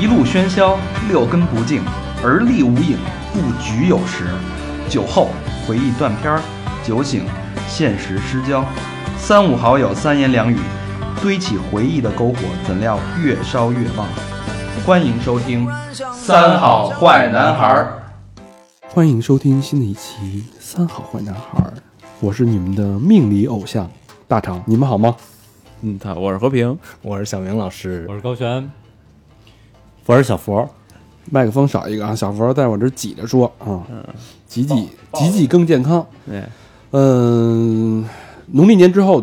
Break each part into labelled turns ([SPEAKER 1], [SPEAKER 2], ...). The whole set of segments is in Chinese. [SPEAKER 1] 一路喧嚣，六根不净，而立无影，不局有时。酒后回忆断片儿，酒醒现实失焦。三五好友三言两语，堆起回忆的篝火，怎料越烧越旺。欢迎收听《三好坏男孩》。
[SPEAKER 2] 欢迎收听新的一期《三好坏男孩》，我是你们的命理偶像大肠，你们好吗？
[SPEAKER 3] 嗯，他我是和平，
[SPEAKER 4] 我是小明老师，
[SPEAKER 5] 我是高璇，
[SPEAKER 4] 我是小佛。
[SPEAKER 2] 麦克风少一个啊，小佛在我这挤着说啊，
[SPEAKER 3] 嗯
[SPEAKER 2] 挤挤挤挤更健康。
[SPEAKER 3] 对，
[SPEAKER 2] 嗯，农历年之后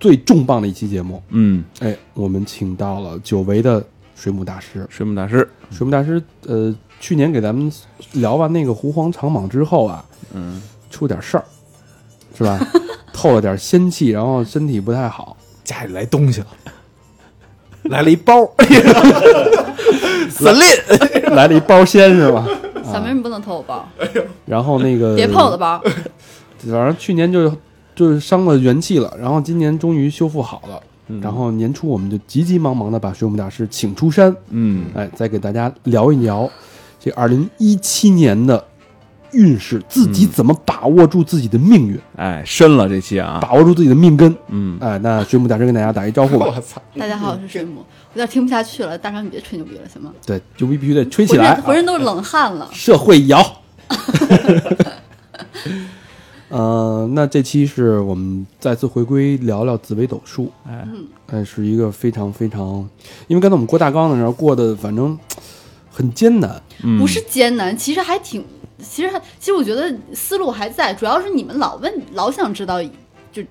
[SPEAKER 2] 最重磅的一期节目，
[SPEAKER 3] 嗯，
[SPEAKER 2] 哎，我们请到了久违的水母大师。
[SPEAKER 3] 水母大师，
[SPEAKER 2] 水母大师，呃，去年给咱们聊完那个狐黄长蟒之后啊，
[SPEAKER 3] 嗯，
[SPEAKER 2] 出点事儿，是吧？ 透了点仙气，然后身体不太好。
[SPEAKER 4] 家里来东西了，来了一包， 森林。
[SPEAKER 2] 来了一包鲜是吧？
[SPEAKER 6] 小明，你不能偷我包，
[SPEAKER 2] 然后那个
[SPEAKER 6] 别碰我的包。
[SPEAKER 2] 反正去年就就是伤了元气了，然后今年终于修复好了。然后年初我们就急急忙忙的把水母大师请出山，
[SPEAKER 3] 嗯，
[SPEAKER 2] 哎，再给大家聊一聊这二零一七年的运势，自己怎么把握住自己的命运，
[SPEAKER 3] 哎，深了这期啊，
[SPEAKER 2] 把握住自己的命根。
[SPEAKER 3] 嗯，
[SPEAKER 2] 哎，那水母大师跟大家打一招呼吧。
[SPEAKER 6] 大家好，我是水母，我有点听不下去了，大长你别吹牛逼了行吗？
[SPEAKER 2] 对，就必须得吹起
[SPEAKER 6] 浑
[SPEAKER 2] 来啊
[SPEAKER 6] 身，浑身都是啊冷汗了。
[SPEAKER 2] 社会摇。 呃，那这期是我们再次回归聊聊紫微斗数，
[SPEAKER 3] 哎，
[SPEAKER 2] 哎，是一个非常非常，因为刚才我们过大纲的时候过的，反正很艰难，
[SPEAKER 3] 嗯
[SPEAKER 6] 不是艰难，其实还挺，其实还其实我觉得思路还在，主要是你们老问，老想知道就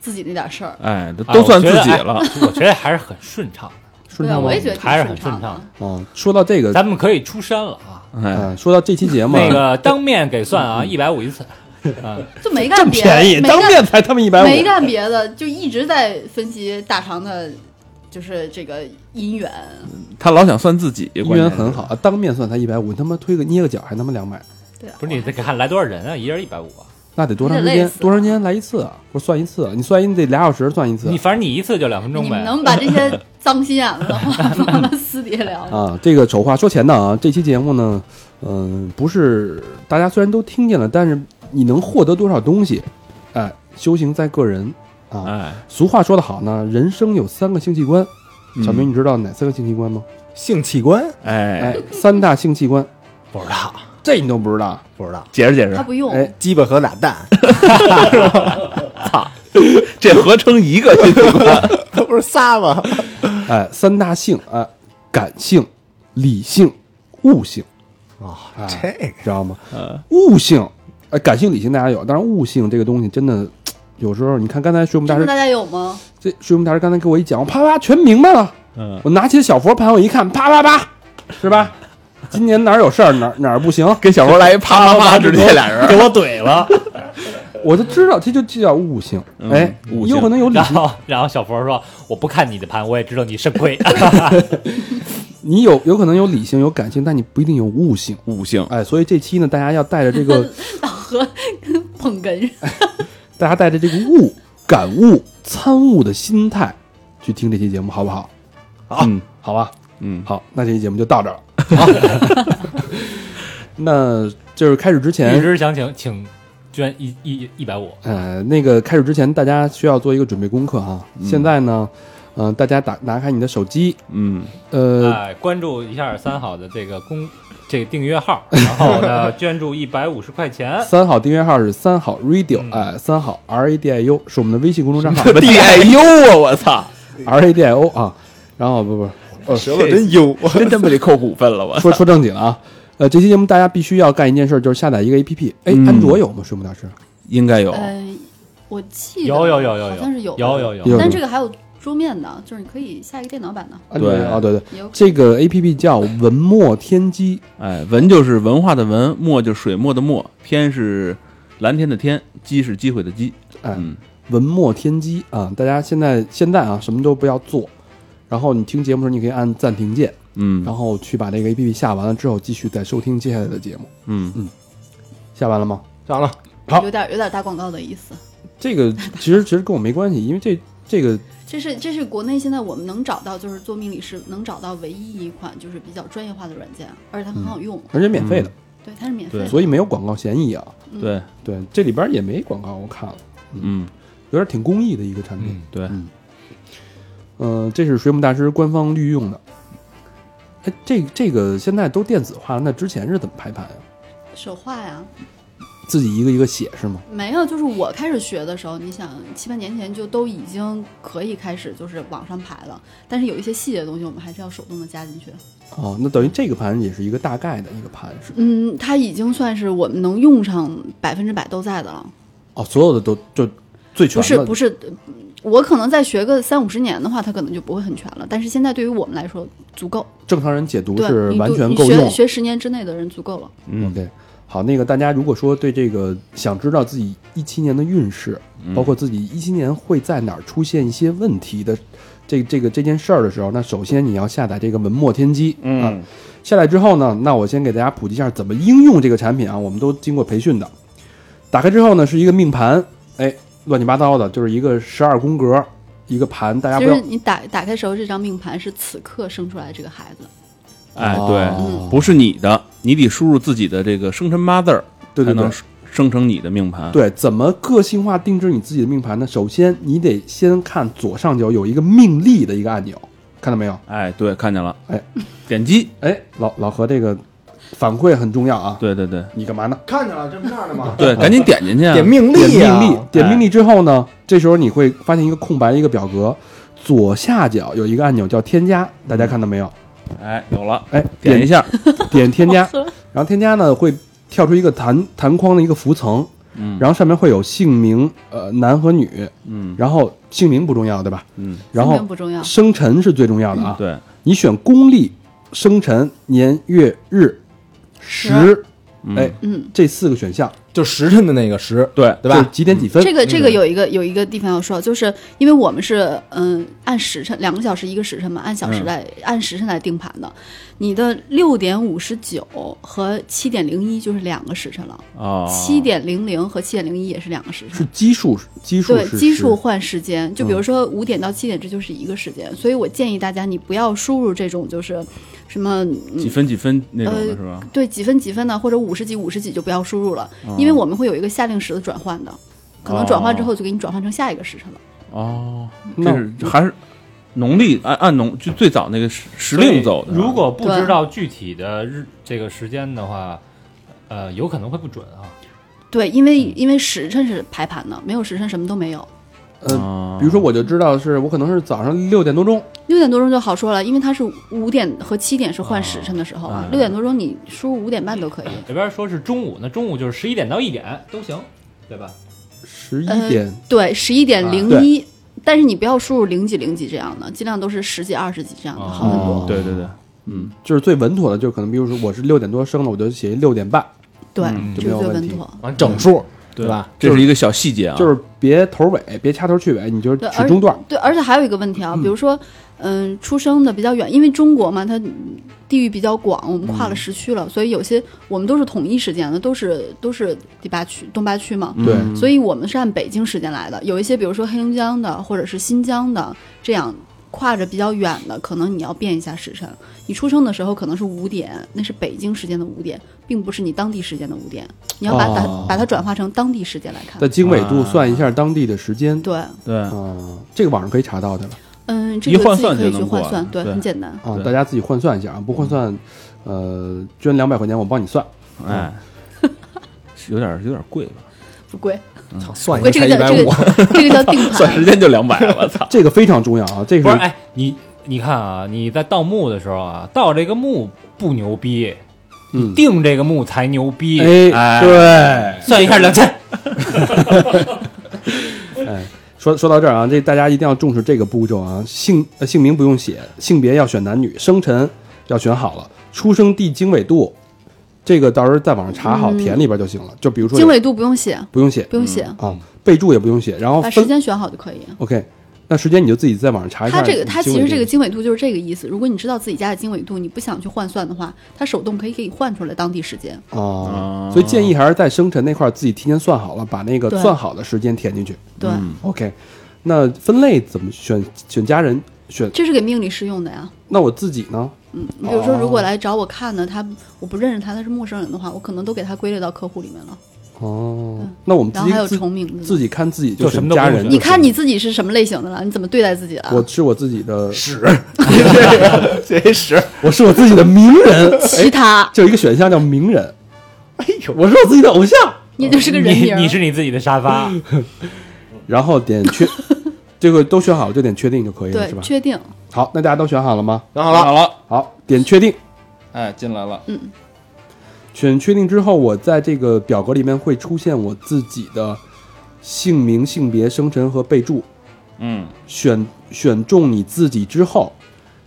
[SPEAKER 6] 自己那点事儿。
[SPEAKER 3] 哎，这都算自己了，
[SPEAKER 5] 哎啊 我觉得还是很顺畅的，
[SPEAKER 2] 顺
[SPEAKER 6] 对，啊
[SPEAKER 2] 畅吗
[SPEAKER 6] 我也觉得挺
[SPEAKER 5] 还是很
[SPEAKER 6] 畅
[SPEAKER 5] 顺
[SPEAKER 6] 的
[SPEAKER 5] 畅。。
[SPEAKER 2] 啊。说到这个，
[SPEAKER 5] 咱们可以出山了啊！
[SPEAKER 4] 嗯
[SPEAKER 3] 哎，
[SPEAKER 2] 呃，说到这期节目啊，
[SPEAKER 5] 那个当面给算啊，一百五一次。
[SPEAKER 6] 就没干别的，没干
[SPEAKER 2] 当面才他们一百
[SPEAKER 6] 没
[SPEAKER 2] 五，
[SPEAKER 6] 干别的，就一直在分析大长的，就是这个姻缘。
[SPEAKER 3] 他老想算自己，
[SPEAKER 2] 姻
[SPEAKER 3] 关
[SPEAKER 2] 缘
[SPEAKER 3] 键是
[SPEAKER 2] 很好，啊，当面算才一百五，你他妈推个捏个脚还他妈两百，
[SPEAKER 6] 对啊，
[SPEAKER 5] 不是你得看来多少人啊？一人一百五啊！
[SPEAKER 2] 那得多长时
[SPEAKER 6] 那得累
[SPEAKER 2] 间
[SPEAKER 6] 死？了
[SPEAKER 2] 多长时间来一次啊？不是算一次啊，你算一得俩小时算一
[SPEAKER 3] 啊
[SPEAKER 2] 次啊
[SPEAKER 5] 你反正你一次就两分
[SPEAKER 6] 你
[SPEAKER 5] 钟
[SPEAKER 6] 们
[SPEAKER 5] 呗。
[SPEAKER 6] 能把这些脏心眼子的话放到私底下聊吗？
[SPEAKER 2] 啊。这个丑话说前的啊，这期节目呢，嗯、不是大家虽然都听见了，但是你能获得多少东西？哎，修行在个人啊。
[SPEAKER 3] 哎，
[SPEAKER 2] 俗话说得好呢，人生有三个性器官，
[SPEAKER 3] 嗯
[SPEAKER 2] 小明，你知道哪三个性器官吗？
[SPEAKER 4] 性器官
[SPEAKER 3] 哎
[SPEAKER 2] 哎，，三大性器官，
[SPEAKER 4] 不知道，
[SPEAKER 2] 这你都不知道？
[SPEAKER 4] 不知道，
[SPEAKER 3] 解释解释
[SPEAKER 6] 他，不用，
[SPEAKER 2] 哎
[SPEAKER 4] 鸡巴和俩蛋，
[SPEAKER 3] 这合成一个心理关，
[SPEAKER 4] 那不是仨吗？
[SPEAKER 2] 哎，三大性啊，感性、理性、悟性，
[SPEAKER 4] 啊
[SPEAKER 2] 哎，
[SPEAKER 4] 这个
[SPEAKER 2] 知道吗？
[SPEAKER 3] 嗯
[SPEAKER 2] 悟性，哎，感性、理性大家有，但是悟性这个东西真的，有时候你看刚才水母大
[SPEAKER 6] 这
[SPEAKER 2] 师
[SPEAKER 6] 大家有吗？
[SPEAKER 2] 这水母大师刚才给我一讲，我啪啪全明白了。
[SPEAKER 3] 嗯，
[SPEAKER 2] 我拿起小佛盘，我一看，啪啪啪，是吧？今年哪儿有事儿，哪儿哪儿不行，
[SPEAKER 3] 跟小猴来 一啪啪啪，直接俩人，
[SPEAKER 4] 给我怼了，
[SPEAKER 2] 我就知道，这就这叫悟性。
[SPEAKER 3] 嗯
[SPEAKER 2] 哎，
[SPEAKER 3] 悟性
[SPEAKER 2] 有可能有理
[SPEAKER 5] 然
[SPEAKER 2] 性，
[SPEAKER 5] 后，然后小佛说：“我不看你的盘，我也知道你肾亏。
[SPEAKER 2] 你有有可能有理性，有感性，但你不一定有悟性。
[SPEAKER 3] 悟性，
[SPEAKER 2] 哎，所以这期呢，大家要带着这个，
[SPEAKER 6] 老何跟捧哏似的，
[SPEAKER 2] 大家带着这个悟、感悟、参悟的心态去听这期节目，好不好？
[SPEAKER 4] 啊
[SPEAKER 3] 嗯
[SPEAKER 2] 好吧，
[SPEAKER 3] 嗯，
[SPEAKER 2] 好，那这期节目就到这儿了。好， 那就是开始之”
[SPEAKER 5] 一
[SPEAKER 2] 前，
[SPEAKER 5] 直想请请捐一一一百五，
[SPEAKER 2] 呃，那个开始之前，大家需要做一个准备功课哈。现在呢，嗯、大家打拿开你的手机，
[SPEAKER 3] 嗯，
[SPEAKER 2] 呃，
[SPEAKER 5] 哎，关注一下三好的这个公这个订阅号，然后 呢捐助一百五十块钱。
[SPEAKER 2] 三好订阅号是三好 radio，
[SPEAKER 5] 嗯
[SPEAKER 2] 哎、三好 R A D I U 是我们的微信公众账 号
[SPEAKER 3] D I U 啊，我操，
[SPEAKER 2] R A D I O 啊。然后不不，
[SPEAKER 4] 舌头真幽。
[SPEAKER 3] 真他妈得扣股份了， 我
[SPEAKER 2] 说说正经啊，呃，这期节目大家必须要干一件事，就是下载一个 A P P。哎，
[SPEAKER 3] 嗯
[SPEAKER 2] 安卓有吗？水母大师
[SPEAKER 3] 应该有，
[SPEAKER 6] 嗯，我记得
[SPEAKER 5] 有有有有
[SPEAKER 6] 好
[SPEAKER 5] 有
[SPEAKER 6] 像是
[SPEAKER 5] 有
[SPEAKER 6] 有
[SPEAKER 5] 有有
[SPEAKER 2] 有
[SPEAKER 6] 但这个还有桌面的，就是你可以下一个电脑版的，
[SPEAKER 2] 安卓有
[SPEAKER 3] 对
[SPEAKER 2] 啊，对对，
[SPEAKER 6] 也有
[SPEAKER 2] 这个 A P P 叫文墨天机，
[SPEAKER 3] 哎，文就是文化的文，墨就是水墨的墨，天是蓝天的天，机是机会的机。
[SPEAKER 2] 哎，
[SPEAKER 3] 嗯，
[SPEAKER 2] 文墨天机啊，大家现在现在啊什么都不要做，然后你听节目的时候你可以按暂停键，然
[SPEAKER 3] 嗯
[SPEAKER 2] 后去把这个 A P P 下完了之后，继续再收听接下来的节目。
[SPEAKER 3] 嗯，
[SPEAKER 2] 下完了吗？
[SPEAKER 4] 上了，
[SPEAKER 2] 好
[SPEAKER 6] 有点有点打广告的意思。
[SPEAKER 2] 这个其实其实跟我没关系，因为这这个
[SPEAKER 6] 这是这是国内现在我们能找到，就是做命理师能找到唯一一款就是比较专业化的软件，而且它很好用，
[SPEAKER 2] 而且免费的，
[SPEAKER 6] 对，它是免费
[SPEAKER 3] 对
[SPEAKER 6] 的。
[SPEAKER 2] 嗯所以没有广告嫌疑啊。
[SPEAKER 6] 嗯
[SPEAKER 3] 对，
[SPEAKER 2] 对，这里边也没广告，我看了，
[SPEAKER 3] 嗯，
[SPEAKER 2] 有点挺公益的一个产品。
[SPEAKER 5] 嗯，
[SPEAKER 3] 对，
[SPEAKER 2] 嗯，这是水母大师官方御用的。哎，这这个现在都电子化了，那之前是怎么排盘呀、
[SPEAKER 6] 手画呀，
[SPEAKER 2] 自己一个一个写是吗？
[SPEAKER 6] 没有，就是我开始学的时候，你想七八年前就都已经可以开始就是网上排了，但是有一些细节的东西我们还是要手动的加进去。
[SPEAKER 2] 哦，那等于这个盘也是一个大概的一个盘是吗
[SPEAKER 6] 嗯，它已经算是我们能用上百分之百都在的了。
[SPEAKER 2] 哦，所有的都就最全
[SPEAKER 6] 不是
[SPEAKER 2] 了
[SPEAKER 6] 不是，嗯我可能再学个三五十年的话，它可能就不会很全了。但是现在对于我们来说足够，
[SPEAKER 2] 正常人解读
[SPEAKER 6] 对，
[SPEAKER 2] 是
[SPEAKER 6] 你
[SPEAKER 2] 完
[SPEAKER 6] 读
[SPEAKER 2] 全
[SPEAKER 6] 你
[SPEAKER 2] 够
[SPEAKER 6] 学
[SPEAKER 2] 用。
[SPEAKER 6] 学十年之内的人足够了。
[SPEAKER 3] 嗯
[SPEAKER 2] OK，好，那个大家如果说对这个想知道自己一七年的运势，
[SPEAKER 3] 嗯
[SPEAKER 2] 包括自己一七年会在哪儿出现一些问题的，这这个这件事儿的时候，那首先你要下载这个文墨天机，啊，
[SPEAKER 1] 嗯，
[SPEAKER 2] 下来之后呢，那我先给大家普及一下怎么应用这个产品啊，我们都经过培训的。打开之后呢，是一个命盘，哎，乱七八糟的，就是一个十二宫格一个盘，大家
[SPEAKER 6] 其
[SPEAKER 2] 不
[SPEAKER 6] 实
[SPEAKER 2] 要
[SPEAKER 6] 你打打开时候，这张命盘是此刻生出来这个孩子，
[SPEAKER 3] 哎，对，
[SPEAKER 2] 哦
[SPEAKER 3] 不是你的，你得输入自己的这个生辰八字儿，
[SPEAKER 2] 对对
[SPEAKER 3] 才
[SPEAKER 2] 对
[SPEAKER 3] 能生成你的命盘。
[SPEAKER 2] 对，怎么个性化定制你自己的命盘呢？首先你得先看左上角有一个命例的一个按钮，看到没有？
[SPEAKER 3] 哎，对，看见了，
[SPEAKER 2] 哎，
[SPEAKER 3] 点击，
[SPEAKER 2] 哎，老老何这个反馈很重要啊，
[SPEAKER 3] 对对对
[SPEAKER 2] 你干嘛呢？
[SPEAKER 4] 看见了，这不这样的吗？
[SPEAKER 3] 对，赶紧点进去啊，
[SPEAKER 4] 点命
[SPEAKER 2] 哦点
[SPEAKER 4] 例呀，
[SPEAKER 2] 命哎例，点命例之后呢，这时候你会发现一个空白的一个表格，左下角有一个按钮叫添加，大家看到没有？
[SPEAKER 3] 哎，有了，
[SPEAKER 2] 哎，
[SPEAKER 3] 点 一下，
[SPEAKER 2] 点 添加，然后添加呢会跳出一个弹弹框的一个浮层，
[SPEAKER 3] 嗯，
[SPEAKER 2] 然后上面会有姓名，呃，男和女，
[SPEAKER 3] 嗯
[SPEAKER 2] 然后姓名不重要对吧？
[SPEAKER 3] 嗯，
[SPEAKER 2] 然
[SPEAKER 6] 身
[SPEAKER 2] 后
[SPEAKER 6] 份不重要。
[SPEAKER 2] 生辰是最重要的啊，
[SPEAKER 3] 对，
[SPEAKER 2] 你选公历、生辰、年月日、时，
[SPEAKER 3] 嗯
[SPEAKER 2] 哎，
[SPEAKER 6] 嗯，
[SPEAKER 2] 这四个选项，
[SPEAKER 4] 就时辰的那个时，
[SPEAKER 3] 对
[SPEAKER 4] 对吧
[SPEAKER 2] 就？几点几分？
[SPEAKER 6] 这个这个有一个有一个地方要说，就是因为我们是嗯按时辰两个小时一个时辰嘛，按小时
[SPEAKER 3] 嗯
[SPEAKER 6] 来、按时辰来定盘的。你的六点五十九和七点零一就是两个时辰了，
[SPEAKER 3] 哦，
[SPEAKER 6] 七点零零和七点零一也是两个时
[SPEAKER 2] 是
[SPEAKER 6] 辰。
[SPEAKER 2] 基数，基数
[SPEAKER 6] 对
[SPEAKER 2] 是嗯
[SPEAKER 6] 基
[SPEAKER 2] 十
[SPEAKER 6] 数换时间，就比如说五点到七点，这就是一个时间，所以我建议大家你不要输入这种就是什么嗯
[SPEAKER 3] 几分几分那种的
[SPEAKER 6] 呃
[SPEAKER 3] 是吧？
[SPEAKER 6] 对几分几分呢，或者五十几五十几就不要输入了，
[SPEAKER 2] 嗯
[SPEAKER 6] 因为我们会有一个下令时的转换的，可能转换
[SPEAKER 2] 哦
[SPEAKER 6] 之后就给你转换成下一个时辰了。
[SPEAKER 3] 哦，
[SPEAKER 2] 那
[SPEAKER 3] 这是还是农历按按农就最早那个时时令走的，
[SPEAKER 5] 所以如果不知道具体的日这个时间的话，呃，有可能会不准啊。
[SPEAKER 6] 对，因
[SPEAKER 2] 嗯
[SPEAKER 6] 为因为时辰是排盘的，没有时辰什么都没有。
[SPEAKER 2] 呃，
[SPEAKER 3] 哦
[SPEAKER 2] 比如说我就知道是我可能是早上六点多钟，
[SPEAKER 6] 六点多钟就好说了，因为它是五点和七点是换时辰的时候啊
[SPEAKER 2] 嗯
[SPEAKER 3] 哦。
[SPEAKER 6] 六点多钟你输入五点半都可以。
[SPEAKER 5] 这边说是中午，那中午就是十一点到一点都行，对吧？
[SPEAKER 2] 十一
[SPEAKER 6] 呃
[SPEAKER 2] 点，
[SPEAKER 6] 对，十一点
[SPEAKER 2] 啊
[SPEAKER 6] 零一，但是你不要输入零几零几这样的，尽量都是十几二十几这样的，
[SPEAKER 5] 啊
[SPEAKER 6] 好很嗯多。
[SPEAKER 3] 哦，对对对，
[SPEAKER 6] 呃
[SPEAKER 3] 嗯，
[SPEAKER 2] 就是最稳妥的，就是可能比如说我是六点多生的，我就写六点半，
[SPEAKER 6] 对，
[SPEAKER 3] 嗯
[SPEAKER 6] 这
[SPEAKER 2] 就
[SPEAKER 6] 是
[SPEAKER 2] 没有
[SPEAKER 6] 最
[SPEAKER 2] 问
[SPEAKER 6] 稳
[SPEAKER 2] 题
[SPEAKER 6] 妥。
[SPEAKER 5] 完
[SPEAKER 4] 整数，对吧？
[SPEAKER 3] 这是一个小细节啊，
[SPEAKER 2] 就是别头尾，别掐头去尾，你就
[SPEAKER 6] 对
[SPEAKER 2] 取中段儿。
[SPEAKER 6] 对，而且还有一个问题啊，比如说，嗯，出生的比较远，因为中国嘛，它地域比较广，我们跨
[SPEAKER 2] 嗯
[SPEAKER 6] 了时区了，所以有些我们都是统一时间的，都是都是第八区、东八区嘛，
[SPEAKER 2] 对
[SPEAKER 3] 嗯
[SPEAKER 6] 所以我们是按北京时间来的。有一些比如说黑龙江的或者是新疆的，这样跨着比较远的，可能你要变一下时辰。你出生的时候可能是五点，那是北京时间的五点，并不是你当地时间的五点，你要把它、
[SPEAKER 2] 哦
[SPEAKER 6] 把它转化成当地时间来看
[SPEAKER 2] 在。经纬度算一下当地的时间，
[SPEAKER 6] 对，
[SPEAKER 3] 对
[SPEAKER 2] 啊、，这个网上可以查到的了
[SPEAKER 6] 嗯，这
[SPEAKER 3] 一
[SPEAKER 6] 个
[SPEAKER 3] 换
[SPEAKER 6] 自己
[SPEAKER 3] 算
[SPEAKER 6] 可
[SPEAKER 3] 就
[SPEAKER 6] 以去
[SPEAKER 3] 能
[SPEAKER 6] 换
[SPEAKER 3] 过
[SPEAKER 6] 算，对，
[SPEAKER 3] 对
[SPEAKER 6] 很简单。
[SPEAKER 2] 啊，
[SPEAKER 3] 对
[SPEAKER 2] 大家自己换算一下啊，不换算，呃，捐两百块钱我帮你算。
[SPEAKER 3] 哎， 有点有点贵吧？
[SPEAKER 6] 不贵，
[SPEAKER 4] 操，算一
[SPEAKER 6] 贵这
[SPEAKER 4] 个才
[SPEAKER 6] 个
[SPEAKER 4] 一
[SPEAKER 6] 叫
[SPEAKER 4] 百
[SPEAKER 6] 这
[SPEAKER 4] 五，
[SPEAKER 6] 个这个叫定
[SPEAKER 3] 算时
[SPEAKER 6] 盘，
[SPEAKER 3] 间就两百，我 操！
[SPEAKER 2] 这个非常重要啊，这
[SPEAKER 5] 不
[SPEAKER 2] 是
[SPEAKER 5] 是，哎，你你看啊，你在盗墓的时候啊，盗这个墓不牛逼，
[SPEAKER 2] 嗯，
[SPEAKER 5] 定这个墓才牛逼。
[SPEAKER 2] 哎，对，
[SPEAKER 5] 算一 下两千，
[SPEAKER 2] 哎，说说到这儿啊，这大家一定要重视这个步骤啊，姓呃姓名不用写，性别要选男女，生辰要选好了，出生地经纬度，这个到时候在网上查好，
[SPEAKER 6] 嗯
[SPEAKER 2] 填里边就行了。就比如说
[SPEAKER 6] 经纬度不用写，
[SPEAKER 2] 不用写
[SPEAKER 6] 不用写，
[SPEAKER 2] 啊，备注也不用写，然后
[SPEAKER 6] 把时
[SPEAKER 2] 分
[SPEAKER 6] 间选好就可以。
[SPEAKER 2] OK，那时间你就自己在网上查一下
[SPEAKER 6] 它
[SPEAKER 2] 经纬
[SPEAKER 6] 这
[SPEAKER 2] 度。
[SPEAKER 6] 个，它其实这个经纬度就是这个意思。如果你知道自己家的经纬度，你不想去换算的话，它手动可以给你换出来当地时间。
[SPEAKER 2] 啊
[SPEAKER 5] 哦
[SPEAKER 3] 啊，
[SPEAKER 2] 所以建议还是在生辰那块儿自己提前算好了，把那个
[SPEAKER 6] 对
[SPEAKER 2] 算好的时间填进去。
[SPEAKER 6] 对，
[SPEAKER 2] OK，那分类怎么选？选家人选？
[SPEAKER 6] 这是给命理师用的呀。
[SPEAKER 2] 那我自己呢？
[SPEAKER 6] 嗯，你比如说，如果来找我看的，他我不认识他，他是陌生人的话，我可能都给他归类到客户里面了。
[SPEAKER 2] 哦，那我们
[SPEAKER 6] 嗯然
[SPEAKER 2] 自
[SPEAKER 6] 后
[SPEAKER 2] 己
[SPEAKER 6] 还有
[SPEAKER 2] 自
[SPEAKER 6] 重名字的，
[SPEAKER 2] 自己看自己
[SPEAKER 5] 就什
[SPEAKER 2] 选
[SPEAKER 5] 么都
[SPEAKER 2] 家
[SPEAKER 5] 不用
[SPEAKER 2] 人。
[SPEAKER 5] 选
[SPEAKER 6] 你看你，自己是什么类型的了？你怎么对待自己的？
[SPEAKER 2] 我是我自己 的，
[SPEAKER 4] 屎，
[SPEAKER 3] 这是
[SPEAKER 2] 我是我自己的名 人。哎
[SPEAKER 6] 其他，
[SPEAKER 2] 就有一个选项叫名人，
[SPEAKER 4] 哎呦，
[SPEAKER 2] 我是我自己的偶像。
[SPEAKER 6] 你就是个人
[SPEAKER 5] 你
[SPEAKER 6] 名儿。嗯
[SPEAKER 5] 你是你自己的沙发，
[SPEAKER 2] 然后点确，这个都选好了就点确定就可以了，
[SPEAKER 6] 对
[SPEAKER 2] 是吧？
[SPEAKER 6] 确定
[SPEAKER 2] 好，那大家都选好了吗？
[SPEAKER 4] 然后
[SPEAKER 3] 好好
[SPEAKER 4] 了，
[SPEAKER 3] 了，
[SPEAKER 2] 好，点确定。
[SPEAKER 1] 哎，进来了，
[SPEAKER 2] 选确定之后，我在这个表格里面会出现我自己的姓名、性别、生辰和备注。
[SPEAKER 1] 嗯，
[SPEAKER 2] 选选中你自己之后，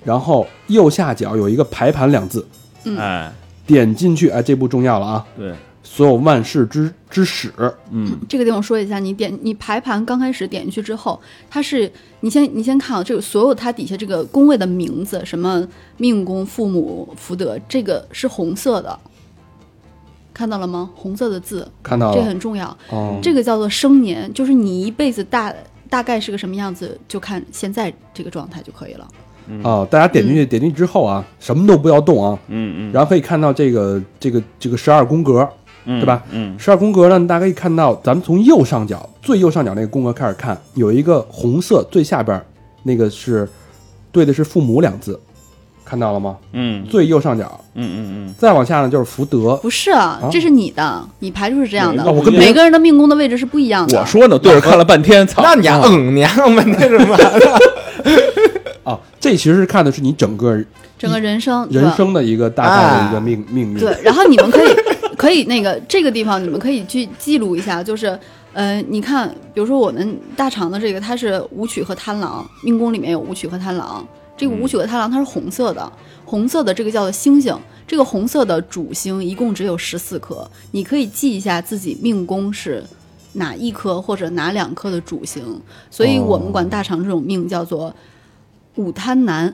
[SPEAKER 2] 然后右下角有一个排盘两字，
[SPEAKER 6] 嗯
[SPEAKER 3] 哎，
[SPEAKER 2] 点进去，哎，这步重要了啊！
[SPEAKER 3] 对，
[SPEAKER 2] 所有万事之之始，
[SPEAKER 3] 嗯，
[SPEAKER 6] 这个地方说一下，你点你排盘刚开始点进去之后，它是你先你先看啊，这个所有它底下这个宫位的名字，什么命宫、父母、福德，这个是红色的，看到了吗？红色的字，
[SPEAKER 2] 看到
[SPEAKER 6] 这
[SPEAKER 2] 了
[SPEAKER 6] 很重要。
[SPEAKER 2] 哦，
[SPEAKER 6] 这个叫做生年，就是你一辈子大大概是个什么样子，就看现在这个状态就可以了。
[SPEAKER 2] 啊！大家点进去，点进去之后啊，什么都不要动啊，
[SPEAKER 1] 嗯嗯，
[SPEAKER 2] 然后可以看到这个这个这个十二宫格，
[SPEAKER 1] 嗯
[SPEAKER 2] 对吧？
[SPEAKER 1] 嗯，
[SPEAKER 2] 十二宫格呢，大家可以看到，咱们从右上角最右上角那个宫格开始看，有一个红色最下边儿那个是对的是父母两字，看到了吗？
[SPEAKER 1] 嗯
[SPEAKER 2] 最右上角，
[SPEAKER 1] 嗯嗯
[SPEAKER 2] 再往下呢就是福德，
[SPEAKER 6] 不是啊
[SPEAKER 2] 啊，
[SPEAKER 6] 这是你的，你排出是这样的。
[SPEAKER 2] 那我跟别人
[SPEAKER 6] 每个人的命宫的位置是不一样的。
[SPEAKER 3] 嗯我说呢，对着看了半天，操，
[SPEAKER 4] 那你还嗯，你还嗯那是 什么？
[SPEAKER 2] 啊，这其实是看的是你整个
[SPEAKER 6] 整个人生，对
[SPEAKER 2] 人
[SPEAKER 6] 吧
[SPEAKER 2] 生的一个大概的一个命、命运。
[SPEAKER 6] 对，然后你们可以 可以那个这个地方，你们可以去记录一下，就是呃，你看，比如说我们大肠的这个，它是武曲和贪狼，命宫里面有武曲和贪狼。这个武曲和贪狼它是红色的，红色的这个叫做星星，这个红色的主星一共只有十四颗，你可以记一下自己命宫是哪一颗或者哪两颗的主星，所以我们管大肠这种命叫做五贪男。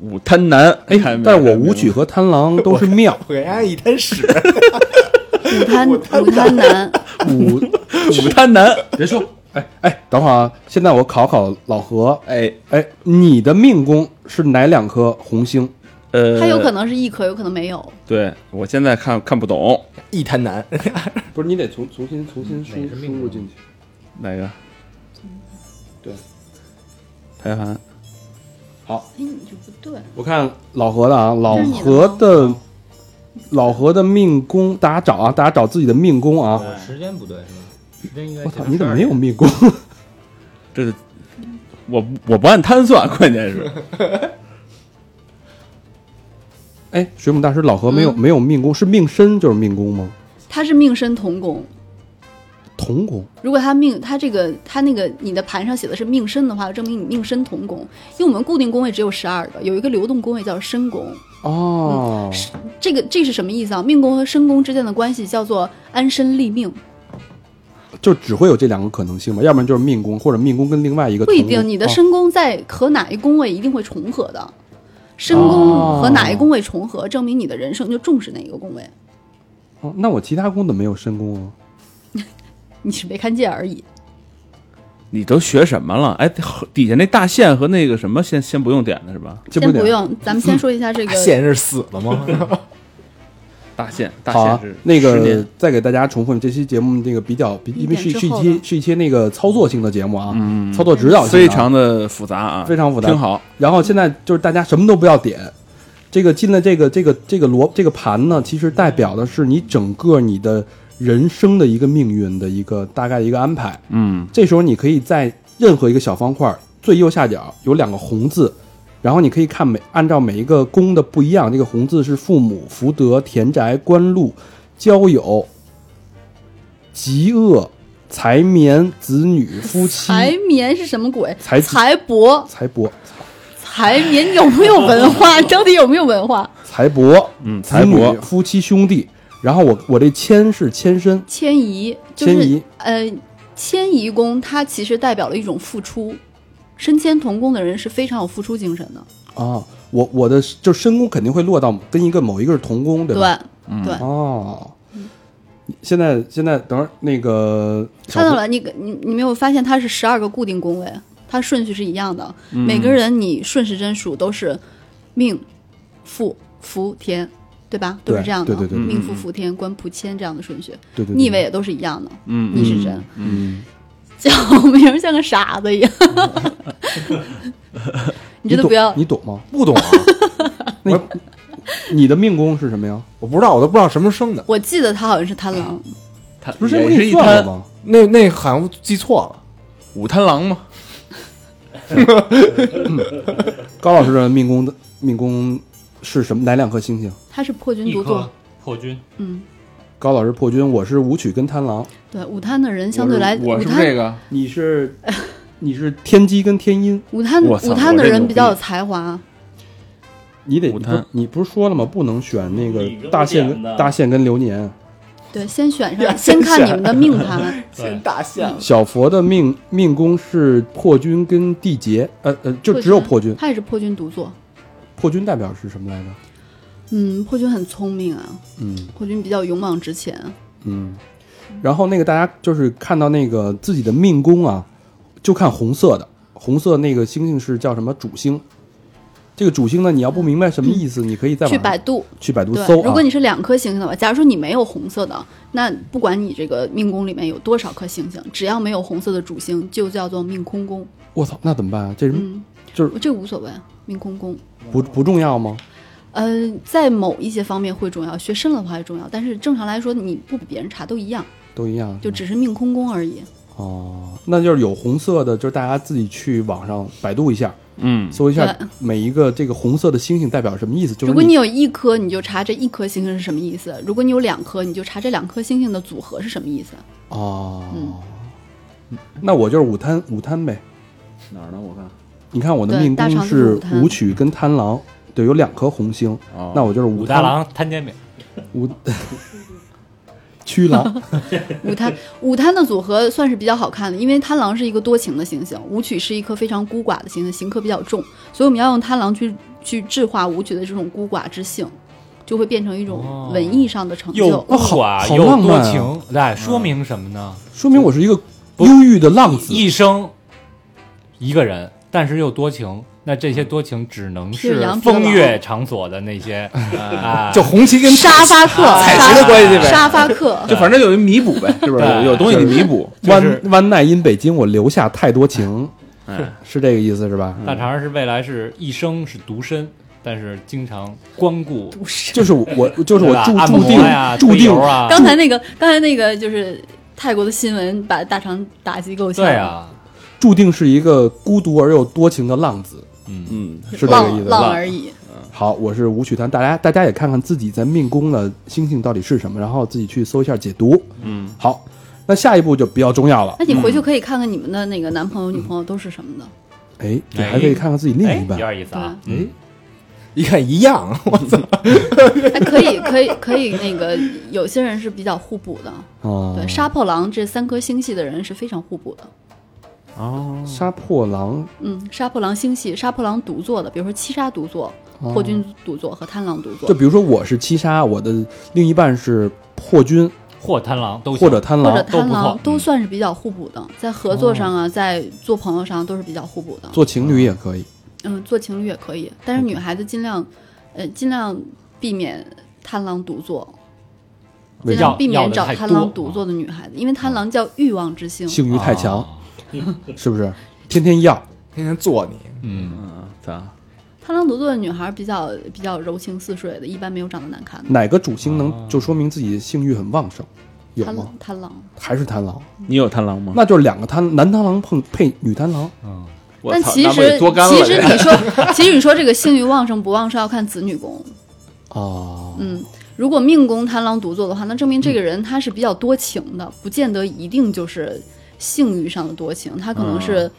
[SPEAKER 3] 五贪男，哎，还没
[SPEAKER 2] 但是我武曲和贪狼都是 庙，
[SPEAKER 4] 我呀，一滩 屎，
[SPEAKER 6] 五贪五贪男，
[SPEAKER 2] 武
[SPEAKER 3] 五贪男，
[SPEAKER 2] 别说，哎哎，等会儿啊，现在我考考老何，
[SPEAKER 3] 哎，
[SPEAKER 2] 哎，你的命宫是哪两颗红星？
[SPEAKER 3] 呃，
[SPEAKER 6] 它有可能是一颗，有可能没有。
[SPEAKER 3] 对我现在看看不懂
[SPEAKER 4] 一滩男。
[SPEAKER 2] 不是，你得重重新重新输
[SPEAKER 5] 哪个命宫
[SPEAKER 2] 输入进去。
[SPEAKER 3] 哪个
[SPEAKER 2] 对
[SPEAKER 3] 排盘，
[SPEAKER 6] 哎，你这不对。
[SPEAKER 2] 我看老何的啊，老
[SPEAKER 6] 这是你的吗
[SPEAKER 2] 何的老何的命宫，大家找啊，大家找自己的命宫啊。
[SPEAKER 5] 我时间不对是吗？时间应该
[SPEAKER 2] 我操，
[SPEAKER 5] 是
[SPEAKER 2] 你怎么
[SPEAKER 5] 12
[SPEAKER 2] 没有命宫？
[SPEAKER 3] 这是我不我不按贪算，关键是
[SPEAKER 2] 哎，水母大师，老何没有、
[SPEAKER 6] 嗯
[SPEAKER 2] 没有命宫，是命身就是命宫吗？
[SPEAKER 6] 他是命身同宫，
[SPEAKER 2] 同宫。
[SPEAKER 6] 如果他命他这个他那个你的盘上写的是命身的话，证明你命身同宫。因为我们固定宫位只有十二个，有一个流动宫位叫身宫。
[SPEAKER 2] 哦，
[SPEAKER 6] 这个这是什么意思啊？命宫和身宫之间的关系叫做安身立命，
[SPEAKER 2] 就只会有这两个可能性嘛，要不然就是命宫，或者命宫跟另外一个
[SPEAKER 6] 不一
[SPEAKER 2] 同宫
[SPEAKER 6] 定你的
[SPEAKER 2] 哦
[SPEAKER 6] 身宫在和哪一宫位一定会重合的。身宫和哪一宫位重合，证明你的人生就重视哪一个宫位，
[SPEAKER 2] 哦那我其他宫怎么没有身宫啊？
[SPEAKER 6] 你是没看见而已。
[SPEAKER 3] 你都学什么了？哎，底下那大线和那个什么先先不用点的是吧？
[SPEAKER 2] 这
[SPEAKER 6] 先
[SPEAKER 2] 点
[SPEAKER 6] 不用，咱们
[SPEAKER 2] 嗯
[SPEAKER 6] 先说一下这 个
[SPEAKER 4] 现是死了吗？
[SPEAKER 3] 大线大
[SPEAKER 2] 好啊
[SPEAKER 3] 线是，
[SPEAKER 2] 那
[SPEAKER 3] 十
[SPEAKER 2] 个
[SPEAKER 3] 年
[SPEAKER 2] 再给大家重复这期节目那个比较，比因为是
[SPEAKER 6] 一点
[SPEAKER 2] 是
[SPEAKER 6] 之
[SPEAKER 2] 一
[SPEAKER 6] 后
[SPEAKER 2] 期
[SPEAKER 6] 的
[SPEAKER 2] 是一期那个操作性的节目啊，
[SPEAKER 5] 嗯
[SPEAKER 2] 操作指导性啊
[SPEAKER 3] 非常的复杂啊，
[SPEAKER 2] 非常复杂
[SPEAKER 3] 挺好，
[SPEAKER 2] 然后现在就是大家什么都不要点，这个进了这个这个这个罗这个盘呢，其实代表的是你整个你的人生的一个命运的一个大概一个安排。
[SPEAKER 3] 嗯，
[SPEAKER 2] 这时候你可以在任何一个小方块最右下角有两个红字，然后你可以看每按照每一个宫的不一样，这个红字是父母、福德、田宅、官禄、交友、极恶、财眠、子女、夫妻、
[SPEAKER 6] 财眠是什么鬼？
[SPEAKER 2] 财
[SPEAKER 6] 财帛
[SPEAKER 2] 财帛、
[SPEAKER 6] 财民有没有文 化？到底有没有文化？
[SPEAKER 2] 财帛，
[SPEAKER 3] 嗯
[SPEAKER 2] 财
[SPEAKER 3] 财
[SPEAKER 2] 帛
[SPEAKER 3] 帛
[SPEAKER 2] 夫妻兄弟。然后我我这谦是谦身，
[SPEAKER 6] 迁移就是
[SPEAKER 2] 迁移
[SPEAKER 6] 呃，迁移宫它其实代表了一种付出。身迁同宫的人是非常有付出精神的，
[SPEAKER 2] 啊，我我的就嗯哦身宫肯定会落到跟一个某一个是同宫，对吧？
[SPEAKER 6] 对对
[SPEAKER 2] 哦，现在现在等会儿那个小
[SPEAKER 6] 看到
[SPEAKER 2] 朋
[SPEAKER 6] 了，你你你没有发现它是十二个固定宫位，啊它顺序是一样的。
[SPEAKER 3] 嗯
[SPEAKER 6] 每个人你顺时针数都是命、父、福、天，对吧？都
[SPEAKER 2] 对
[SPEAKER 6] 是这样的。
[SPEAKER 2] 对对对
[SPEAKER 3] 嗯
[SPEAKER 6] 命、父、福、天、官、仆、谦这样的顺序，
[SPEAKER 2] 对对对
[SPEAKER 6] 逆位也都是一样的。
[SPEAKER 3] 嗯，
[SPEAKER 6] 逆时针，
[SPEAKER 2] 嗯，
[SPEAKER 6] 叫名儿像个傻子一样。 你真的
[SPEAKER 2] 懂
[SPEAKER 6] 不要
[SPEAKER 2] 你懂吗？
[SPEAKER 4] 不懂啊，
[SPEAKER 2] 那你的命宫是什么呀？
[SPEAKER 4] 我不知道，我都不知道什么时候生的。
[SPEAKER 6] 我记得他好像是贪狼，
[SPEAKER 3] 他
[SPEAKER 2] 不是我
[SPEAKER 3] 也
[SPEAKER 2] 给
[SPEAKER 3] 是
[SPEAKER 2] 你
[SPEAKER 3] 一
[SPEAKER 2] 算
[SPEAKER 3] 滩
[SPEAKER 2] 了吗？
[SPEAKER 4] 那那好像记错了，
[SPEAKER 3] 五贪狼嘛，
[SPEAKER 2] 高老师的命宫的命宫是什么？哪两颗星星？
[SPEAKER 6] 他是破军
[SPEAKER 5] 一
[SPEAKER 6] 独
[SPEAKER 5] 颗
[SPEAKER 6] 坐。
[SPEAKER 5] 破军，
[SPEAKER 6] 嗯，
[SPEAKER 2] 高老师破军，我是武曲跟贪狼，
[SPEAKER 6] 对，午贪的人相对来，
[SPEAKER 3] 我
[SPEAKER 6] 午
[SPEAKER 3] 是不是这
[SPEAKER 6] 哎贪
[SPEAKER 3] 个
[SPEAKER 2] 你是 你是天机跟天阴，
[SPEAKER 6] 午贪
[SPEAKER 3] 我操
[SPEAKER 6] 午贪的
[SPEAKER 3] 我这
[SPEAKER 6] 人
[SPEAKER 3] 牛
[SPEAKER 6] 比较
[SPEAKER 3] 逼
[SPEAKER 6] 有才华。
[SPEAKER 2] 你得
[SPEAKER 3] 午
[SPEAKER 2] 你不
[SPEAKER 3] 贪
[SPEAKER 2] 你不是说了吗？不能选那个
[SPEAKER 7] 你跟我
[SPEAKER 2] 大限
[SPEAKER 7] 点的
[SPEAKER 2] 大限跟流年。
[SPEAKER 6] 对，先选上，先看你们的命盘。
[SPEAKER 5] 对，
[SPEAKER 4] 大限了。
[SPEAKER 2] 小佛的命命宫是破军跟地劫，呃呃，就只有破军。
[SPEAKER 6] 他也是破军独坐。
[SPEAKER 2] 破军代表是什么来着？
[SPEAKER 6] 嗯，破军很聪明啊，
[SPEAKER 2] 嗯
[SPEAKER 6] 破军比较勇往直前。
[SPEAKER 2] 嗯。然后那个大家就是看到那个自己的命宫啊，就看红色的，红色那个星星是叫什么主星？这个主星呢，你要不明白什么意思，你可以在
[SPEAKER 6] 去
[SPEAKER 2] 网
[SPEAKER 6] 百
[SPEAKER 2] 上
[SPEAKER 6] 度，
[SPEAKER 2] 去百度
[SPEAKER 6] 对，
[SPEAKER 2] 搜啊。
[SPEAKER 6] 如果你是两颗星星的话，假如说你没有红色的，那不管你这个命宫里面有多少颗星星，只要没有红色的主星，就叫做命空宫。
[SPEAKER 2] 我操，那怎么办啊？这什么
[SPEAKER 6] 嗯，
[SPEAKER 2] 就是
[SPEAKER 6] 这无所谓，啊命空宫。
[SPEAKER 2] 不不重要吗？
[SPEAKER 6] 呃，在某一些方面会重要，学深了的话也重要，但是正常来说，你不比别人差都一样，
[SPEAKER 2] 都一样。
[SPEAKER 6] 就只是命空宫而已。
[SPEAKER 2] 哦，那就是有红色的，就是大家自己去网上百度一下，
[SPEAKER 3] 嗯，
[SPEAKER 2] 搜一下
[SPEAKER 6] 对
[SPEAKER 2] 每一个这个红色的星星代表什么意思。就是
[SPEAKER 6] 如果你有一颗，你就查这一颗星星是什么意思；如果你有两颗，你就查这两颗星星的组合是什么意思。
[SPEAKER 2] 哦，
[SPEAKER 6] 嗯
[SPEAKER 2] 那我就是午贪午贪呗。
[SPEAKER 3] 哪儿呢？我看
[SPEAKER 2] 你看我的
[SPEAKER 6] 对
[SPEAKER 2] 命
[SPEAKER 6] 大
[SPEAKER 2] 宫
[SPEAKER 6] 肠就是
[SPEAKER 2] 是
[SPEAKER 6] 午贪
[SPEAKER 2] 武曲跟贪狼，对，有两颗红星，
[SPEAKER 3] 哦
[SPEAKER 2] 那我就是
[SPEAKER 5] 武
[SPEAKER 2] 午
[SPEAKER 5] 大
[SPEAKER 2] 贪
[SPEAKER 5] 郎摊煎饼，
[SPEAKER 2] 午 屈狼。
[SPEAKER 6] 五贪五贪的组合算是比较好看的，因为贪狼是一个多情的行星，武曲是一颗非常孤寡的行星，刑克比较重，所以我们要用贪狼去去制化武曲的这种孤寡之性，就会变成一
[SPEAKER 4] 哦
[SPEAKER 6] 种文艺上的成就。
[SPEAKER 5] 又孤寡
[SPEAKER 2] 好
[SPEAKER 5] 又
[SPEAKER 2] 浪漫
[SPEAKER 5] 多
[SPEAKER 2] 啊
[SPEAKER 5] 情，哎，说明什么呢？
[SPEAKER 2] 说明我是一个忧郁的浪子。
[SPEAKER 5] 一生一个人，但是又多情。那这些多情只能
[SPEAKER 6] 就是
[SPEAKER 5] 是
[SPEAKER 6] 羊皮的
[SPEAKER 5] 风
[SPEAKER 6] 狼
[SPEAKER 5] 月场所的那些 啊，
[SPEAKER 4] 就红旗跟
[SPEAKER 6] 沙发客，
[SPEAKER 4] 彩旗的关系呗。
[SPEAKER 6] 沙发 客，
[SPEAKER 3] 就反正有一弥补呗，是不是？
[SPEAKER 5] 对
[SPEAKER 3] 有有东西你弥补，
[SPEAKER 5] 就是
[SPEAKER 2] 湾湾奈因北京，我留下太多情，
[SPEAKER 3] 哎，嗯
[SPEAKER 2] 是这个意思是吧？
[SPEAKER 5] 大肠是未来是一生是独身，但是经常光顾，
[SPEAKER 2] 就是我，我就是我
[SPEAKER 5] 对吧
[SPEAKER 2] 注
[SPEAKER 5] 按摩
[SPEAKER 2] 注定
[SPEAKER 5] 呀、
[SPEAKER 2] 注
[SPEAKER 5] 推
[SPEAKER 2] 定
[SPEAKER 5] 油啊，
[SPEAKER 6] 刚才那个刚才那个就是泰国的新闻，把大肠打击够呛。
[SPEAKER 5] 对，啊，
[SPEAKER 2] 注定是一个孤独而又多情的浪子，
[SPEAKER 5] 嗯，
[SPEAKER 3] 嗯，
[SPEAKER 2] 是这个意
[SPEAKER 6] 浪
[SPEAKER 2] 思吧？
[SPEAKER 6] 浪而已。
[SPEAKER 2] 好，我是吴曲丹，大家大家也看看自己在命宫的星星到底是什么，然后自己去搜一下解读。
[SPEAKER 3] 嗯，
[SPEAKER 2] 好，那下一步就比较重要了
[SPEAKER 6] 那。你回去可以看看你们的那个男朋友、女朋友都是什么的。
[SPEAKER 4] 嗯
[SPEAKER 2] 哎，你
[SPEAKER 5] 哎
[SPEAKER 2] 还可以看看自己另
[SPEAKER 5] 哎
[SPEAKER 2] 一，
[SPEAKER 5] 有
[SPEAKER 2] 半。
[SPEAKER 5] 点意思啊，
[SPEAKER 2] 哎，
[SPEAKER 4] 一看一样， 我操！
[SPEAKER 6] 哎，可以，可以，可以，那个有些人是比较互补的。
[SPEAKER 2] 哦，
[SPEAKER 6] 对，杀破狼这三颗星系的人是非常互补的。
[SPEAKER 3] 哦，
[SPEAKER 2] 杀破狼，
[SPEAKER 6] 嗯，杀破狼星系，杀破狼独坐的，比如说七杀独坐、
[SPEAKER 2] 哦
[SPEAKER 6] 破军独坐和贪狼独坐
[SPEAKER 2] 就，比如说我是七杀，我的另一半是破军
[SPEAKER 5] 或贪狼都
[SPEAKER 2] 或
[SPEAKER 5] 行
[SPEAKER 2] 者贪
[SPEAKER 6] 或者
[SPEAKER 2] 狼，
[SPEAKER 5] 都
[SPEAKER 6] 贪
[SPEAKER 5] 不
[SPEAKER 6] 狼
[SPEAKER 5] 错
[SPEAKER 6] 都
[SPEAKER 5] 嗯
[SPEAKER 6] 算是比较互补的，在合作上啊，在做朋友上都是比较互补的。
[SPEAKER 2] 做情侣也可以。
[SPEAKER 6] 嗯，做情侣也可以，但是女孩子尽量，呃，尽量避免贪狼独坐，
[SPEAKER 2] 为
[SPEAKER 6] 尽
[SPEAKER 2] 什么
[SPEAKER 5] 要
[SPEAKER 6] 量避
[SPEAKER 5] 要
[SPEAKER 6] 免
[SPEAKER 5] 的
[SPEAKER 6] 找
[SPEAKER 5] 太
[SPEAKER 6] 贪
[SPEAKER 5] 多
[SPEAKER 6] 狼独坐的女孩子，因为贪狼叫欲望之星。
[SPEAKER 2] 性欲太强，
[SPEAKER 5] 啊
[SPEAKER 2] 是不是？天天要，
[SPEAKER 4] 天天做你，
[SPEAKER 5] 嗯，
[SPEAKER 3] 嗯，咋？
[SPEAKER 6] 贪狼独坐的女孩比较比较柔情似水的，一般没有长得难看的。
[SPEAKER 2] 哪个主星
[SPEAKER 3] 啊
[SPEAKER 2] 能就说明自己的性欲很旺盛？有
[SPEAKER 6] 贪
[SPEAKER 2] 吗？
[SPEAKER 6] 狼，贪狼，
[SPEAKER 2] 还是贪狼？
[SPEAKER 3] 你有贪狼吗？
[SPEAKER 2] 那就是两个贪男贪狼碰配女贪狼。
[SPEAKER 3] 我
[SPEAKER 6] 但
[SPEAKER 3] 操
[SPEAKER 6] 其
[SPEAKER 3] 那不得
[SPEAKER 6] 实
[SPEAKER 3] 多干了
[SPEAKER 6] 其实你 说，其实你说这个性欲旺盛不旺盛要看子女宫。
[SPEAKER 3] 啊
[SPEAKER 2] 哦，
[SPEAKER 6] 嗯，如果命宫贪狼独坐的话，那证明这个人他是比较多情的，不见得一定就是性欲上的多情，他可能是。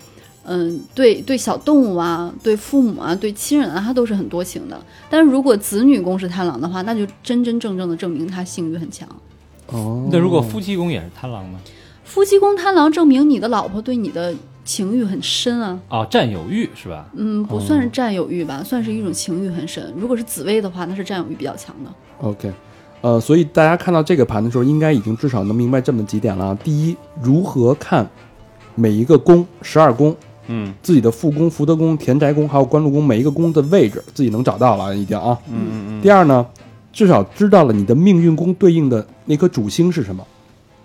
[SPEAKER 6] 嗯，对对，小动物啊，对父母啊，对亲人啊，他都是很多情的。但是如果子女宫是贪狼的话，那就真真正正的证明他性欲很强。
[SPEAKER 2] 哦，
[SPEAKER 5] 那如果夫妻宫也是贪狼呢？
[SPEAKER 6] 夫妻宫贪狼证明你的老婆对你的情欲很深啊，
[SPEAKER 5] 啊，占有欲是吧？
[SPEAKER 6] 嗯，不算
[SPEAKER 3] 哦嗯
[SPEAKER 6] 是占有欲吧，算是一种情欲很深。如果是紫薇的话，那是占有欲比较强的。
[SPEAKER 2] OK，呃，所以大家看到这个盘的时候，应该已经至少能明白这么几点了啊。第一，如何看每一个宫，十二宫，
[SPEAKER 3] 嗯
[SPEAKER 2] 自己的副宫、福德宫、田宅宫还有官禄宫每一个宫的位置，自己能找到了已经啊。
[SPEAKER 3] 嗯嗯
[SPEAKER 2] 第二呢，至少知道了你的命运宫对应的那颗主星是什么，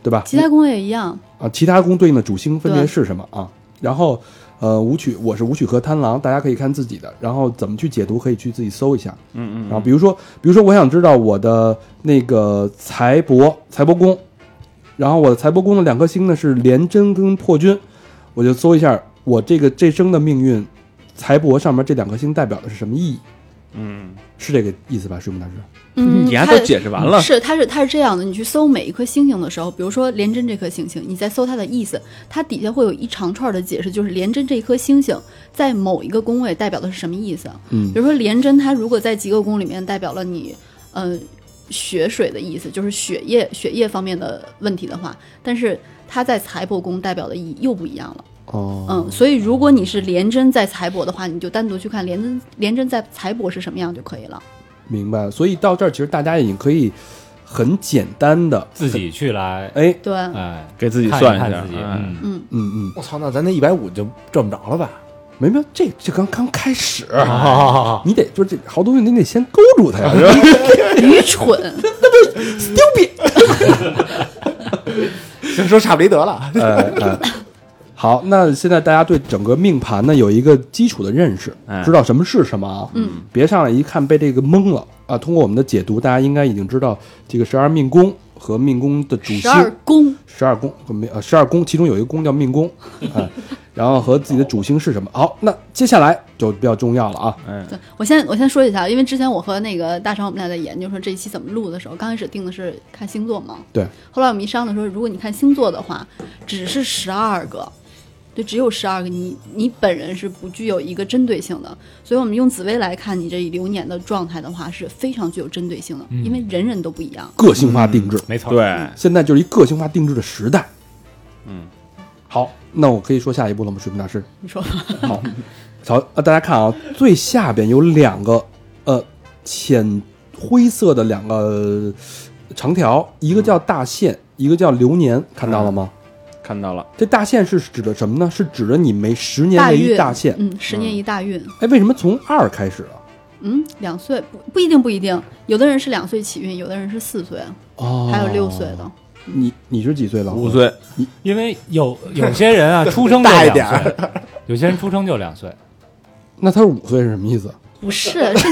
[SPEAKER 2] 对吧？
[SPEAKER 6] 其他宫位也一 样，
[SPEAKER 2] 啊，其他宫对应的主星分别
[SPEAKER 6] 对
[SPEAKER 2] 是什么啊？然后，呃，舞曲我是舞曲和贪狼，大家可以看自己的，然后怎么去解读，可以去自己搜一下。
[SPEAKER 3] 嗯嗯，
[SPEAKER 2] 然后，比如说，比如说，我想知道我的那个财帛财帛宫，然后我的财帛宫的两颗星呢是廉贞跟破军，我就搜一下我这个这生的命运，财帛上面这两颗星代表的是什么意义？
[SPEAKER 3] 嗯，
[SPEAKER 2] 是这个意思吧，水木大师？
[SPEAKER 6] 嗯，
[SPEAKER 3] 你还
[SPEAKER 6] 它
[SPEAKER 3] 都解释完了，
[SPEAKER 6] 是，它是它是这样的，你去搜每一颗星星的时候，比如说廉贞这颗星星，你在搜它的意思，它底下会有一长串的解释，就是廉贞这一颗星星在某一个宫位代表的是什么意思。
[SPEAKER 2] 嗯
[SPEAKER 6] 比如说廉贞，它如果在极恶宫里面代表了你，呃，血水的意思，就是血液血液方面的问题的话，但是它在财帛宫代表的意义又不一样了。
[SPEAKER 2] 哦，
[SPEAKER 6] 嗯，所以如果你是廉贞在财帛的话，你就单独去看廉贞廉贞在财帛是什么样就可以了。
[SPEAKER 2] 明白了。所以到这儿，其实大家已经可以很简单的
[SPEAKER 5] 自，己去来，
[SPEAKER 2] 哎，
[SPEAKER 6] 对，
[SPEAKER 5] 哎，
[SPEAKER 3] 给自己
[SPEAKER 5] 看
[SPEAKER 3] 算
[SPEAKER 5] 一
[SPEAKER 3] 一
[SPEAKER 5] 看
[SPEAKER 3] 下
[SPEAKER 5] 自己，
[SPEAKER 3] 哎
[SPEAKER 5] 嗯，
[SPEAKER 6] 嗯，
[SPEAKER 2] 嗯嗯，
[SPEAKER 4] 我操，那咱那一百五就赚不着了吧？
[SPEAKER 2] 没没有，这这刚刚开始，
[SPEAKER 4] 好好好
[SPEAKER 5] 哦
[SPEAKER 4] 好，
[SPEAKER 2] 你得就是这好东西，你得先勾住它呀，是吧？
[SPEAKER 6] 愚蠢。
[SPEAKER 4] 行，说差不离得了。
[SPEAKER 2] 哎哎， 好，那现在大家对整个命盘呢有一个基础的认识，
[SPEAKER 3] 哎
[SPEAKER 2] 知道什么是什么啊？嗯，别上来一看被这个蒙了啊！通过我们的解读，大家应该已经知道这个十二命宫和命宫的主
[SPEAKER 6] 十二
[SPEAKER 2] 星，
[SPEAKER 6] 宫，
[SPEAKER 2] 十二宫和命呃十二宫，其中有一个宫叫命宫， 哎，然后和自己的主星是什么？好，那接下来就比较重要了啊！
[SPEAKER 3] 哎，
[SPEAKER 6] 对我先我先说一下，因为之前我和那个大成我们俩在研究说这一期怎么录的时候，刚开始定的是看星座嘛，
[SPEAKER 2] 对，
[SPEAKER 6] 后来我们一商量说，如果你看星座的话，只是十二个，就只有十二个，你你本人是不具有一个针对性的，所以我们用紫薇来看你这流年的状态的话，是非常具有针对性的，
[SPEAKER 2] 嗯
[SPEAKER 6] 因为人人都不一样。
[SPEAKER 2] 个性化定制，
[SPEAKER 5] 没错，，
[SPEAKER 3] 对，
[SPEAKER 2] 现在就是一个性化定制的时代。
[SPEAKER 3] 嗯，
[SPEAKER 2] 好，那我可以说下一步了吗？水平大师，
[SPEAKER 6] 你说吧，
[SPEAKER 2] 好，好，呃，大家看啊，最下边有两个呃浅灰色的两个呃长条，一个叫大限，一个叫流年，看到了吗？
[SPEAKER 6] 嗯
[SPEAKER 3] 看到了，
[SPEAKER 2] 这大限是指的什么呢？是指着你每十年
[SPEAKER 6] 大
[SPEAKER 2] 为一
[SPEAKER 6] 运
[SPEAKER 2] 大限。
[SPEAKER 6] 嗯，十年一大运，
[SPEAKER 2] 哎，为什么从二开始啊？
[SPEAKER 6] 嗯，两岁不不一定不一定，有的人是两岁起运，有的人是四岁，
[SPEAKER 2] 哦，
[SPEAKER 6] 还有六岁的。
[SPEAKER 2] 你你是几岁了？
[SPEAKER 3] 五。岁，
[SPEAKER 5] 因为有有些人 啊，出生就
[SPEAKER 4] 大一
[SPEAKER 5] 两
[SPEAKER 4] 点儿
[SPEAKER 5] 岁，有些人出生就两岁，
[SPEAKER 2] 那他是五岁是什么意思？
[SPEAKER 6] 不是，是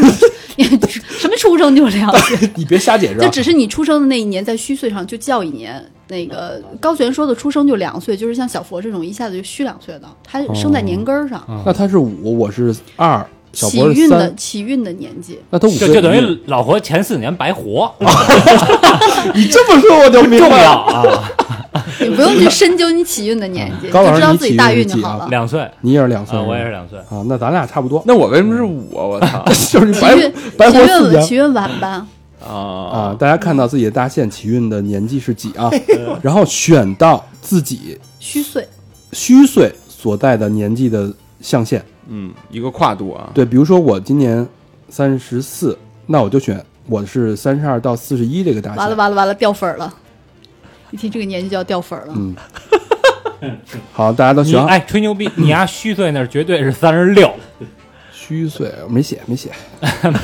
[SPEAKER 6] 你你什么出生就两岁，
[SPEAKER 2] 你别瞎解释
[SPEAKER 6] 就
[SPEAKER 2] 啊。
[SPEAKER 6] 只是你出生的那一年在虚岁上就叫一年。那个
[SPEAKER 2] 哦
[SPEAKER 6] 高璇说的出生就两岁，就是像小佛这种一下子就虚两岁的，他生在年根儿上，
[SPEAKER 2] 那他是五，我是二，哦小
[SPEAKER 6] 起
[SPEAKER 2] 博是
[SPEAKER 6] 运的
[SPEAKER 2] 三。
[SPEAKER 6] 起运的年纪。
[SPEAKER 2] 那他五
[SPEAKER 5] 就
[SPEAKER 2] 岁啊
[SPEAKER 5] 就等于老活前四年白活，
[SPEAKER 2] 你这么说我就明
[SPEAKER 5] 重
[SPEAKER 2] 白
[SPEAKER 5] 要
[SPEAKER 2] 了。
[SPEAKER 5] 啊，
[SPEAKER 6] 你不用去深究你起运的年纪，
[SPEAKER 2] 高老
[SPEAKER 6] 就
[SPEAKER 2] 师
[SPEAKER 6] 知道
[SPEAKER 2] 你
[SPEAKER 6] 自
[SPEAKER 2] 起
[SPEAKER 6] 己
[SPEAKER 2] 运
[SPEAKER 6] 大
[SPEAKER 2] 是
[SPEAKER 6] 运就
[SPEAKER 2] 几
[SPEAKER 6] 好
[SPEAKER 2] 啊
[SPEAKER 6] 了。
[SPEAKER 5] 两岁
[SPEAKER 2] 你也是两岁
[SPEAKER 5] 啊，
[SPEAKER 2] 吧，
[SPEAKER 5] 我也是两岁，
[SPEAKER 2] 啊，那咱俩差不多。
[SPEAKER 3] 那我为什么是我？我 操
[SPEAKER 2] 就是你
[SPEAKER 6] 起
[SPEAKER 2] 白
[SPEAKER 6] 运
[SPEAKER 2] 白
[SPEAKER 6] 起
[SPEAKER 2] 活四
[SPEAKER 6] 运
[SPEAKER 2] 年
[SPEAKER 6] 起运晚吧，
[SPEAKER 3] 啊！
[SPEAKER 2] 啊！大家看到自己的大限起运的年纪是几啊？ 然后选到自己
[SPEAKER 6] 虚岁。
[SPEAKER 2] 虚岁所在的年纪的象限。
[SPEAKER 3] 嗯，一个跨度啊，
[SPEAKER 2] 对，比如说我今年三十四，那我就选我是三十二到四十一这个大
[SPEAKER 6] 完了
[SPEAKER 2] 限。
[SPEAKER 6] 完了完了，掉粉儿了！一提这个年纪就要掉粉儿了。
[SPEAKER 2] 嗯好，大家都
[SPEAKER 5] 你
[SPEAKER 2] 选好啊
[SPEAKER 5] 哎吹牛逼， 你丫虚岁那儿绝对是三十六，
[SPEAKER 2] 虚岁，没写没写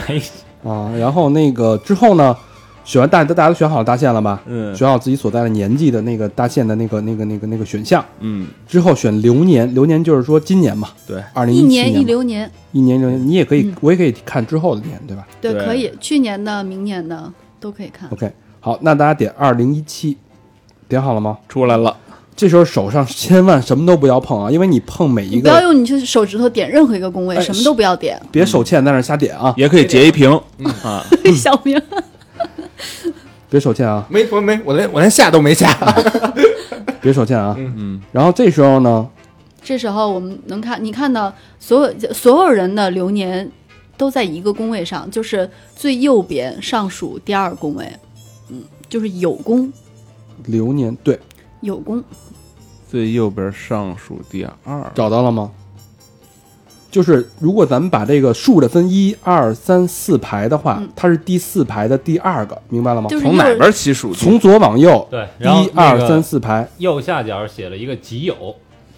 [SPEAKER 5] 没
[SPEAKER 2] 啊。然后那个之后呢，选完大大家都选好大限了吧？
[SPEAKER 3] 嗯
[SPEAKER 2] 选好自己所在的年纪的那个大限的那个那个那个那个选项。
[SPEAKER 3] 嗯，
[SPEAKER 2] 之后选流年，流年就是说今年嘛，
[SPEAKER 3] 对，
[SPEAKER 2] 二零
[SPEAKER 6] 一
[SPEAKER 2] 七
[SPEAKER 6] 年一
[SPEAKER 2] 年嘛，
[SPEAKER 6] 流年，
[SPEAKER 2] 一年流年，你也可以
[SPEAKER 6] 嗯，
[SPEAKER 2] 我也可以看之后的年，对吧
[SPEAKER 6] 对，
[SPEAKER 3] 对
[SPEAKER 6] 可以，去年的、明年的都可以看。
[SPEAKER 2] ？OK，好，那大家点二零一七，点好了吗？
[SPEAKER 3] 出来了，
[SPEAKER 2] 这时候手上千万什么都不要碰啊，因为你碰每一
[SPEAKER 6] 你不要
[SPEAKER 2] 个，
[SPEAKER 6] 用你去手指头点任何一个宫位，
[SPEAKER 2] 哎
[SPEAKER 6] 什么都不要点。
[SPEAKER 2] 别手欠在那儿瞎点啊，
[SPEAKER 3] 也可以截一屏啊，
[SPEAKER 6] 小明，
[SPEAKER 2] 别手欠啊，
[SPEAKER 4] 没我没我连我连下都没下，
[SPEAKER 2] 别手欠啊。
[SPEAKER 3] 嗯，
[SPEAKER 2] 然后这时候呢，
[SPEAKER 6] 这时候我们能看，你看到所有所有人的流年都在一个宫位上，就是最右边上属第二宫位，嗯，就是酉宫，
[SPEAKER 2] 流年对
[SPEAKER 6] 酉宫
[SPEAKER 3] 最右边上数第二，
[SPEAKER 2] 找到了吗？就是如果咱们把这个竖着分一二三四排的话
[SPEAKER 6] 嗯，
[SPEAKER 2] 它是第四排的第二个，明白了吗？
[SPEAKER 6] 就是
[SPEAKER 3] 从
[SPEAKER 6] 右
[SPEAKER 3] 哪边起数据？
[SPEAKER 2] 从左往右，
[SPEAKER 5] 对，然后
[SPEAKER 2] 一
[SPEAKER 5] 那
[SPEAKER 2] 二
[SPEAKER 5] 个
[SPEAKER 2] 三四排，
[SPEAKER 5] 右下角写了一个己有，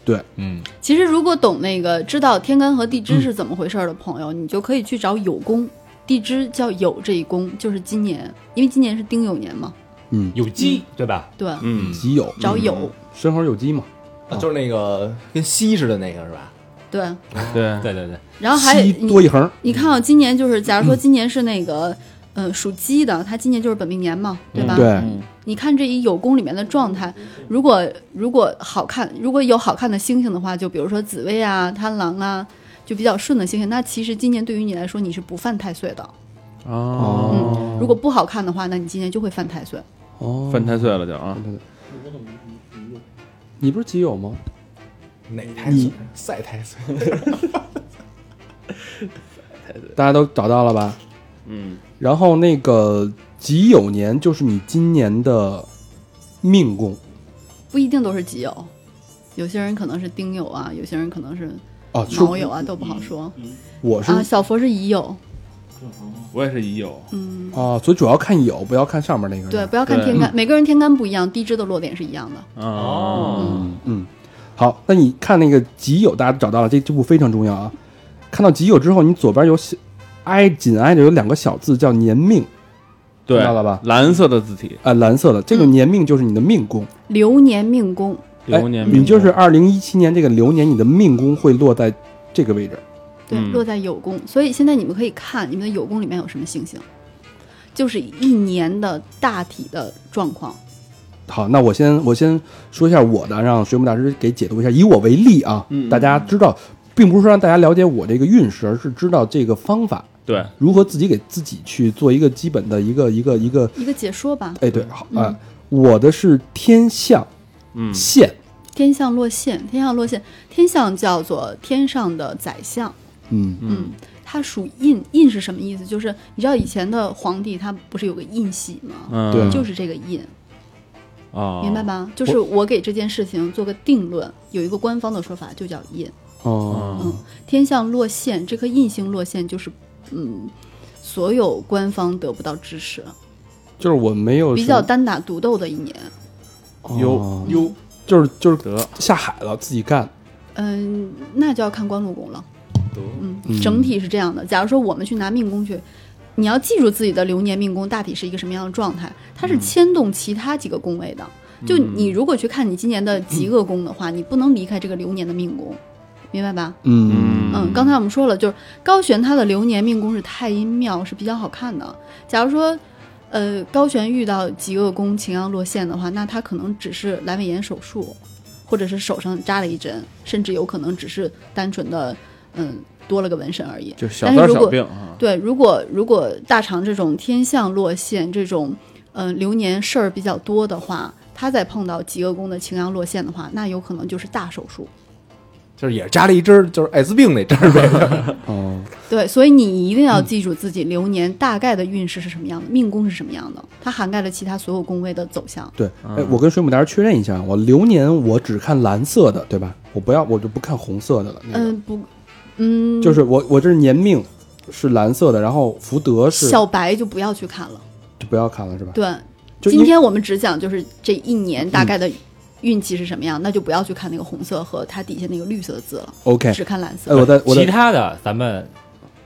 [SPEAKER 2] 对，
[SPEAKER 5] 嗯，
[SPEAKER 6] 其实如果懂那个知道天干和地支是怎么回事儿的朋友，你就可以去找酉宫，地支叫酉这一宫，就是今年，因为今年是丁酉年嘛，
[SPEAKER 2] 嗯，
[SPEAKER 5] 有鸡对吧？
[SPEAKER 6] 对，
[SPEAKER 3] 嗯，
[SPEAKER 2] 己酉，
[SPEAKER 6] 找酉，
[SPEAKER 2] 身后有鸡嘛，
[SPEAKER 4] 啊就是那个跟西似的那个是吧？
[SPEAKER 6] 对，
[SPEAKER 2] 嗯
[SPEAKER 3] 对，
[SPEAKER 5] 对对对，
[SPEAKER 6] 然啊后还
[SPEAKER 2] 鸡
[SPEAKER 6] 你
[SPEAKER 2] 多一嗯横，
[SPEAKER 6] 你看啊，今年就是，假如说今年是那个，呃，属鸡的，他今年就是本命年嘛，
[SPEAKER 3] 嗯
[SPEAKER 6] 对吧？
[SPEAKER 2] 对，
[SPEAKER 6] 你看这一酉宫里面的状态，如果如果好看，如果有好看的星星的话，就比如说紫薇啊、贪狼啊，就比较顺的星星，那其实今年对于你来说你是不犯太岁的。
[SPEAKER 3] 哦，
[SPEAKER 6] 如果不好看的话，那你今年就会犯太岁。嗯
[SPEAKER 2] 哦，
[SPEAKER 3] 犯太岁了就啊，
[SPEAKER 2] 你不是己酉吗？
[SPEAKER 4] 哪太岁？赛太岁？
[SPEAKER 2] 大家都找到了吧？
[SPEAKER 3] 嗯，
[SPEAKER 2] 然后那个己酉年就是你今年的命宫
[SPEAKER 6] 不一定都是己酉，有些人可能是丁酉啊，有些人可能是
[SPEAKER 2] 哦，是
[SPEAKER 6] 卯酉啊，都不好说
[SPEAKER 2] 我是
[SPEAKER 6] 啊。小佛是乙酉，
[SPEAKER 3] 我也是乙酉，
[SPEAKER 6] 嗯，
[SPEAKER 2] 哦，所以主要看酉，不要看上面那个。
[SPEAKER 6] 对，，不要看
[SPEAKER 3] 嗯对
[SPEAKER 6] 天干，每个人天干不一样，地支的落点是一样的。
[SPEAKER 3] 哦，
[SPEAKER 2] 嗯，好，那你看那个己酉，大家都找到了，这这步非常重要啊。看到己酉之后，你左边有小挨紧挨着有两个小字叫年命
[SPEAKER 3] 对，
[SPEAKER 2] 看到了吧
[SPEAKER 3] 蓝色的字体，
[SPEAKER 2] 啊、蓝色的这个
[SPEAKER 6] 嗯
[SPEAKER 2] 年命就是你的命宫。
[SPEAKER 6] 流年命宫，
[SPEAKER 2] 哎
[SPEAKER 3] 流年命宫，
[SPEAKER 2] 你就是二零一七年这个流年，你的命宫会落在这个位置。
[SPEAKER 6] 对，
[SPEAKER 3] 嗯
[SPEAKER 6] 落在酉宫，所以现在你们可以看你们的酉宫里面有什么星星，就是一年的大体的状况。
[SPEAKER 2] 好，那我先我先说一下我的，让水母大师给解读一下。以我为例啊，
[SPEAKER 3] 嗯
[SPEAKER 2] 大家知道，并不是说让大家了解我这个运势，而是知道这个方法
[SPEAKER 3] 对，
[SPEAKER 2] 如何自己给自己去做一个基本的一个一个一个。
[SPEAKER 6] 一个解说吧，
[SPEAKER 2] 哎，对，好啊、
[SPEAKER 6] 嗯
[SPEAKER 2] 我的是天象
[SPEAKER 3] 嗯，
[SPEAKER 2] 线，
[SPEAKER 6] 天象落陷，天象落陷，天象叫做天上的宰相，
[SPEAKER 2] 嗯
[SPEAKER 6] 嗯，它属印，印是什么意思？就是你知道以前的皇帝他不是有个印玺吗？
[SPEAKER 3] 嗯，
[SPEAKER 2] 对
[SPEAKER 6] 就是这个印，
[SPEAKER 3] 啊，
[SPEAKER 6] 明白？吗？就是我给这件事情做个定论，有一个官方的说法就叫印。
[SPEAKER 2] 哦，
[SPEAKER 3] 嗯
[SPEAKER 6] 嗯，天象落陷，这颗印星落陷就是，嗯，所有官方得不到支持，
[SPEAKER 2] 就是我没有
[SPEAKER 6] 比
[SPEAKER 2] 什
[SPEAKER 6] 较
[SPEAKER 2] 么
[SPEAKER 6] 单打独斗的一年。
[SPEAKER 2] 哦
[SPEAKER 3] 哟哟，
[SPEAKER 2] 就是就是
[SPEAKER 3] 得
[SPEAKER 2] 下海了，自己干。
[SPEAKER 6] 嗯，那就要看官禄宫了。嗯
[SPEAKER 2] 嗯，
[SPEAKER 6] 整体是这样的。假如说我们去拿命宫去，你要记住自己的流年命宫大体是一个什么样的状态，它是牵动其他几个宫位的。就你如果去看你今年的极恶宫的话，你不能离开这个流年的命宫，明白吧？
[SPEAKER 2] 嗯
[SPEAKER 6] 嗯，刚才我们说了，就是高璇他的流年命宫是太阴庙，是比较好看的。假如说，呃，高璇遇到极恶宫擎羊落陷的话，那他可能只是阑尾炎手术，或者是手上扎了一针，甚至有可能只是单纯的，嗯，多了个纹身而已。
[SPEAKER 3] 就是小灾
[SPEAKER 6] 但是如
[SPEAKER 3] 小
[SPEAKER 6] 果
[SPEAKER 3] 病啊，
[SPEAKER 2] 嗯
[SPEAKER 6] 对，如果如果大肠这种天象落陷这种，嗯、流年事儿比较多的话，他再碰到极恶宫的擎羊落陷的话，那有可能就是大手术。
[SPEAKER 4] 就是也扎了一针儿，就是艾滋病那针儿呗。
[SPEAKER 2] 哦，
[SPEAKER 6] 对，所以你一定
[SPEAKER 2] 嗯
[SPEAKER 6] 要记住自己流年大概的运势是什么样的，命宫是什么样的，它涵盖了其他所有宫位的走向。
[SPEAKER 2] 对，哎，我跟水母大师确认一下，我流年我只看蓝色的，对吧？我不要，我就不看红色的了。那个
[SPEAKER 6] 嗯，不，嗯，
[SPEAKER 2] 就是我我这是年命是蓝色的，然后福德是
[SPEAKER 6] 小白就不要去看了。
[SPEAKER 2] 就不要看了是吧？
[SPEAKER 6] 对，
[SPEAKER 2] 就
[SPEAKER 6] 今
[SPEAKER 2] 因为
[SPEAKER 6] 天我们只讲就是这一年大概的运气是什么样，那就不要去看那个红色和它底下那个绿色的字了，
[SPEAKER 2] OK，
[SPEAKER 6] 只看蓝色。
[SPEAKER 2] 哎，我再我再
[SPEAKER 5] 其他的咱们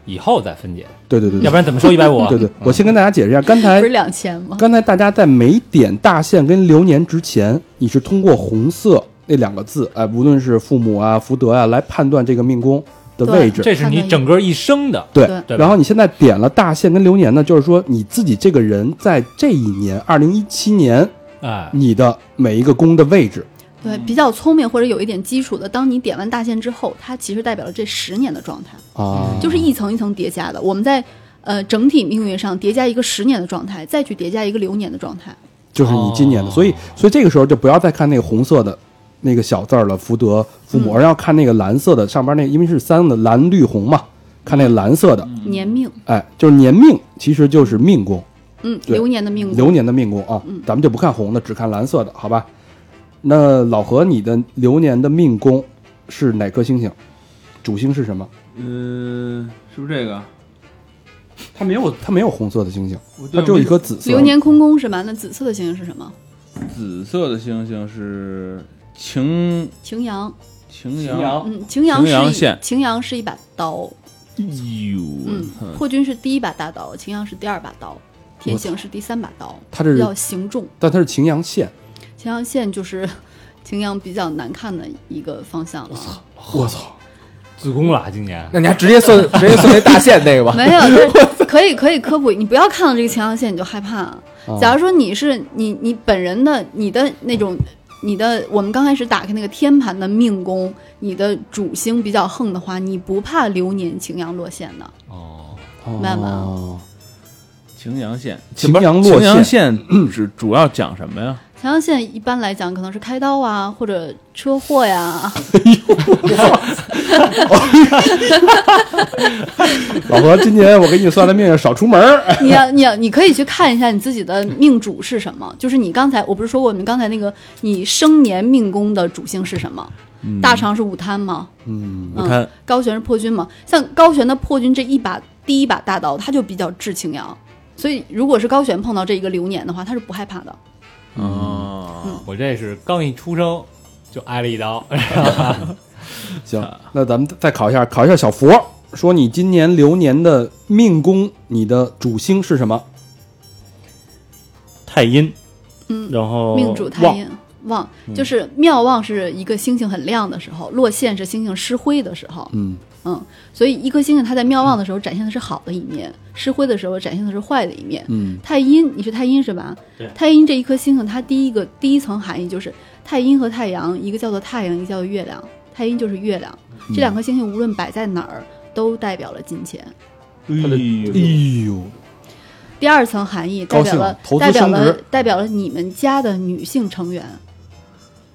[SPEAKER 5] 以后再分解，
[SPEAKER 2] 对对对
[SPEAKER 5] 要
[SPEAKER 2] 对
[SPEAKER 5] 不然怎么说一百五？啊
[SPEAKER 2] 对对，我先跟大家解释一下，刚才
[SPEAKER 6] 不是两千吗？
[SPEAKER 2] 刚才大家在没点大限跟流年之前，你是通过红色那两个字，哎，无论是父母啊、福德啊，来判断这个命宫的位置。
[SPEAKER 5] 这是你整个一生的，
[SPEAKER 2] 对
[SPEAKER 6] 对
[SPEAKER 5] 对吧
[SPEAKER 2] 然后你现在点了大限跟流年呢，就是说你自己这个人在这一年，二零一七年，
[SPEAKER 5] 哎，
[SPEAKER 2] 你的每一个宫的位置。
[SPEAKER 6] 对，比较聪明或者有一点基础的，当你点完大限之后，它其实代表了这十年的状态。
[SPEAKER 2] 啊，
[SPEAKER 6] 就是一层一层叠加的。我们在呃整体命运上叠加一个十年的状态，再去叠加一个流年的状态。
[SPEAKER 2] 就是你今年的，
[SPEAKER 5] 哦
[SPEAKER 2] 所以所以这个时候就不要再看那个红色的那个小字儿了，福德父母，
[SPEAKER 6] 嗯
[SPEAKER 2] 而要看那个蓝色的上边那，因为是三个蓝绿红嘛，看那蓝色的，
[SPEAKER 6] 年命，
[SPEAKER 2] 哎，就是年命，其实就是命宫，
[SPEAKER 6] 嗯，
[SPEAKER 2] 对
[SPEAKER 6] 流年的命
[SPEAKER 2] 流
[SPEAKER 6] 宫，
[SPEAKER 2] 年的命宫啊
[SPEAKER 6] 嗯，
[SPEAKER 2] 咱们就不看红的，只看蓝色的，好吧？那老何，你的流年的命宫是哪颗星星？主星是什么？
[SPEAKER 3] 嗯，是不是这个？
[SPEAKER 2] 它没有，它没有红色的星星，
[SPEAKER 3] 我对
[SPEAKER 2] 它只有一颗紫色。
[SPEAKER 6] 流年空宫是吗？那紫色的星星是什么？
[SPEAKER 3] 紫色的星星是擎
[SPEAKER 6] 擎羊。
[SPEAKER 3] 擎羊，
[SPEAKER 6] 嗯，擎羊
[SPEAKER 3] 擎羊
[SPEAKER 6] 是一
[SPEAKER 3] 线
[SPEAKER 6] 擎羊是一把刀，
[SPEAKER 3] 哎呦
[SPEAKER 6] 嗯，，
[SPEAKER 3] 啊
[SPEAKER 6] 破军是第一把大刀，擎羊是第二把刀，天行是第三把刀，
[SPEAKER 2] 它这
[SPEAKER 6] 比
[SPEAKER 2] 是
[SPEAKER 6] 较，形重。
[SPEAKER 2] 但它是擎羊线。
[SPEAKER 6] 擎羊线就是 擎羊比较难看的一个方向了。
[SPEAKER 2] 我操！
[SPEAKER 5] 自宫了啊今年。
[SPEAKER 4] 那你还直接算直接算那大线那个 吧？
[SPEAKER 6] 没有，这可以可以科普，你不要看到这个擎羊线你就害怕。
[SPEAKER 2] 啊
[SPEAKER 6] 假如说你是你你本人的你的那种你的，我们刚开始打开那个天盘的命宫，你的主星比较横的话，你不怕流年擎羊落陷的。
[SPEAKER 2] 嗯
[SPEAKER 5] 哦，
[SPEAKER 6] 慢慢
[SPEAKER 2] 哦，
[SPEAKER 3] 擎羊线，
[SPEAKER 2] 擎羊落
[SPEAKER 3] 擎羊
[SPEAKER 2] 线
[SPEAKER 3] 线指主要讲什么呀？
[SPEAKER 6] 擎羊线一般来讲可能是开刀啊，或者车祸呀、
[SPEAKER 2] 老何，今年我给你算的命，少出门儿。
[SPEAKER 6] 你要你要你可以去看一下你自己的命主是什么，就是你刚才我不是说过你刚才那个你生年命宫的主星是什么？大肠是午贪吗？
[SPEAKER 2] 嗯，
[SPEAKER 3] 午贪
[SPEAKER 6] 嗯，高悬是破军嘛？像高悬的破军这一把第一把大刀，它就比较治青阳，所以如果是高悬碰到这一个流年的话，他是不害怕的。
[SPEAKER 2] 嗯
[SPEAKER 3] 哦，
[SPEAKER 5] 我这是刚一出生就挨了一刀，
[SPEAKER 2] 行，那咱们再考一下，考一下小佛，说你今年流年的命宫，你的主星是什么？
[SPEAKER 7] 太阴，
[SPEAKER 6] 嗯
[SPEAKER 7] 然
[SPEAKER 5] 哦
[SPEAKER 7] 后
[SPEAKER 6] 命主太阴旺，就是妙旺是一个星星很亮的时候，落陷是星星失辉的时候，
[SPEAKER 2] 嗯，
[SPEAKER 6] 嗯，所以一颗星星它在妙旺的时候展现的是好的一面，失辉的时候展现的是坏的一面。
[SPEAKER 2] 嗯，
[SPEAKER 6] 太阴，你是太阴是吧？
[SPEAKER 7] 对
[SPEAKER 6] 太阴这一颗星星，它第一个第一层含义就是太阴和太阳，一个叫做太阳，一个叫做月亮。太阴就是月亮，
[SPEAKER 2] 嗯
[SPEAKER 6] 这两颗星星无论摆在哪儿，都代表了金钱。
[SPEAKER 3] 他的
[SPEAKER 2] 哎呦，
[SPEAKER 6] 第二层含义代表了
[SPEAKER 2] 高兴投资
[SPEAKER 6] 代表
[SPEAKER 2] 升
[SPEAKER 6] 了
[SPEAKER 2] 值
[SPEAKER 6] 代表了你们家的女性成员。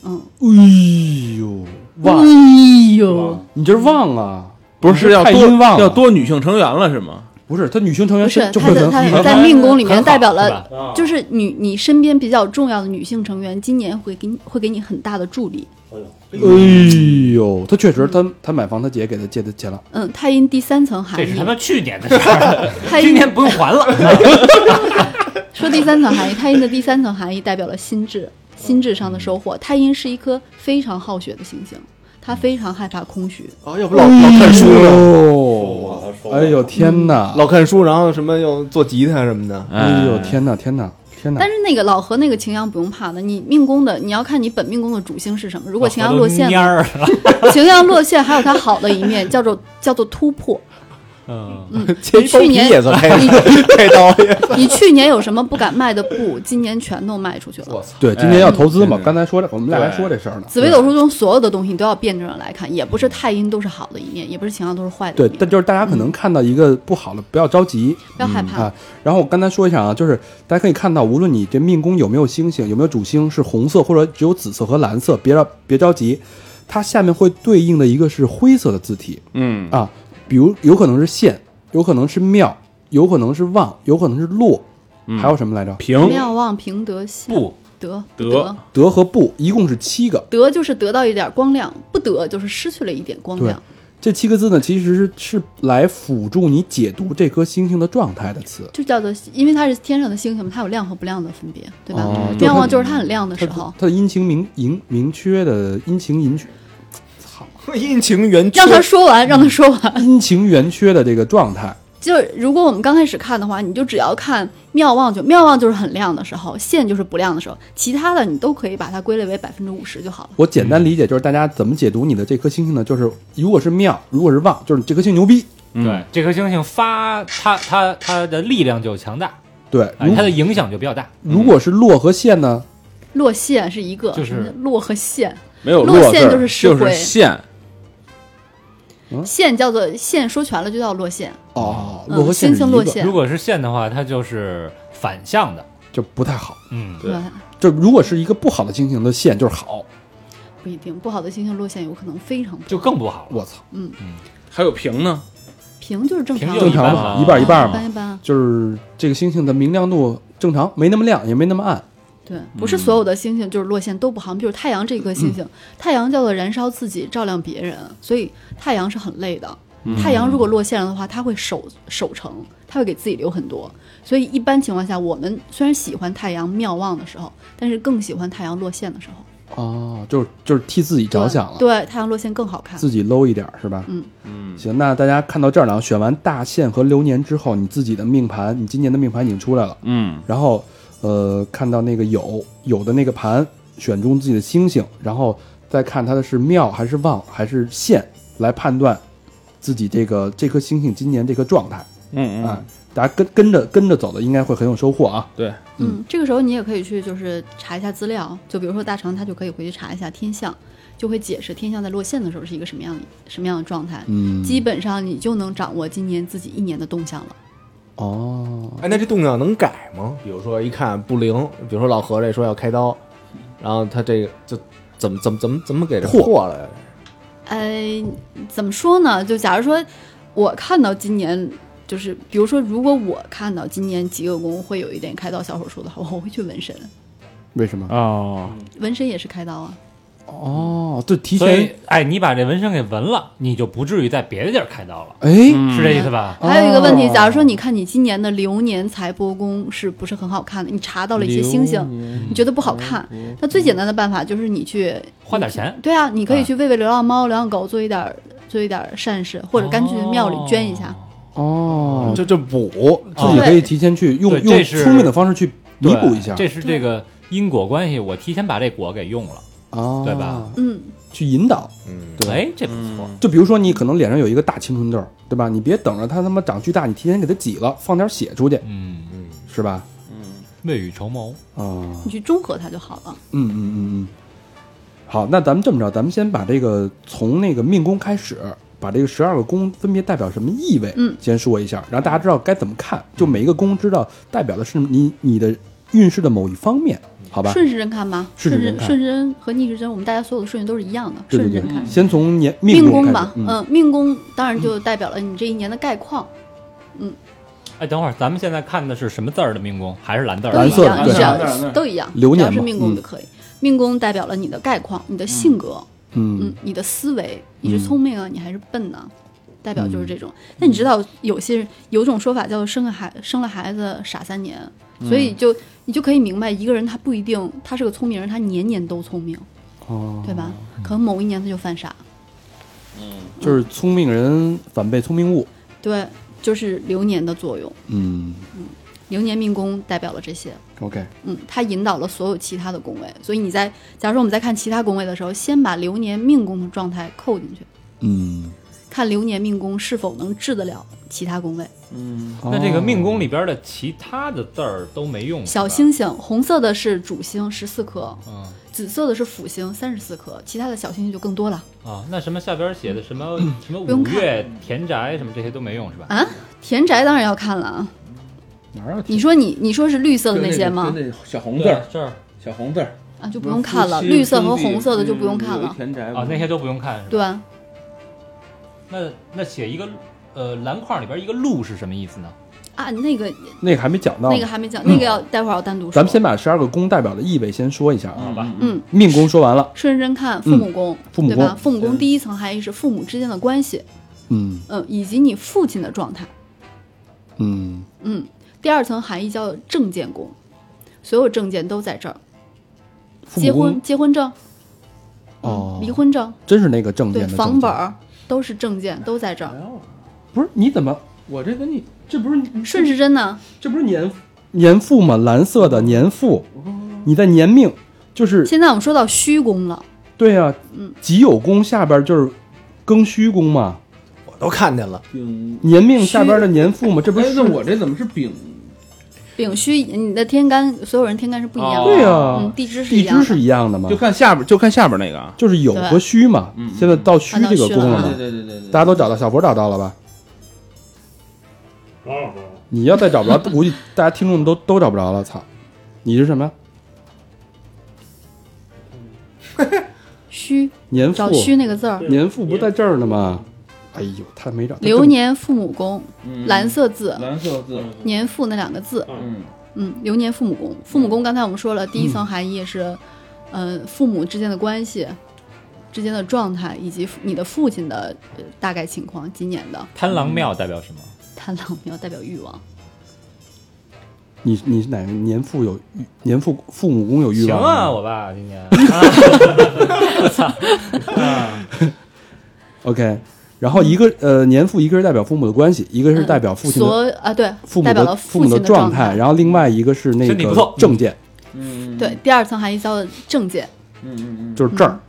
[SPEAKER 6] 嗯，
[SPEAKER 2] 哎呦，旺，
[SPEAKER 6] 哎呦，
[SPEAKER 2] 你这是旺啊！
[SPEAKER 3] 不是要
[SPEAKER 2] 太
[SPEAKER 3] 多
[SPEAKER 2] 阴旺啊
[SPEAKER 3] 要多女性成员了是吗？
[SPEAKER 2] 不是，他女性成员
[SPEAKER 6] 不是
[SPEAKER 2] 就
[SPEAKER 6] 它
[SPEAKER 2] 会
[SPEAKER 6] 的
[SPEAKER 2] 很
[SPEAKER 6] 它
[SPEAKER 2] 很
[SPEAKER 6] 在命宫里
[SPEAKER 5] 很
[SPEAKER 6] 面
[SPEAKER 5] 好
[SPEAKER 6] 代表
[SPEAKER 5] 是
[SPEAKER 6] 了
[SPEAKER 5] 吧
[SPEAKER 6] 就是女你身边比较重要的女性成员，今年会给你会给你很大的助力。
[SPEAKER 2] 哎呦，他确实，他他买房，他姐给他借的钱了。
[SPEAKER 6] 嗯，太阴第三层含
[SPEAKER 5] 这
[SPEAKER 6] 义
[SPEAKER 5] 是，他妈去年的事儿，
[SPEAKER 6] 太
[SPEAKER 5] 今
[SPEAKER 6] 阴
[SPEAKER 5] 年不用还了。
[SPEAKER 6] 说第三层含义，太阴的第三层含义代表了心智，心智上的收获。太阴是一颗非常好学的行星，它非常害怕空虚。
[SPEAKER 4] 哦，要不老老看书呢，
[SPEAKER 2] 哦，哎呦天哪！
[SPEAKER 4] 老看书，然后什么又做吉他什么的。
[SPEAKER 2] 哎呦天哪天哪天哪
[SPEAKER 6] 但！是那个老何那个擎羊不用怕的，你命宫的你要看你本命宫的主星是什么。如果擎羊落 陷，
[SPEAKER 5] 蔫儿，
[SPEAKER 6] 擎羊落陷还有它好的一面，叫做叫做突破。
[SPEAKER 5] 嗯，
[SPEAKER 6] 嗯，
[SPEAKER 4] 切
[SPEAKER 6] 你去
[SPEAKER 4] 包皮
[SPEAKER 6] 年
[SPEAKER 4] 也算开
[SPEAKER 6] 你
[SPEAKER 4] 开刀呀，
[SPEAKER 6] 你去年有什么不敢卖的布，今年全都卖出去了。
[SPEAKER 2] 对，今年要投资嘛，
[SPEAKER 3] 嗯
[SPEAKER 2] 刚才说这，我们俩还说这事儿呢。
[SPEAKER 6] 紫微斗数中所有的东西你都要辩证着来看，也不是太阴都是好的一面，也不是擎羊都是坏的
[SPEAKER 2] 对
[SPEAKER 6] 一，面。
[SPEAKER 2] 但就是大家可能看到一个不好的，不要着急
[SPEAKER 6] 不要害怕。
[SPEAKER 4] 嗯
[SPEAKER 2] 啊。然后我刚才说一下啊，就是大家可以看到，无论你这命宫有没有星星，有没有主星是红色或者只有紫色和蓝色，别着别着急，它下面会对应的一个是灰色的字体
[SPEAKER 3] 嗯，
[SPEAKER 2] 啊，比如有可能是县，有可能是庙，有可能是旺，有可能是落，
[SPEAKER 6] 嗯
[SPEAKER 2] 还有什么来着？
[SPEAKER 3] 平
[SPEAKER 6] 妙望平德心
[SPEAKER 5] 不
[SPEAKER 6] 得
[SPEAKER 3] 得
[SPEAKER 6] 得
[SPEAKER 2] 德和不一共是七个，
[SPEAKER 6] 得就是得到一点光亮，不得就是失去了一点光亮。
[SPEAKER 2] 这七个字呢，其实是是来辅助你解读这颗星星的状态的词。
[SPEAKER 6] 就叫做，因为它是天上的星星嘛，它有亮和不亮的分别，对吧
[SPEAKER 5] 嗯
[SPEAKER 2] 哦？
[SPEAKER 6] 亮望就是它很亮的时
[SPEAKER 2] 它
[SPEAKER 6] 候，
[SPEAKER 2] 它的阴晴明明明缺的阴晴明缺，
[SPEAKER 4] 阴晴圆缺
[SPEAKER 6] 让。他说完，让他说完。
[SPEAKER 2] 阴晴圆缺的这个状态，
[SPEAKER 6] 就是如果我们刚开始看的话，你就只要看妙望就妙望就是很亮的时候，线就是不亮的时候，其他的你都可以把它归类为百分之五十就好了。
[SPEAKER 2] 我简
[SPEAKER 5] 嗯
[SPEAKER 2] 单理解就是大家怎么解读你的这颗星星呢？就是如果是妙，如果是旺，就是你这颗星牛逼。
[SPEAKER 5] 对，这颗星星发它它它的力量就强大，
[SPEAKER 2] 对，
[SPEAKER 5] 哎
[SPEAKER 2] 如
[SPEAKER 5] 它的影响就比较大。
[SPEAKER 6] 嗯
[SPEAKER 2] 如果是落和陷呢？
[SPEAKER 6] 落线是一个，
[SPEAKER 5] 就是
[SPEAKER 6] 什么叫落和线，
[SPEAKER 3] 没有
[SPEAKER 6] 落
[SPEAKER 3] 落
[SPEAKER 6] 线
[SPEAKER 3] 字儿
[SPEAKER 6] 就是石
[SPEAKER 3] 就是
[SPEAKER 6] 灰
[SPEAKER 3] 线，
[SPEAKER 6] 线叫做线，说全了就叫落线。
[SPEAKER 2] 哦，
[SPEAKER 6] 嗯
[SPEAKER 2] 落和陷是
[SPEAKER 6] 星
[SPEAKER 2] 一
[SPEAKER 6] 星落
[SPEAKER 2] 个，
[SPEAKER 6] 线
[SPEAKER 5] 如果是线的话，它就是反向的。
[SPEAKER 2] 就不太好。
[SPEAKER 5] 嗯，
[SPEAKER 3] 对
[SPEAKER 6] 吧
[SPEAKER 2] 就如果是一个不好的星星的陷，就是好。
[SPEAKER 6] 不一定，不好的星星落线有可能非常不好
[SPEAKER 5] 就更不好了。
[SPEAKER 2] 我操，
[SPEAKER 3] 还有平呢，
[SPEAKER 6] 平就是正常
[SPEAKER 5] 平
[SPEAKER 6] 的，
[SPEAKER 5] 就
[SPEAKER 2] 正常
[SPEAKER 5] 嗯一半
[SPEAKER 6] 嗯
[SPEAKER 2] 嘛，一半儿
[SPEAKER 5] 啊吧
[SPEAKER 2] 一半儿
[SPEAKER 6] 一般
[SPEAKER 2] 嘛，
[SPEAKER 6] 一般。
[SPEAKER 2] 就是这个星星的明亮度正常，没那么亮，也没那么暗。
[SPEAKER 6] 对，不
[SPEAKER 2] 嗯
[SPEAKER 6] 是所有的星星就是落线都不好，比如太阳这颗星星，太阳叫做燃烧自己，照亮别人，所以太阳是很累的。
[SPEAKER 2] 嗯
[SPEAKER 6] 太阳如果落线了的话，它会守守城，它会给自己留很多。所以一般情况下，我们虽然喜欢太阳妙望的时候，但是更喜欢太阳落线的时候。
[SPEAKER 2] 哦，就是就是替自己着想了，
[SPEAKER 6] 嗯对，太阳落线更好看。
[SPEAKER 2] 自己 low 一点儿是吧？
[SPEAKER 6] 嗯
[SPEAKER 2] 嗯，行，那大家看到这儿了，啊，选完大限和流年之后，你自己的命盘，你今年的命盘已经出来了，
[SPEAKER 3] 嗯，
[SPEAKER 2] 然后呃，看到那个有有的那个盘，选中自己的星星，然后再看它的是庙还是旺还是线，来判断自己这个这颗星星今年这个状态。
[SPEAKER 3] 嗯
[SPEAKER 2] 啊，大家跟跟着跟着走的，应该会很有收获啊。
[SPEAKER 6] 嗯，这个时候你也可以去就是查一下资料，就比如说大成他就可以回去查一下天象，就会解释天象在落线的时候是一个什么样的什么样的状态。
[SPEAKER 2] 嗯，
[SPEAKER 6] 基本上你就能掌握今年自己一年的动向了。
[SPEAKER 2] 哦，
[SPEAKER 4] 哎，那这动向能改吗？比如说一看不灵，比如说老何这说要开刀，然后他这个就怎么怎么怎么怎么给这破了呀？
[SPEAKER 6] 哎，怎么说呢？就假如说我看到今年，就是比如说，如果我看到今年几个宫会有一点开刀小手术的话，我会去纹身。
[SPEAKER 2] 为什么？
[SPEAKER 5] 哦，
[SPEAKER 6] 纹身也是开刀啊，
[SPEAKER 2] 哦，就提
[SPEAKER 5] 所
[SPEAKER 2] 前
[SPEAKER 5] 以，哎，你把这纹身给纹了，你就不至于在别的地儿开刀了，
[SPEAKER 2] 哎，
[SPEAKER 5] 是这意思吧？
[SPEAKER 6] 还有一个问题，
[SPEAKER 2] 哦
[SPEAKER 6] 假如说你看你今年的流年财帛宫是不是很好看的？你查到了一些星星，
[SPEAKER 5] 嗯
[SPEAKER 6] 你觉得不好
[SPEAKER 2] 嗯
[SPEAKER 6] 看，那最简单的办法就是你去
[SPEAKER 5] 花点钱，
[SPEAKER 6] 对啊，你可以去喂喂流浪猫、流浪狗，做一点儿做一点儿善事，或者干脆去庙里捐一下。
[SPEAKER 2] 哦，
[SPEAKER 4] 这这补
[SPEAKER 2] 自己可以提前去用
[SPEAKER 5] 对
[SPEAKER 2] 用
[SPEAKER 5] 这是
[SPEAKER 2] 聪明的方式去弥
[SPEAKER 5] 对
[SPEAKER 2] 补一下，
[SPEAKER 5] 这是这个因果关系，我提前把这果给用了，
[SPEAKER 2] 啊，
[SPEAKER 5] 对吧？
[SPEAKER 6] 嗯，
[SPEAKER 2] 去引导，
[SPEAKER 4] 嗯，
[SPEAKER 2] 对
[SPEAKER 5] 哎，这不错，
[SPEAKER 2] 就比如说你可能脸上有一个大青春痘，对吧？你别等着它他妈长巨大，你提前给它挤了，放点血出去，
[SPEAKER 5] 嗯，
[SPEAKER 2] 是吧？
[SPEAKER 5] 未雨绸缪，
[SPEAKER 2] 啊、
[SPEAKER 6] 你去中和它就好了。
[SPEAKER 2] 嗯嗯嗯嗯。好，那咱们这么着，咱们先把这个从那个命宫开始，把这个十二个宫分别代表什么意味，
[SPEAKER 6] 嗯，
[SPEAKER 2] 先说一下，然后大家知道该怎么看，就每一个宫知道代表的是你你的运势的某一方面，好吧？
[SPEAKER 6] 顺时针看吧，顺
[SPEAKER 2] 顺时
[SPEAKER 6] 针
[SPEAKER 2] 针看
[SPEAKER 6] 顺时针和逆时针，我们大家所有的顺序都是一样的，
[SPEAKER 2] 对对
[SPEAKER 6] 顺时
[SPEAKER 2] 对
[SPEAKER 6] 针看。，
[SPEAKER 2] 先从年
[SPEAKER 6] 命
[SPEAKER 2] 宫开
[SPEAKER 6] 宫
[SPEAKER 2] 始
[SPEAKER 6] 吧，
[SPEAKER 2] 嗯，
[SPEAKER 6] 嗯，命宫当然就代表了你这一年的概况，
[SPEAKER 5] 哎，等会儿咱们现在看的是什么字儿的命宫？啊还是蓝字儿？
[SPEAKER 6] 都
[SPEAKER 2] 嗯蓝
[SPEAKER 6] 一
[SPEAKER 2] 色
[SPEAKER 6] 样，
[SPEAKER 2] 的
[SPEAKER 6] 你只
[SPEAKER 2] 对
[SPEAKER 3] 蓝色
[SPEAKER 6] 要都一样，
[SPEAKER 2] 流
[SPEAKER 6] 只
[SPEAKER 2] 年
[SPEAKER 6] 要是
[SPEAKER 2] 嘛
[SPEAKER 6] 命宫
[SPEAKER 2] 嗯
[SPEAKER 6] 就可以。命宫代表了你的概况、你的性格，
[SPEAKER 2] 嗯
[SPEAKER 6] 嗯，你的思维，你是聪明啊，你还是笨呢、代表就是这种。那你知道有些人有种说法叫做生个孩生了孩子傻三年，所以就你就可以明白一个人他不一定他是个聪明人，他年年都聪明，
[SPEAKER 2] 哦，
[SPEAKER 6] 对吧？可能某一年他就犯傻，
[SPEAKER 2] 就是聪明人反被聪明误，
[SPEAKER 6] 对，就是流年的作用。
[SPEAKER 2] 嗯
[SPEAKER 6] 流年命宫代表了这些，
[SPEAKER 2] ，OK，
[SPEAKER 6] 嗯，它引导了所有其他的宫位，所以你在假如说我们在看其他宫位的时候，先把流年命宫的状态扣进去，
[SPEAKER 2] 嗯，
[SPEAKER 6] 看流年命宫是否能治得了其他宫位。
[SPEAKER 2] 哦
[SPEAKER 5] 那这个命宫里边的其他的字儿都没用，
[SPEAKER 6] 小
[SPEAKER 5] 心，
[SPEAKER 6] 星星，红色的是主星十四颗，
[SPEAKER 5] 嗯
[SPEAKER 6] 紫色的是辅星三十四颗，其他的小星星就更多了
[SPEAKER 5] 啊，那什么下边写的什么什么
[SPEAKER 6] 不用
[SPEAKER 5] 五
[SPEAKER 6] 看
[SPEAKER 5] 岳田宅什么这些都没用是吧？
[SPEAKER 6] 啊。田宅当然要看了啊，
[SPEAKER 2] 哪儿有
[SPEAKER 6] 你说你你说是绿色的那些吗？
[SPEAKER 3] 那小红
[SPEAKER 5] 对，啊这儿
[SPEAKER 3] 小红字儿
[SPEAKER 6] 啊，就不用看了，绿色和红色的就不用看了。
[SPEAKER 3] 田宅
[SPEAKER 5] 啊，那些都不用看是吧？
[SPEAKER 6] 对，啊
[SPEAKER 5] 那那写一个呃蓝框里边一个鹿是什么意思呢？
[SPEAKER 6] 啊，那个
[SPEAKER 2] 那个还没讲到呢，
[SPEAKER 6] 那个还没讲，那个要待会儿要单独说。
[SPEAKER 2] 咱们先把十二个宫代表的意味先说一下啊。
[SPEAKER 5] 好吧，
[SPEAKER 6] 嗯，
[SPEAKER 2] 命宫说完了，
[SPEAKER 6] 顺时针看父母宫，
[SPEAKER 2] 嗯父母
[SPEAKER 6] 对吧？
[SPEAKER 2] 宫
[SPEAKER 6] 父母宫第一层含义是父母之间的关系，
[SPEAKER 2] 嗯
[SPEAKER 6] 嗯，以及你父亲的状态，
[SPEAKER 2] 嗯，
[SPEAKER 6] 嗯。第二层含义叫证件宫，所有证件都在这儿，
[SPEAKER 2] 父
[SPEAKER 6] 结
[SPEAKER 2] 母
[SPEAKER 6] 婚
[SPEAKER 2] 宫
[SPEAKER 6] 结婚证、嗯
[SPEAKER 2] 哦，
[SPEAKER 6] 离婚证，
[SPEAKER 2] 真是那个证件
[SPEAKER 6] 对，
[SPEAKER 2] 的
[SPEAKER 6] 房
[SPEAKER 2] 证
[SPEAKER 6] 本
[SPEAKER 2] 件哎
[SPEAKER 6] 儿都是证件，都在这儿。
[SPEAKER 2] 不是？你怎么我这跟你这不是
[SPEAKER 6] 顺时针呢？
[SPEAKER 2] 这不是年年付吗？蓝色的年付，
[SPEAKER 6] 哦
[SPEAKER 2] 你在年命就是
[SPEAKER 6] 现在我们说到虚宫了，
[SPEAKER 2] 对呀、
[SPEAKER 6] 嗯
[SPEAKER 2] 己酉宫下边就是庚戌宫嘛，
[SPEAKER 4] 我都看见了，
[SPEAKER 7] 丙，
[SPEAKER 2] 年命下边的年付嘛，这不
[SPEAKER 7] 哎，
[SPEAKER 2] 是
[SPEAKER 7] 那我这怎么是丙？
[SPEAKER 6] 丙戌，你的天干所有人天干是不一样的，
[SPEAKER 2] 哦对呀、
[SPEAKER 6] 嗯，地支是一
[SPEAKER 2] 地
[SPEAKER 6] 样
[SPEAKER 2] 支
[SPEAKER 6] 的
[SPEAKER 2] 是。一样的嘛
[SPEAKER 3] 就，看下边，就看下边那个啊，
[SPEAKER 2] 就是酉和戌嘛。现在到戌这个宫了
[SPEAKER 6] 啊
[SPEAKER 2] 嘛
[SPEAKER 6] 到
[SPEAKER 7] 嗯对，对对对对，
[SPEAKER 2] 大家都找到，小博找到了吧？你要再找不着，估计大家听众都都找不着了。操，你是什么？
[SPEAKER 6] 虚，
[SPEAKER 2] 年父
[SPEAKER 6] 找虚那个字儿。
[SPEAKER 2] 年父不在这儿呢吗？哎呦，他没找。
[SPEAKER 6] 流年父母宫，
[SPEAKER 7] 嗯
[SPEAKER 6] 蓝色字，
[SPEAKER 7] 蓝色字，
[SPEAKER 6] 年父那两个字，
[SPEAKER 7] 嗯，
[SPEAKER 6] 嗯，流年父母宫，父母宫刚才我们说了，
[SPEAKER 2] 嗯
[SPEAKER 6] 第一层含义是，呃，父母之间的关系。之间的状态，以及父你的父亲的呃大概情况，今年的
[SPEAKER 5] 贪狼庙代表什么？
[SPEAKER 6] 贪狼庙代表欲望，
[SPEAKER 2] 你你是哪个年父有欲年父父母宫有欲
[SPEAKER 5] 行
[SPEAKER 2] 望
[SPEAKER 5] 啊，
[SPEAKER 2] 吗
[SPEAKER 5] 我爸今年
[SPEAKER 2] ？OK，然后一个呃年父一个是代表父母的关系，一个是代表父亲
[SPEAKER 6] 嗯
[SPEAKER 2] 的
[SPEAKER 6] 所啊对
[SPEAKER 2] 父，母
[SPEAKER 6] 代表
[SPEAKER 2] 的
[SPEAKER 6] 了
[SPEAKER 2] 父
[SPEAKER 6] 父
[SPEAKER 2] 母
[SPEAKER 6] 亲
[SPEAKER 2] 的状
[SPEAKER 6] 态。
[SPEAKER 2] 然后另外一个是那
[SPEAKER 5] 身体不
[SPEAKER 2] 个
[SPEAKER 5] 错
[SPEAKER 2] 证件，
[SPEAKER 6] 对，第二层含义叫做证件。
[SPEAKER 7] 嗯
[SPEAKER 2] 就是证
[SPEAKER 6] 嗯
[SPEAKER 2] 儿。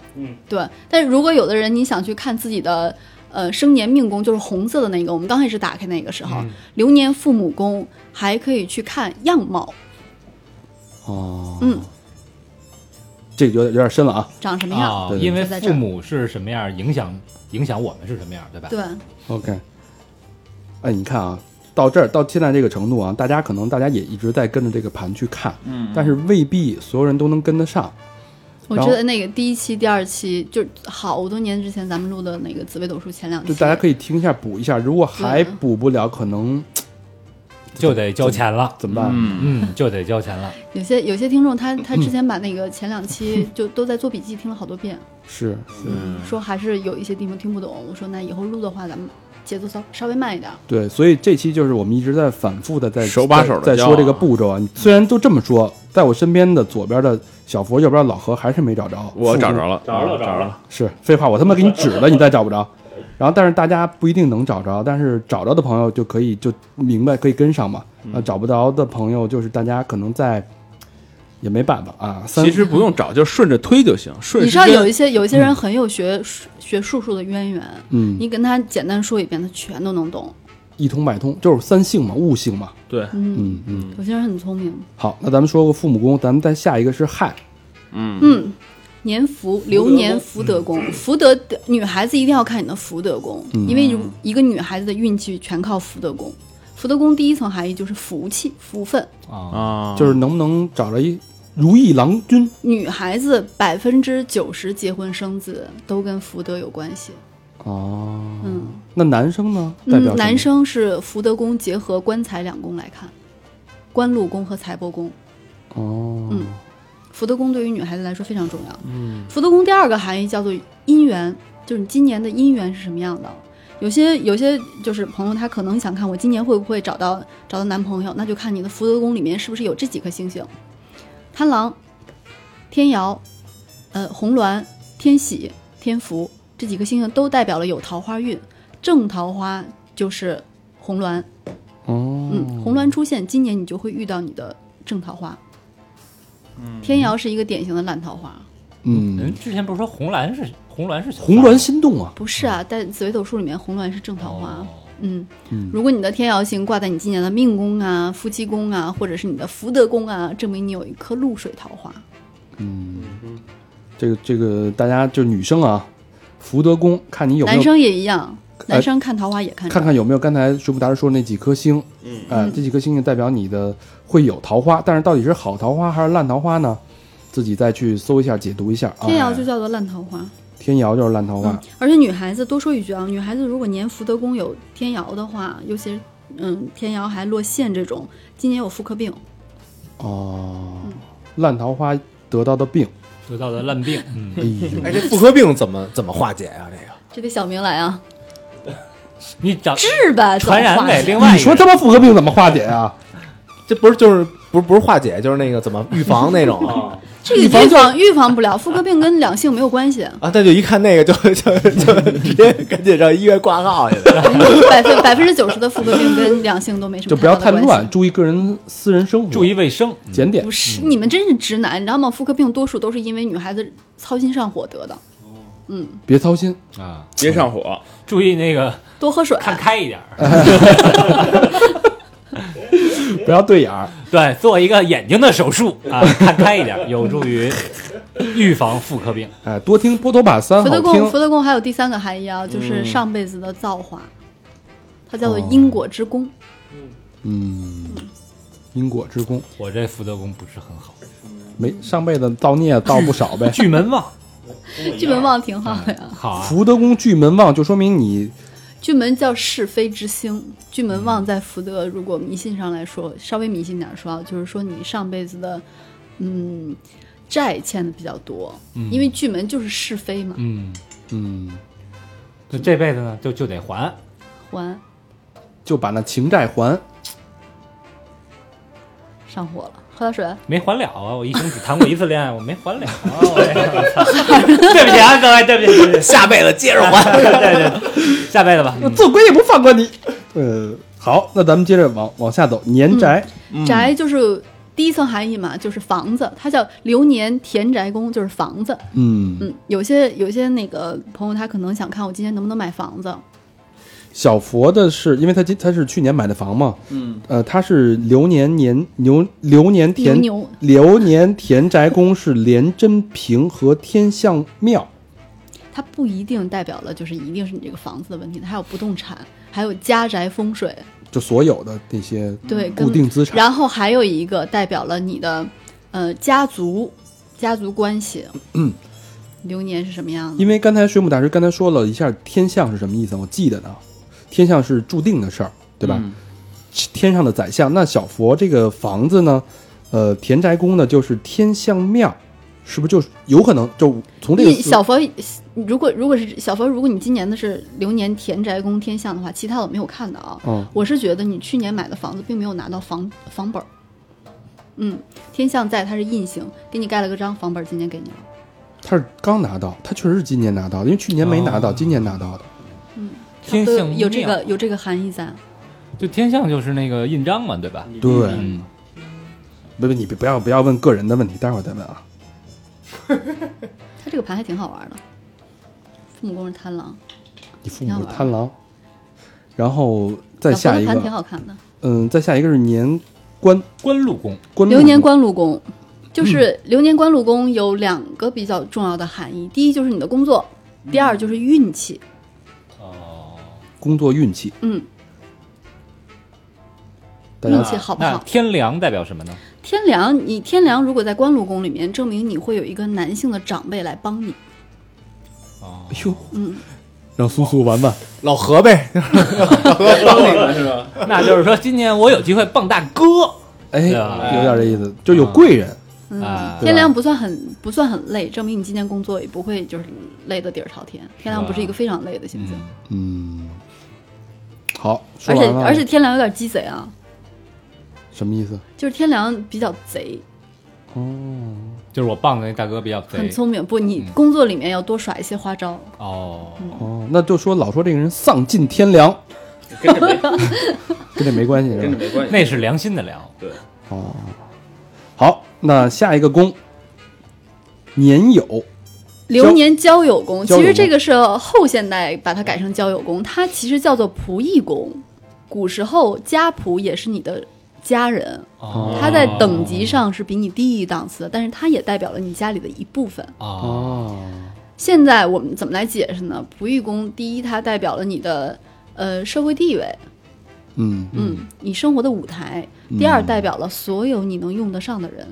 [SPEAKER 6] 对，但是如果有的人你想去看自己的呃生年命宫，就是红色的那个，我们刚开始打开那个时
[SPEAKER 5] 嗯
[SPEAKER 6] 候，流年父母宫还可以去看样貌，
[SPEAKER 2] 哦，
[SPEAKER 6] 嗯，
[SPEAKER 2] 这个有点有点深了啊。
[SPEAKER 6] 长什么样。
[SPEAKER 5] 啊
[SPEAKER 2] 对，对
[SPEAKER 5] 因为
[SPEAKER 6] 就在这
[SPEAKER 5] 父
[SPEAKER 6] 儿
[SPEAKER 5] 母是什么样，影响影响我们是什么样，对吧？
[SPEAKER 6] 对，
[SPEAKER 2] OK，哎，你看啊，到这儿到现在这个程度啊，大家可能大家也一直在跟着这个盘去看，嗯，但是未必所有人都能跟得上。
[SPEAKER 6] 我
[SPEAKER 2] 然
[SPEAKER 6] 觉
[SPEAKER 2] 后
[SPEAKER 6] 得那个第一期、第二期，就是好多年之前咱们录的那个紫微斗数前两期，
[SPEAKER 2] 就大家可
[SPEAKER 6] 以
[SPEAKER 2] 以听一下补一下，如果还
[SPEAKER 6] 嗯
[SPEAKER 2] 补不了，可能
[SPEAKER 5] 就得交钱了，
[SPEAKER 2] 怎么办？
[SPEAKER 3] 嗯，
[SPEAKER 5] 嗯，就得交钱了。
[SPEAKER 6] 有些有些听众他 他之前把那个前两期就都在做笔记，听了好多遍，
[SPEAKER 2] 是
[SPEAKER 6] 嗯，说还是有一些地方听不懂。我说那以后录的话，咱们节奏稍稍微慢一点儿。
[SPEAKER 2] 对，所以这期就是我们一直在反复的在
[SPEAKER 3] 手把手地
[SPEAKER 2] 在在
[SPEAKER 3] 教
[SPEAKER 2] 说这个步骤啊。你虽然都这么说，在我身边的左边的小佛，右边的老何还是没找着，
[SPEAKER 3] 我
[SPEAKER 2] 父
[SPEAKER 3] 找
[SPEAKER 2] 母
[SPEAKER 3] 着了，找着了，找着了，
[SPEAKER 2] 是废话，我他妈给你指了，你再找不着。然后，但是大家不一定能找着，但是找着的朋友就可以就明白，可以跟上嘛。
[SPEAKER 3] 嗯
[SPEAKER 2] 啊，找不着的朋友就是大家可能在也没办法啊。三
[SPEAKER 3] 其实不用找，就顺着推就行，顺
[SPEAKER 6] 你
[SPEAKER 3] 时
[SPEAKER 6] 知道有
[SPEAKER 3] 针
[SPEAKER 6] 一些有一些人很有学术、学术数的渊源，
[SPEAKER 2] 嗯，
[SPEAKER 6] 你跟他简单说一遍，他全都能懂。
[SPEAKER 2] 一通百通就是三性嘛，悟性嘛。
[SPEAKER 3] 对，
[SPEAKER 6] 嗯，
[SPEAKER 2] 嗯嗯。
[SPEAKER 6] 有些人很聪明。
[SPEAKER 2] 好，那咱们说过父母宫，咱们再下一个是亥，
[SPEAKER 6] 嗯，年福流年福德嗯宫，福德的女孩子一定要看你的福德宫，因为如一个女孩子的运气全靠福德宫。福德宫第一层含义就是福气、福分。
[SPEAKER 5] 啊，
[SPEAKER 3] 啊，
[SPEAKER 2] 就是能不能找着一如意郎君？
[SPEAKER 6] 女孩子百分之九十结婚生子都跟福德有关系。
[SPEAKER 2] 哦，
[SPEAKER 6] 嗯
[SPEAKER 2] 那男生呢？代表
[SPEAKER 6] 嗯，
[SPEAKER 2] 什么
[SPEAKER 6] 男生是福德宫结合官财两宫来看，官禄宫和财帛宫。
[SPEAKER 2] 哦，
[SPEAKER 6] 嗯福德宫对于女孩子来说非常重要。嗯，福德宫第二个含义叫做姻缘，就是你今年的姻缘是什么样的。有些有些就是朋友，他可能想看我今年会不会找到找到男朋友，那就看你的福德宫里面是不是有这几颗星星：贪狼、天姚、呃红鸾、天喜、天福这几颗星星都代表了有桃花运，正桃花就是红鸾。
[SPEAKER 2] 哦，
[SPEAKER 6] 嗯，红鸾出现，今年你就会遇到你的正桃花。嗯，天姚是一个典型的烂桃花，
[SPEAKER 2] 嗯
[SPEAKER 5] 人，之前不是说红鸾是红鸾是小
[SPEAKER 2] 红鸾心动啊，
[SPEAKER 6] 不是啊，在紫微斗数里面，红鸾是正桃花。
[SPEAKER 5] 哦
[SPEAKER 6] 嗯，如果你的天姚星挂在你今年的命宫啊、夫妻宫啊，或者是你的福德宫啊，证明你有一颗露水桃花。
[SPEAKER 2] 这个这个大家就女生啊，福德宫看你有没
[SPEAKER 6] 男
[SPEAKER 2] 有
[SPEAKER 6] 生也一样，
[SPEAKER 2] 呃
[SPEAKER 6] 男生看桃花也看
[SPEAKER 2] 看看有没有刚才水普达说的那几颗星，嗯，哎、这几颗星星代表你的会有桃花，但是到底是好桃花还是烂桃花呢？自己再去搜一下解读一下啊。
[SPEAKER 6] 天姚就叫做烂桃花。
[SPEAKER 2] 天姚就是烂桃花，
[SPEAKER 6] 嗯，而且女孩子多说一句啊，女孩子如果年福德宫有天姚的话，尤其是嗯天姚还落陷这种，今年有妇科病。
[SPEAKER 2] 哦，烂桃花得到的病，
[SPEAKER 5] 得到的烂病，嗯，
[SPEAKER 2] 哎呦，
[SPEAKER 4] 哎，这妇科病怎么怎么化解呀、这
[SPEAKER 6] 这得小明来啊，
[SPEAKER 5] 你长
[SPEAKER 6] 治吧，
[SPEAKER 5] 传染给
[SPEAKER 6] 病。
[SPEAKER 5] 另外
[SPEAKER 2] 哎 你
[SPEAKER 5] 一个
[SPEAKER 2] 说
[SPEAKER 5] 人
[SPEAKER 2] 他妈妇科病怎么化解 啊？
[SPEAKER 4] 个这不是就是不是不是化解，就是那个怎么预防那种啊？
[SPEAKER 6] 这个预防预防不了，妇科病跟两性没有关 系，
[SPEAKER 4] 啊那就一看那个就就就直接赶紧上医院挂号去了。
[SPEAKER 6] 百分百分之九十的妇科病跟两性都没什么
[SPEAKER 2] 就不要太
[SPEAKER 6] 太大的关
[SPEAKER 2] 乱，
[SPEAKER 6] 系。
[SPEAKER 2] 注意个人私人生活，
[SPEAKER 5] 注意卫生，嗯
[SPEAKER 2] 检点
[SPEAKER 6] 不。是，你们真是直男，你知道吗？妇科病多数都是因为女孩子操心上火得的，
[SPEAKER 2] 别操心，
[SPEAKER 5] 啊，
[SPEAKER 3] 别上火，
[SPEAKER 5] 注意那个
[SPEAKER 6] 多喝水。
[SPEAKER 5] 看开一点儿，
[SPEAKER 2] 不要对眼儿。
[SPEAKER 5] 对，做一个眼睛的手术 啊，看开一点儿，有助于预防妇科病。
[SPEAKER 2] 哎，多听波头把三
[SPEAKER 6] 福
[SPEAKER 2] 好
[SPEAKER 6] 德宫，
[SPEAKER 2] 听
[SPEAKER 6] 福。德宫还有第三个含义啊，
[SPEAKER 2] 嗯
[SPEAKER 6] 就是上辈子的造化，它叫
[SPEAKER 2] 哦
[SPEAKER 6] 做因果之功。
[SPEAKER 2] 嗯，因果之功，
[SPEAKER 5] 我这福德宫不是很好，
[SPEAKER 2] 没上辈子造孽造不少呗。
[SPEAKER 5] 巨门旺
[SPEAKER 6] 巨门旺挺好的呀，
[SPEAKER 5] 好啊，
[SPEAKER 2] 福德宫巨门旺，就说明你
[SPEAKER 6] 巨门叫是非之星，巨门旺在福德。如果迷信上来说，稍微迷信点儿说啊，就是说你上辈子的，嗯，债欠的比较多，因为巨门就是是非嘛，
[SPEAKER 5] 嗯，
[SPEAKER 2] 嗯，
[SPEAKER 5] 就这辈子呢，就就得还。
[SPEAKER 6] 还
[SPEAKER 2] 就把那情债还。
[SPEAKER 6] 上火了，喝点水。
[SPEAKER 5] 没还了啊！我一生只谈过一次恋爱，我没还了、啊。我这个操 对不起啊，各位，对不起，对不起，
[SPEAKER 4] 下辈子接着还。
[SPEAKER 5] 对对对，下辈子吧。嗯
[SPEAKER 2] 做鬼也不放过你。呃，好，那咱们接着往往下走，年宅，
[SPEAKER 6] 宅就是第一层含义嘛，就是房子，它叫流年田宅宫，就是房子。
[SPEAKER 2] 嗯，
[SPEAKER 6] 嗯，有些有些那个朋友他可能想看我今年能不能买房子，
[SPEAKER 2] 小佛的是，因为他今他是去年买的房嘛，
[SPEAKER 3] 嗯，
[SPEAKER 2] 呃，他是流年年牛流年
[SPEAKER 6] 牛
[SPEAKER 2] 田
[SPEAKER 6] 牛
[SPEAKER 2] 流年田宅宫是廉贞平和天象庙，
[SPEAKER 6] 它不一定代表了就是一定是你这个房子的问题，它还有不动产，还有家宅风水，
[SPEAKER 2] 就所有的那些
[SPEAKER 6] 对，跟
[SPEAKER 2] 固定资产。
[SPEAKER 6] 然后还有一个代表了你的呃家族家族关系，流年是什么样的？
[SPEAKER 2] 嗯因为刚才水母大师刚才说了一下天象是什么意思，我记得呢，天象是注定的事儿，对吧？
[SPEAKER 3] 嗯
[SPEAKER 2] 天上的宰相。那小佛这个房子呢，呃，田宅宫呢就是天象庙，是不是就是有可能就从这个
[SPEAKER 6] 你
[SPEAKER 2] 思
[SPEAKER 6] 小佛，如果如果是小佛，如果你今年的是流年田宅宫天象的话，其他我没有看到啊。
[SPEAKER 2] 嗯
[SPEAKER 6] 我是觉得你去年买的房子并没有拿到房房本儿，嗯，天象在它是印星，给你盖了个章，房本儿今年给你了。
[SPEAKER 2] 他是刚拿到，他确实是今年拿到的，因为去年没拿到，
[SPEAKER 5] 哦
[SPEAKER 2] 今年拿到的。
[SPEAKER 5] 天
[SPEAKER 6] 都有
[SPEAKER 5] 象
[SPEAKER 6] 有这
[SPEAKER 5] 庙
[SPEAKER 6] 个有这个含义在，
[SPEAKER 5] 就天象就是那个印章嘛，对吧？
[SPEAKER 2] 对，
[SPEAKER 5] 嗯，
[SPEAKER 2] 不不，你不要不要问个人的问题，待会儿再问啊。
[SPEAKER 6] 它这个盘还挺好玩的。父母宫是贪狼，
[SPEAKER 2] 你父母是贪狼，然后再
[SPEAKER 6] 小佛
[SPEAKER 2] 下
[SPEAKER 6] 的
[SPEAKER 2] 一
[SPEAKER 6] 盘挺
[SPEAKER 2] 个，
[SPEAKER 6] 好看的。
[SPEAKER 2] 嗯，再下一个是年关
[SPEAKER 5] 官禄宫，
[SPEAKER 2] 关
[SPEAKER 6] 流年官禄宫，就是流年官禄宫有两个比较重要的含义，第一就是你的工作，
[SPEAKER 5] 嗯
[SPEAKER 6] 第二就是运气。
[SPEAKER 5] 哦
[SPEAKER 2] 工作运气，
[SPEAKER 6] 嗯，
[SPEAKER 5] 啊
[SPEAKER 2] 大家
[SPEAKER 6] 运气好不
[SPEAKER 5] 那
[SPEAKER 6] 好
[SPEAKER 5] 天梁代表什么呢？
[SPEAKER 6] 天梁，你天梁如果在官禄宫里面，证明你会有一个男性的长辈来帮你。
[SPEAKER 5] 哦，
[SPEAKER 2] 哟，
[SPEAKER 6] 嗯，
[SPEAKER 2] 让苏苏玩玩，
[SPEAKER 4] 老何呗，
[SPEAKER 5] 那就是说今年我有机会傍大哥
[SPEAKER 2] 哎，
[SPEAKER 5] 对啊
[SPEAKER 2] 有点这意思，嗯就有贵人，
[SPEAKER 6] 嗯
[SPEAKER 5] 啊。
[SPEAKER 6] 天梁不算很不算很累，证明你今年工作也不会就是累得底儿朝天。天梁不是一个非常累的行星，
[SPEAKER 5] 嗯
[SPEAKER 2] 嗯，好，说
[SPEAKER 6] 而且
[SPEAKER 2] 完了
[SPEAKER 6] 而且天梁有点鸡贼啊，
[SPEAKER 2] 什么意思？
[SPEAKER 6] 就是天梁比较贼，
[SPEAKER 2] 哦，
[SPEAKER 5] 就是我傍的那大哥比较
[SPEAKER 6] 很
[SPEAKER 5] 贼
[SPEAKER 6] 聪明。不，你
[SPEAKER 5] 嗯
[SPEAKER 6] 工作里面要多耍一些花招。
[SPEAKER 5] 哦，
[SPEAKER 2] 哦，那就说老说这个人丧尽天良，
[SPEAKER 3] 跟着 没
[SPEAKER 2] 跟这没关系是
[SPEAKER 3] 跟着
[SPEAKER 2] 吧？
[SPEAKER 3] 没关系。
[SPEAKER 5] 那是良心的良，
[SPEAKER 2] 哦，好，那下一个宫，年友，
[SPEAKER 6] 流年交友宫，
[SPEAKER 2] 交友
[SPEAKER 6] 其
[SPEAKER 2] 宫
[SPEAKER 6] 实这个是后现代把它改成交友宫，它其实叫做仆役宫。古时候家仆也是你的家人，
[SPEAKER 5] 哦
[SPEAKER 6] 它在等级上是比你低一档次的，但是它也代表了你家里的一部分。
[SPEAKER 5] 哦，
[SPEAKER 2] 哦，
[SPEAKER 6] 现在我们怎么来解释呢？仆役宫，第一，它代表了你的呃社会地位，
[SPEAKER 2] 嗯，
[SPEAKER 6] 嗯，你生活的舞台；第二，代表了所有你能用得上的人，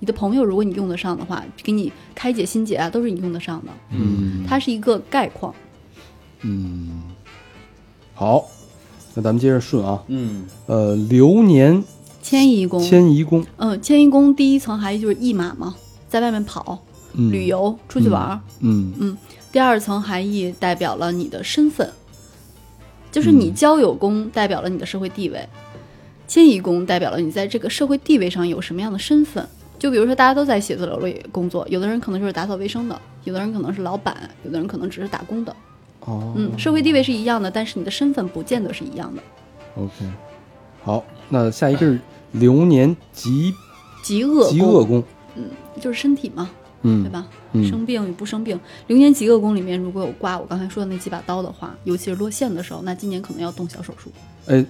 [SPEAKER 6] 你的朋友，如果你用得上的话，给你开解心结啊，都是你用得上的。
[SPEAKER 2] 嗯
[SPEAKER 6] 它是一个概况。
[SPEAKER 2] 嗯，好，那咱们接着顺啊，
[SPEAKER 3] 嗯，
[SPEAKER 2] 呃，流年
[SPEAKER 6] 迁移宫，
[SPEAKER 2] 迁移宫，
[SPEAKER 6] 嗯，迁移宫第一层含义就是驿马嘛，在外面跑、
[SPEAKER 2] 嗯
[SPEAKER 6] 旅，游、出去玩儿。
[SPEAKER 2] 嗯
[SPEAKER 6] 第二层含义代表了你的身份，就是你交友宫代表了你的社会地位，迁移宫代表了你在这个社会地位上有什么样的身份。就比如说，大家都在写字楼里工作，有的人可能就是打扫卫生的，有的人可能是老板，有的人可能只是打工的。
[SPEAKER 2] 哦
[SPEAKER 6] 嗯，社会地位是一样的，但是你的身份不见得是一样的。
[SPEAKER 2] ，OK，好，那下一个是流年极
[SPEAKER 6] 极恶
[SPEAKER 2] 极恶
[SPEAKER 6] 宫
[SPEAKER 2] 宫，
[SPEAKER 6] 就是身体嘛，对
[SPEAKER 2] 嗯
[SPEAKER 6] 吧？
[SPEAKER 2] 嗯
[SPEAKER 6] 生病与不生病，流年极恶宫里面如果有挂我刚才说的那几把刀的话，尤其是落线的时候，那今年可能要动小手术。
[SPEAKER 2] 哎，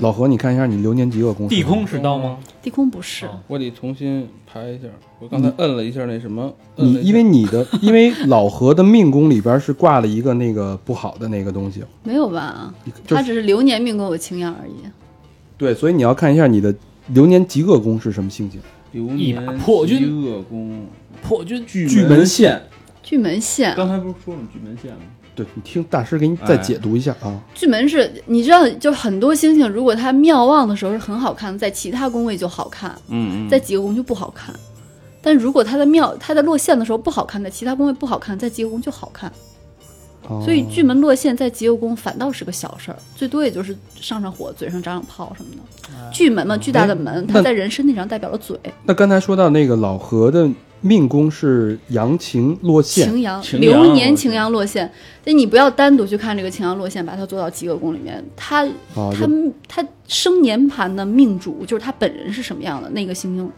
[SPEAKER 2] 老何，你看一下你流年极恶宫是
[SPEAKER 5] 地
[SPEAKER 2] 什么，
[SPEAKER 5] 空是刀吗？
[SPEAKER 6] 地空不是，
[SPEAKER 5] 哦
[SPEAKER 7] 我得重新排一下。我刚才摁了一下那什么，摁
[SPEAKER 2] 你
[SPEAKER 7] 了一下
[SPEAKER 2] 因为你 的因为老何的命宫里边是挂了一个那个不好的那个东西，
[SPEAKER 6] 没有吧？
[SPEAKER 2] 就
[SPEAKER 6] 他只是流年命宫有情样而已。
[SPEAKER 2] 对，所以你要看一下你的流年极恶宫是什么星星。
[SPEAKER 7] 流
[SPEAKER 5] 一马
[SPEAKER 7] 年
[SPEAKER 5] 破军
[SPEAKER 7] 极恶宫
[SPEAKER 5] 破军
[SPEAKER 7] 巨
[SPEAKER 2] 巨门
[SPEAKER 7] 线，
[SPEAKER 6] 巨门县，
[SPEAKER 3] 刚才不是说了莒门县吗？
[SPEAKER 2] 对你听大师给你
[SPEAKER 5] 哎
[SPEAKER 2] 再解读一下啊，
[SPEAKER 6] 巨门是，你知道，就很多星星，如果它妙望的时候是很好看的，在其他宫位就好看，
[SPEAKER 3] 嗯
[SPEAKER 6] 在几个宫就不好看。但如果它的妙，它在落线的时候不好看，在其他宫位不好看，在几个宫就好看。
[SPEAKER 2] 哦
[SPEAKER 6] 所以巨门落线在极右宫反倒是个小事儿，最多也就是上上火，嘴上长长泡什么的。巨门嘛，巨大的门，它
[SPEAKER 2] 那
[SPEAKER 6] 在人身体上代表了嘴，
[SPEAKER 2] 那刚才说到那个老何的命宫是阳晴落陷，
[SPEAKER 6] 晴阳
[SPEAKER 3] 晴阳
[SPEAKER 6] 流年晴阳落线。但你不要单独去看这个晴阳落线，把它做到极右宫里面，它
[SPEAKER 2] 啊，
[SPEAKER 6] 它它生年盘的命主就是他本人是什么样的那个星星，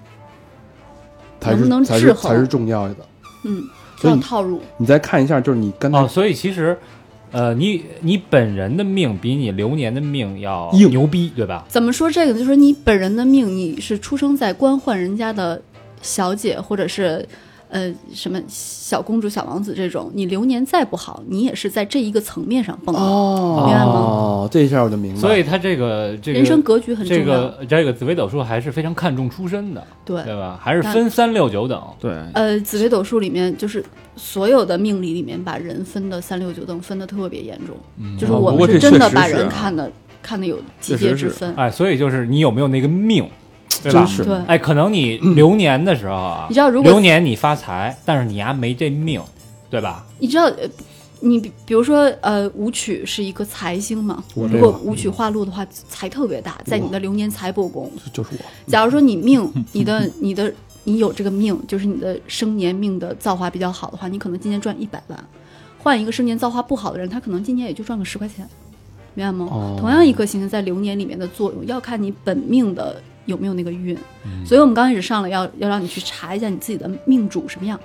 [SPEAKER 2] 才
[SPEAKER 6] 能
[SPEAKER 2] 是
[SPEAKER 6] 不能
[SPEAKER 2] 才
[SPEAKER 6] 制
[SPEAKER 2] 是
[SPEAKER 6] 衡
[SPEAKER 2] 才是重要的。
[SPEAKER 6] 嗯，
[SPEAKER 2] 所以
[SPEAKER 6] 要
[SPEAKER 2] 你
[SPEAKER 6] 套入。
[SPEAKER 2] 你再看一下，就是你刚才
[SPEAKER 5] 哦，所以其实，呃，你你本人的命比你流年的命要
[SPEAKER 2] 硬
[SPEAKER 5] 牛逼，对吧？
[SPEAKER 6] 怎么说这个呢？就是说你本人的命，你是出生在官宦人家的小姐，或者是呃什么小公主、小王子这种，你流年再不好，你也是在这一个层面上蹦的。
[SPEAKER 2] 哦
[SPEAKER 6] 明白吗
[SPEAKER 2] 哦，这一下我就明白了。
[SPEAKER 5] 所以他这个这个
[SPEAKER 6] 人生格局很重要。
[SPEAKER 5] 这个这个紫微斗数还是非常看重出身的，
[SPEAKER 6] 对，
[SPEAKER 5] 对吧？还是分三六九等，
[SPEAKER 3] 对，
[SPEAKER 6] 呃，紫微斗数里面就是所有的命理里面把人分的三六九等分的特别严重，就是
[SPEAKER 2] 哦
[SPEAKER 6] 我
[SPEAKER 2] 不过
[SPEAKER 6] 们是
[SPEAKER 2] 这
[SPEAKER 6] 真
[SPEAKER 2] 确
[SPEAKER 6] 的
[SPEAKER 2] 实
[SPEAKER 6] 把
[SPEAKER 2] 是
[SPEAKER 6] 人
[SPEAKER 2] 啊
[SPEAKER 6] 看的、看的有级
[SPEAKER 3] 确
[SPEAKER 6] 别
[SPEAKER 3] 实
[SPEAKER 6] 之
[SPEAKER 3] 是
[SPEAKER 6] 分。
[SPEAKER 5] 哎，所以就是你有没有那个命，对吧
[SPEAKER 2] 真？啊是啊
[SPEAKER 6] 对，
[SPEAKER 5] 哎，可能你流年的时候啊
[SPEAKER 6] 你，知道如果
[SPEAKER 5] 流年你发财，但是你丫没这命，对吧？
[SPEAKER 6] 你知道，呃你比比如说，呃，武曲是一个财星嘛，
[SPEAKER 2] 我这
[SPEAKER 6] 如
[SPEAKER 2] 个
[SPEAKER 6] 果武曲化禄的话，财特别大，在你的流年财帛宫。
[SPEAKER 2] 就是我
[SPEAKER 6] 假如说你命，你的你的你有这个命，就是你的生年命的造化比较好的话，你可能今年赚一百万，换一个生年造化不好的人，他可能今年也就赚个十块钱，明白吗？
[SPEAKER 2] 哦
[SPEAKER 6] 同样一颗行星在流年里面的作用，要看你本命的有没有那个运。所以我们刚开始上来要要让你去查一下你自己的命主什么样。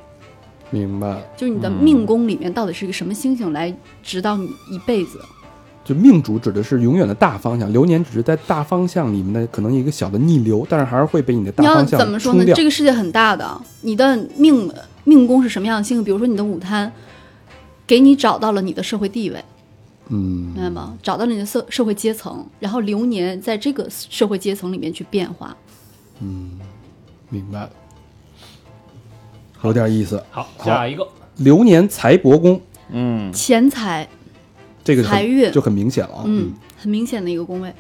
[SPEAKER 2] 明白了，
[SPEAKER 6] 就是你的命宫里面到底是一个什么星星来指导你一辈子？
[SPEAKER 2] 就命主指的是永远的大方向，流年只是在大方向里面的可能一个小的逆流，但是还是会被你的大
[SPEAKER 6] 你要
[SPEAKER 2] 方向
[SPEAKER 6] 怎么说
[SPEAKER 2] 冲
[SPEAKER 6] 呢？
[SPEAKER 2] 掉。
[SPEAKER 6] 这个世界很大的，你的命命宫是什么样的星？比如说你的午贪，给你找到了你的社会地位，
[SPEAKER 2] 嗯
[SPEAKER 6] 明白吗？找到了你的社社会阶层，然后流年在这个社会阶层里面去变化。
[SPEAKER 2] 明白了，有点意思。
[SPEAKER 5] 好，下一个，
[SPEAKER 2] 流年财帛宫
[SPEAKER 3] 嗯，
[SPEAKER 6] 钱财，
[SPEAKER 2] 这个就很
[SPEAKER 6] 财运
[SPEAKER 2] 就很明显了啊。
[SPEAKER 6] 嗯，很明显的一个宫位，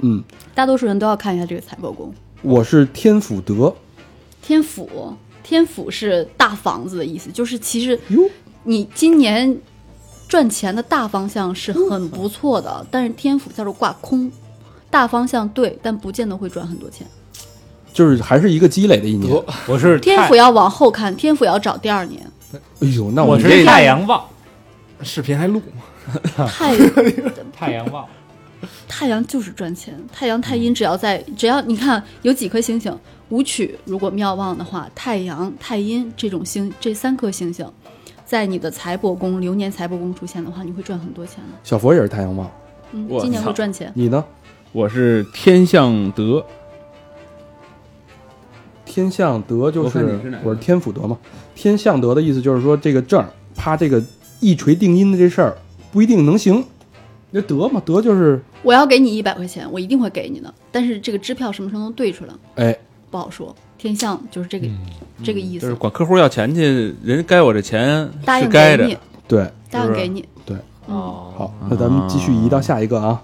[SPEAKER 2] 嗯，
[SPEAKER 6] 大多数人都要看一下这个财帛宫。
[SPEAKER 2] 我是天府德
[SPEAKER 6] 天府，天府是大房子的意思，就是其实
[SPEAKER 2] 哟，
[SPEAKER 6] 你今年赚钱的大方向是很不错的，但是天府叫做挂空，大方向对，但不见得会赚很多钱。
[SPEAKER 2] 就是还是一个积累的一年。
[SPEAKER 5] 我是
[SPEAKER 6] 天
[SPEAKER 5] 太
[SPEAKER 6] 府，要往后看，天府要找第二年。
[SPEAKER 2] 哎呦，那
[SPEAKER 5] 我
[SPEAKER 2] 们
[SPEAKER 5] 是
[SPEAKER 2] 这
[SPEAKER 5] 太阳旺，
[SPEAKER 4] 视频还录吗？
[SPEAKER 6] 太
[SPEAKER 5] 太阳旺，
[SPEAKER 6] 太阳就是赚钱，太阳太阴只要在，只要你看有几颗星星，武曲如果妙望的话，太阳、太阴这种星，这三颗星星，在你的财帛宫、流年财帛宫出现的话，你会赚很多钱的。
[SPEAKER 2] 小佛也是太阳旺，
[SPEAKER 6] 嗯
[SPEAKER 3] 我，
[SPEAKER 6] 今年
[SPEAKER 3] 操
[SPEAKER 6] 会赚钱。
[SPEAKER 2] 你呢？
[SPEAKER 3] 我是天象德，
[SPEAKER 2] 天象德就
[SPEAKER 3] 我
[SPEAKER 2] 是
[SPEAKER 3] 看你是哪个
[SPEAKER 2] 我是天府德嘛。天象德的意思就是说这个证儿，啪，这个一锤定音的这事儿不一定能行。那德嘛，德就是
[SPEAKER 6] 我要给你一百块钱，我一定会给你的。但是这个支票什么时候能兑出来，
[SPEAKER 2] 哎，
[SPEAKER 6] 不好说。天象就是这个、
[SPEAKER 5] 嗯
[SPEAKER 6] 这个意
[SPEAKER 3] 就是
[SPEAKER 6] 思，
[SPEAKER 3] 管客户要钱去，人该我这钱
[SPEAKER 6] 答
[SPEAKER 3] 是
[SPEAKER 6] 应给
[SPEAKER 3] 该的
[SPEAKER 6] 你，，
[SPEAKER 2] 对，
[SPEAKER 6] 答应给你。
[SPEAKER 2] 对，
[SPEAKER 6] 嗯，
[SPEAKER 5] 啊
[SPEAKER 2] 好，那咱们继续移到下一个啊，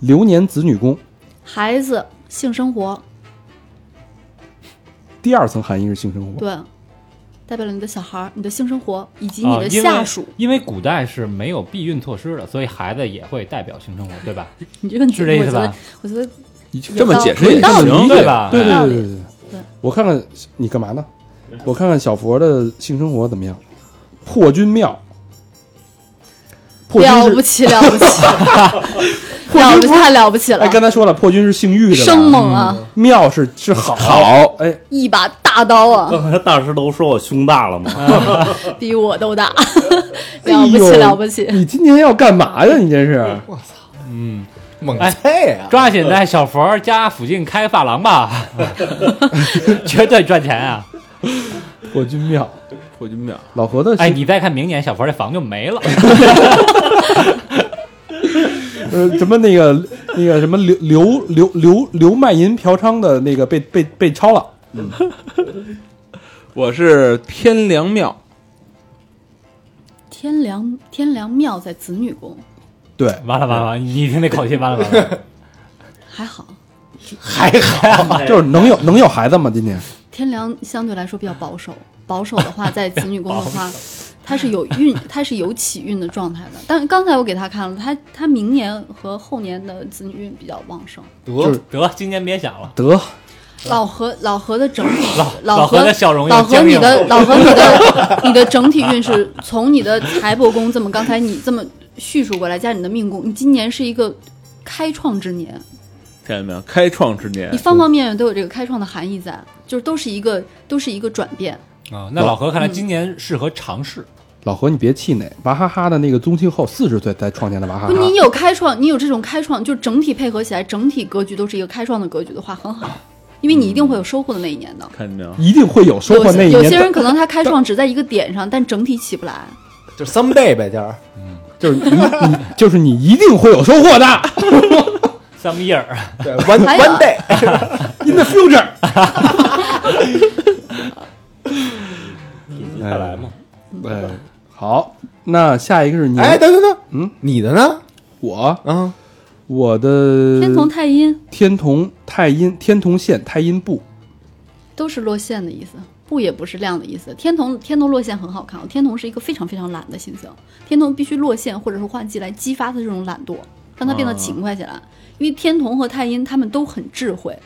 [SPEAKER 2] 流年子女宫
[SPEAKER 6] 孩子性生活
[SPEAKER 2] 第二层含义是性生活，
[SPEAKER 6] 对，代表了你的小孩儿、你的性生活以及你
[SPEAKER 5] 啊
[SPEAKER 6] 的
[SPEAKER 5] 因为
[SPEAKER 6] 下属。
[SPEAKER 5] 因为古代是没有避孕措施的，所以孩子也会代表性生活，对吧？
[SPEAKER 6] 你这个
[SPEAKER 5] 是这意思吧？
[SPEAKER 6] 我觉得，我觉得
[SPEAKER 3] 这么解释
[SPEAKER 2] 哎
[SPEAKER 3] 也
[SPEAKER 6] 有道
[SPEAKER 3] 行
[SPEAKER 6] 理，
[SPEAKER 5] 对吧
[SPEAKER 2] 对对
[SPEAKER 6] 道理
[SPEAKER 2] 对对对
[SPEAKER 6] 对
[SPEAKER 2] 我看看你干嘛呢？我看看小佛的性生活怎么样？破军庙，破军
[SPEAKER 6] 了
[SPEAKER 2] 是
[SPEAKER 6] 不起，了 不起，了不起，太了不起了
[SPEAKER 2] 哎，，刚才说了，破军是性欲的吧，
[SPEAKER 6] 生猛啊，
[SPEAKER 5] 嗯
[SPEAKER 2] 庙是是好好，哎，
[SPEAKER 6] 一把大刀啊，
[SPEAKER 8] 刚 才大师都说我胸大了嘛，
[SPEAKER 6] 比我都大，
[SPEAKER 2] 哎
[SPEAKER 6] 了不起，
[SPEAKER 2] 呦
[SPEAKER 6] 了不起。
[SPEAKER 2] 你今天要干嘛呀？你这是
[SPEAKER 4] 猛啊
[SPEAKER 5] 哎
[SPEAKER 4] 菜呀！
[SPEAKER 5] 抓紧在小佛家附近开发廊吧， 绝对赚钱啊！
[SPEAKER 2] 破军庙，
[SPEAKER 3] 破军庙，
[SPEAKER 2] 老何的
[SPEAKER 5] 哎，
[SPEAKER 2] 性
[SPEAKER 5] 你再看明年小佛这房就没了，
[SPEAKER 2] 呃什么那个那个什么刘刘刘刘刘卖淫嫖娼的那个被被被抄了，
[SPEAKER 3] 我是天良庙，
[SPEAKER 6] 天良天良庙在子女宫，
[SPEAKER 2] 对，
[SPEAKER 5] 完了完了完了，你一听那口气，完了完了，
[SPEAKER 6] 还好。
[SPEAKER 2] 啊就是能有能有孩子吗？今天
[SPEAKER 6] 天良相对来说比较保守， 保守的话，在子女宫的 话，它是有运， 它是有起运的状态的。但刚才我给他看了，他他明年和后年的子女运比较旺盛。
[SPEAKER 5] 得得，今年别想了，
[SPEAKER 2] 得
[SPEAKER 6] 老何老何的整体，
[SPEAKER 5] 老
[SPEAKER 6] 何
[SPEAKER 5] 何的笑容
[SPEAKER 6] 老
[SPEAKER 5] 要
[SPEAKER 6] 何
[SPEAKER 5] 僵
[SPEAKER 6] 你
[SPEAKER 5] 硬
[SPEAKER 6] 的老何你 的你的整体运势，从你的财帛宫这么刚才你这么叙述过来，加你的命宫，你今年是一个开创之年，
[SPEAKER 3] 看见没有？开创之年
[SPEAKER 6] 你，方方面面都有这个开创的含义在，就是都是一个都是一个转变。
[SPEAKER 5] 啊。那老何看来今年适合尝试，
[SPEAKER 2] 老何你别气馁，娃哈哈的那个宗庆后四十岁才创建的娃啊哈
[SPEAKER 6] 不，你
[SPEAKER 2] 哈，
[SPEAKER 6] 有开创，你有这种开创，就整体配合起来，整体格局都是一个开创的格局的话，很好，因为你一定会有收获的那一年的。
[SPEAKER 3] 看见没有？
[SPEAKER 2] 一定会有收
[SPEAKER 6] 有
[SPEAKER 2] 获那
[SPEAKER 6] 些
[SPEAKER 2] 一
[SPEAKER 6] 有
[SPEAKER 2] 年
[SPEAKER 6] 些人
[SPEAKER 2] 的。
[SPEAKER 6] 可能他开创只在一个点上，但整体起不来。
[SPEAKER 4] 就是 someday 呗，就是
[SPEAKER 2] 就是你你 就是你一定会有收获的。
[SPEAKER 5] 三米叶儿，
[SPEAKER 2] 哎
[SPEAKER 4] 对 one
[SPEAKER 6] 还有啊
[SPEAKER 4] one day。
[SPEAKER 2] In the future，
[SPEAKER 7] 再来嘛，
[SPEAKER 2] 哎，好，那下一个是你，
[SPEAKER 4] 哎，等等等，
[SPEAKER 2] 嗯，
[SPEAKER 4] 你的呢？
[SPEAKER 2] 我
[SPEAKER 4] 啊，
[SPEAKER 2] 我的
[SPEAKER 6] 天同太阴
[SPEAKER 2] 天童太阴天童县太阴部，
[SPEAKER 6] 都是落线的意思，不也不是亮的意思。天同天同落线很好看，天同是一个非常非常懒的星星，天同必须落线或者是换季来激发他这种懒惰，让他变得勤快起来。因为天同和太阴他们都很智慧，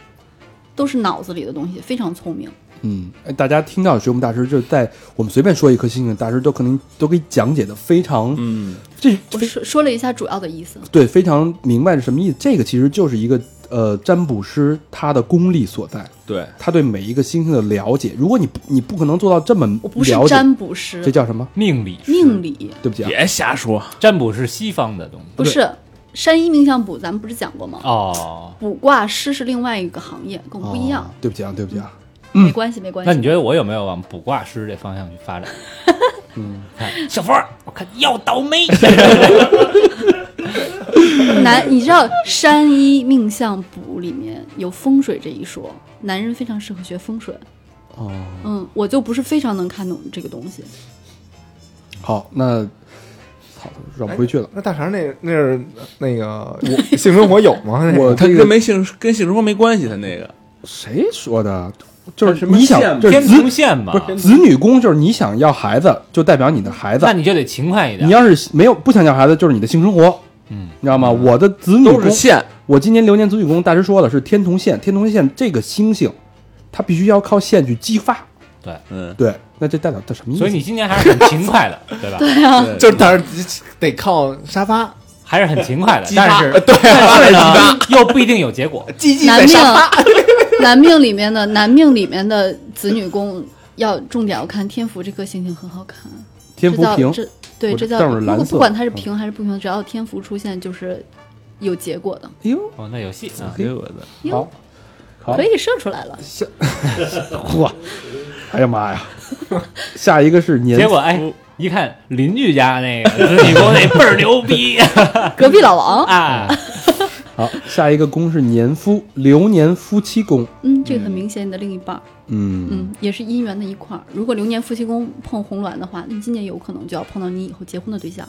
[SPEAKER 6] 都是脑子里的东西，非常聪明。
[SPEAKER 2] 嗯，哎大家听到水母大师就是在我们随便说一颗星星，大师都可能都给讲解的非常，
[SPEAKER 3] 嗯，
[SPEAKER 2] 这
[SPEAKER 6] 我说说了一下主要的意思。
[SPEAKER 2] 对非常明白是什么意思。这个其实就是一个呃占卜师他的功力所在，
[SPEAKER 3] 对，
[SPEAKER 2] 他对每一个星星的了解。如果你不你不可能做到这么
[SPEAKER 6] 我不是
[SPEAKER 2] 了解，
[SPEAKER 6] 占卜师
[SPEAKER 2] 这，叫什么？
[SPEAKER 5] 命理师
[SPEAKER 6] 命理
[SPEAKER 2] 对不起啊，
[SPEAKER 3] 别瞎说，
[SPEAKER 5] 占卜是西方的东西
[SPEAKER 6] 不是山医命相卜，咱们不是讲过吗？
[SPEAKER 5] 哦。
[SPEAKER 6] 卜卦师是另外一个行业，跟我不一样嗯
[SPEAKER 2] 哦，对不起啊，对不起啊，
[SPEAKER 6] 没关系，没关系。
[SPEAKER 5] 那你觉得我有没有往卜卦师这方向去发展？嗯，小峰儿，我看你要倒 霉。
[SPEAKER 6] 男，你知道山医命相卜里面有风水这一说，男人非常适合学风水。
[SPEAKER 2] 哦，
[SPEAKER 6] 嗯，我就不是非常能看懂这个东西。
[SPEAKER 2] 好，那操，绕不回
[SPEAKER 3] 哎
[SPEAKER 2] 去了。
[SPEAKER 4] 那大肠那那是那个性生活有吗？
[SPEAKER 2] 我
[SPEAKER 3] 他
[SPEAKER 2] 这
[SPEAKER 3] 跟
[SPEAKER 2] 个
[SPEAKER 3] 没性跟性生活没关系，他那个
[SPEAKER 2] 谁说的？就是
[SPEAKER 3] 什么
[SPEAKER 2] 你想，
[SPEAKER 3] 线
[SPEAKER 2] 就是
[SPEAKER 5] 天
[SPEAKER 2] 子
[SPEAKER 5] 同线嘛，
[SPEAKER 2] 不是子女宫，就是你想要孩子，就代表你的孩子
[SPEAKER 5] 那。你就得勤快一点。
[SPEAKER 2] 你要是没有不想要孩子，就是你的性生活。嗯，你知道吗？我的子女
[SPEAKER 3] 都
[SPEAKER 2] 宫
[SPEAKER 3] 是，线，
[SPEAKER 2] 我今年流年子女宫，大师说了是天同线，天同线这个星星，它必须要靠线去激发。
[SPEAKER 3] 嗯，
[SPEAKER 2] 对，那这代表它什
[SPEAKER 6] 嗯
[SPEAKER 2] 么意思？
[SPEAKER 5] 所以你今年还是很勤 快的，对吧？对，
[SPEAKER 6] 啊
[SPEAKER 4] 就是但是得靠沙发，
[SPEAKER 5] 还是很勤快的，
[SPEAKER 4] 激发
[SPEAKER 5] 但
[SPEAKER 6] 呃
[SPEAKER 5] 是
[SPEAKER 6] 啊
[SPEAKER 5] 对，但是呢，又不一定有结果。
[SPEAKER 4] 唧唧
[SPEAKER 6] 男
[SPEAKER 4] 在
[SPEAKER 6] 命
[SPEAKER 4] 沙发。，
[SPEAKER 6] 男命里面的男命里面的子女宫要重点要看天福这颗星星很好看。
[SPEAKER 2] 天福
[SPEAKER 6] 这叫
[SPEAKER 2] 平，
[SPEAKER 6] 这对
[SPEAKER 2] 我
[SPEAKER 6] 这
[SPEAKER 2] 这
[SPEAKER 6] 叫
[SPEAKER 2] 但是
[SPEAKER 6] 如
[SPEAKER 2] 蓝
[SPEAKER 6] 果
[SPEAKER 2] 色
[SPEAKER 6] 不管它是
[SPEAKER 2] 嗯
[SPEAKER 6] 平还是不平，只要天福出现就是有结果的，
[SPEAKER 2] 哎呦，
[SPEAKER 5] 哦，那有戏 啊！
[SPEAKER 3] 哎呦我的，
[SPEAKER 6] 哟，
[SPEAKER 2] 好
[SPEAKER 6] 可以射出来了。
[SPEAKER 2] 嚯，哎呀妈呀！ 下一个是年
[SPEAKER 5] 结果哎，一看邻居家那个子女宫那倍儿 牛逼
[SPEAKER 6] 隔壁老 王，
[SPEAKER 5] 啊！
[SPEAKER 2] 好，下一个宫是年夫，流年夫妻宫。
[SPEAKER 6] 嗯，这个很明显，你的另一半儿，
[SPEAKER 2] 嗯
[SPEAKER 6] 嗯，也是姻缘的一块儿。如果流年夫妻宫碰红鸾的话，那今年有可能就要碰到你以后结婚的对象。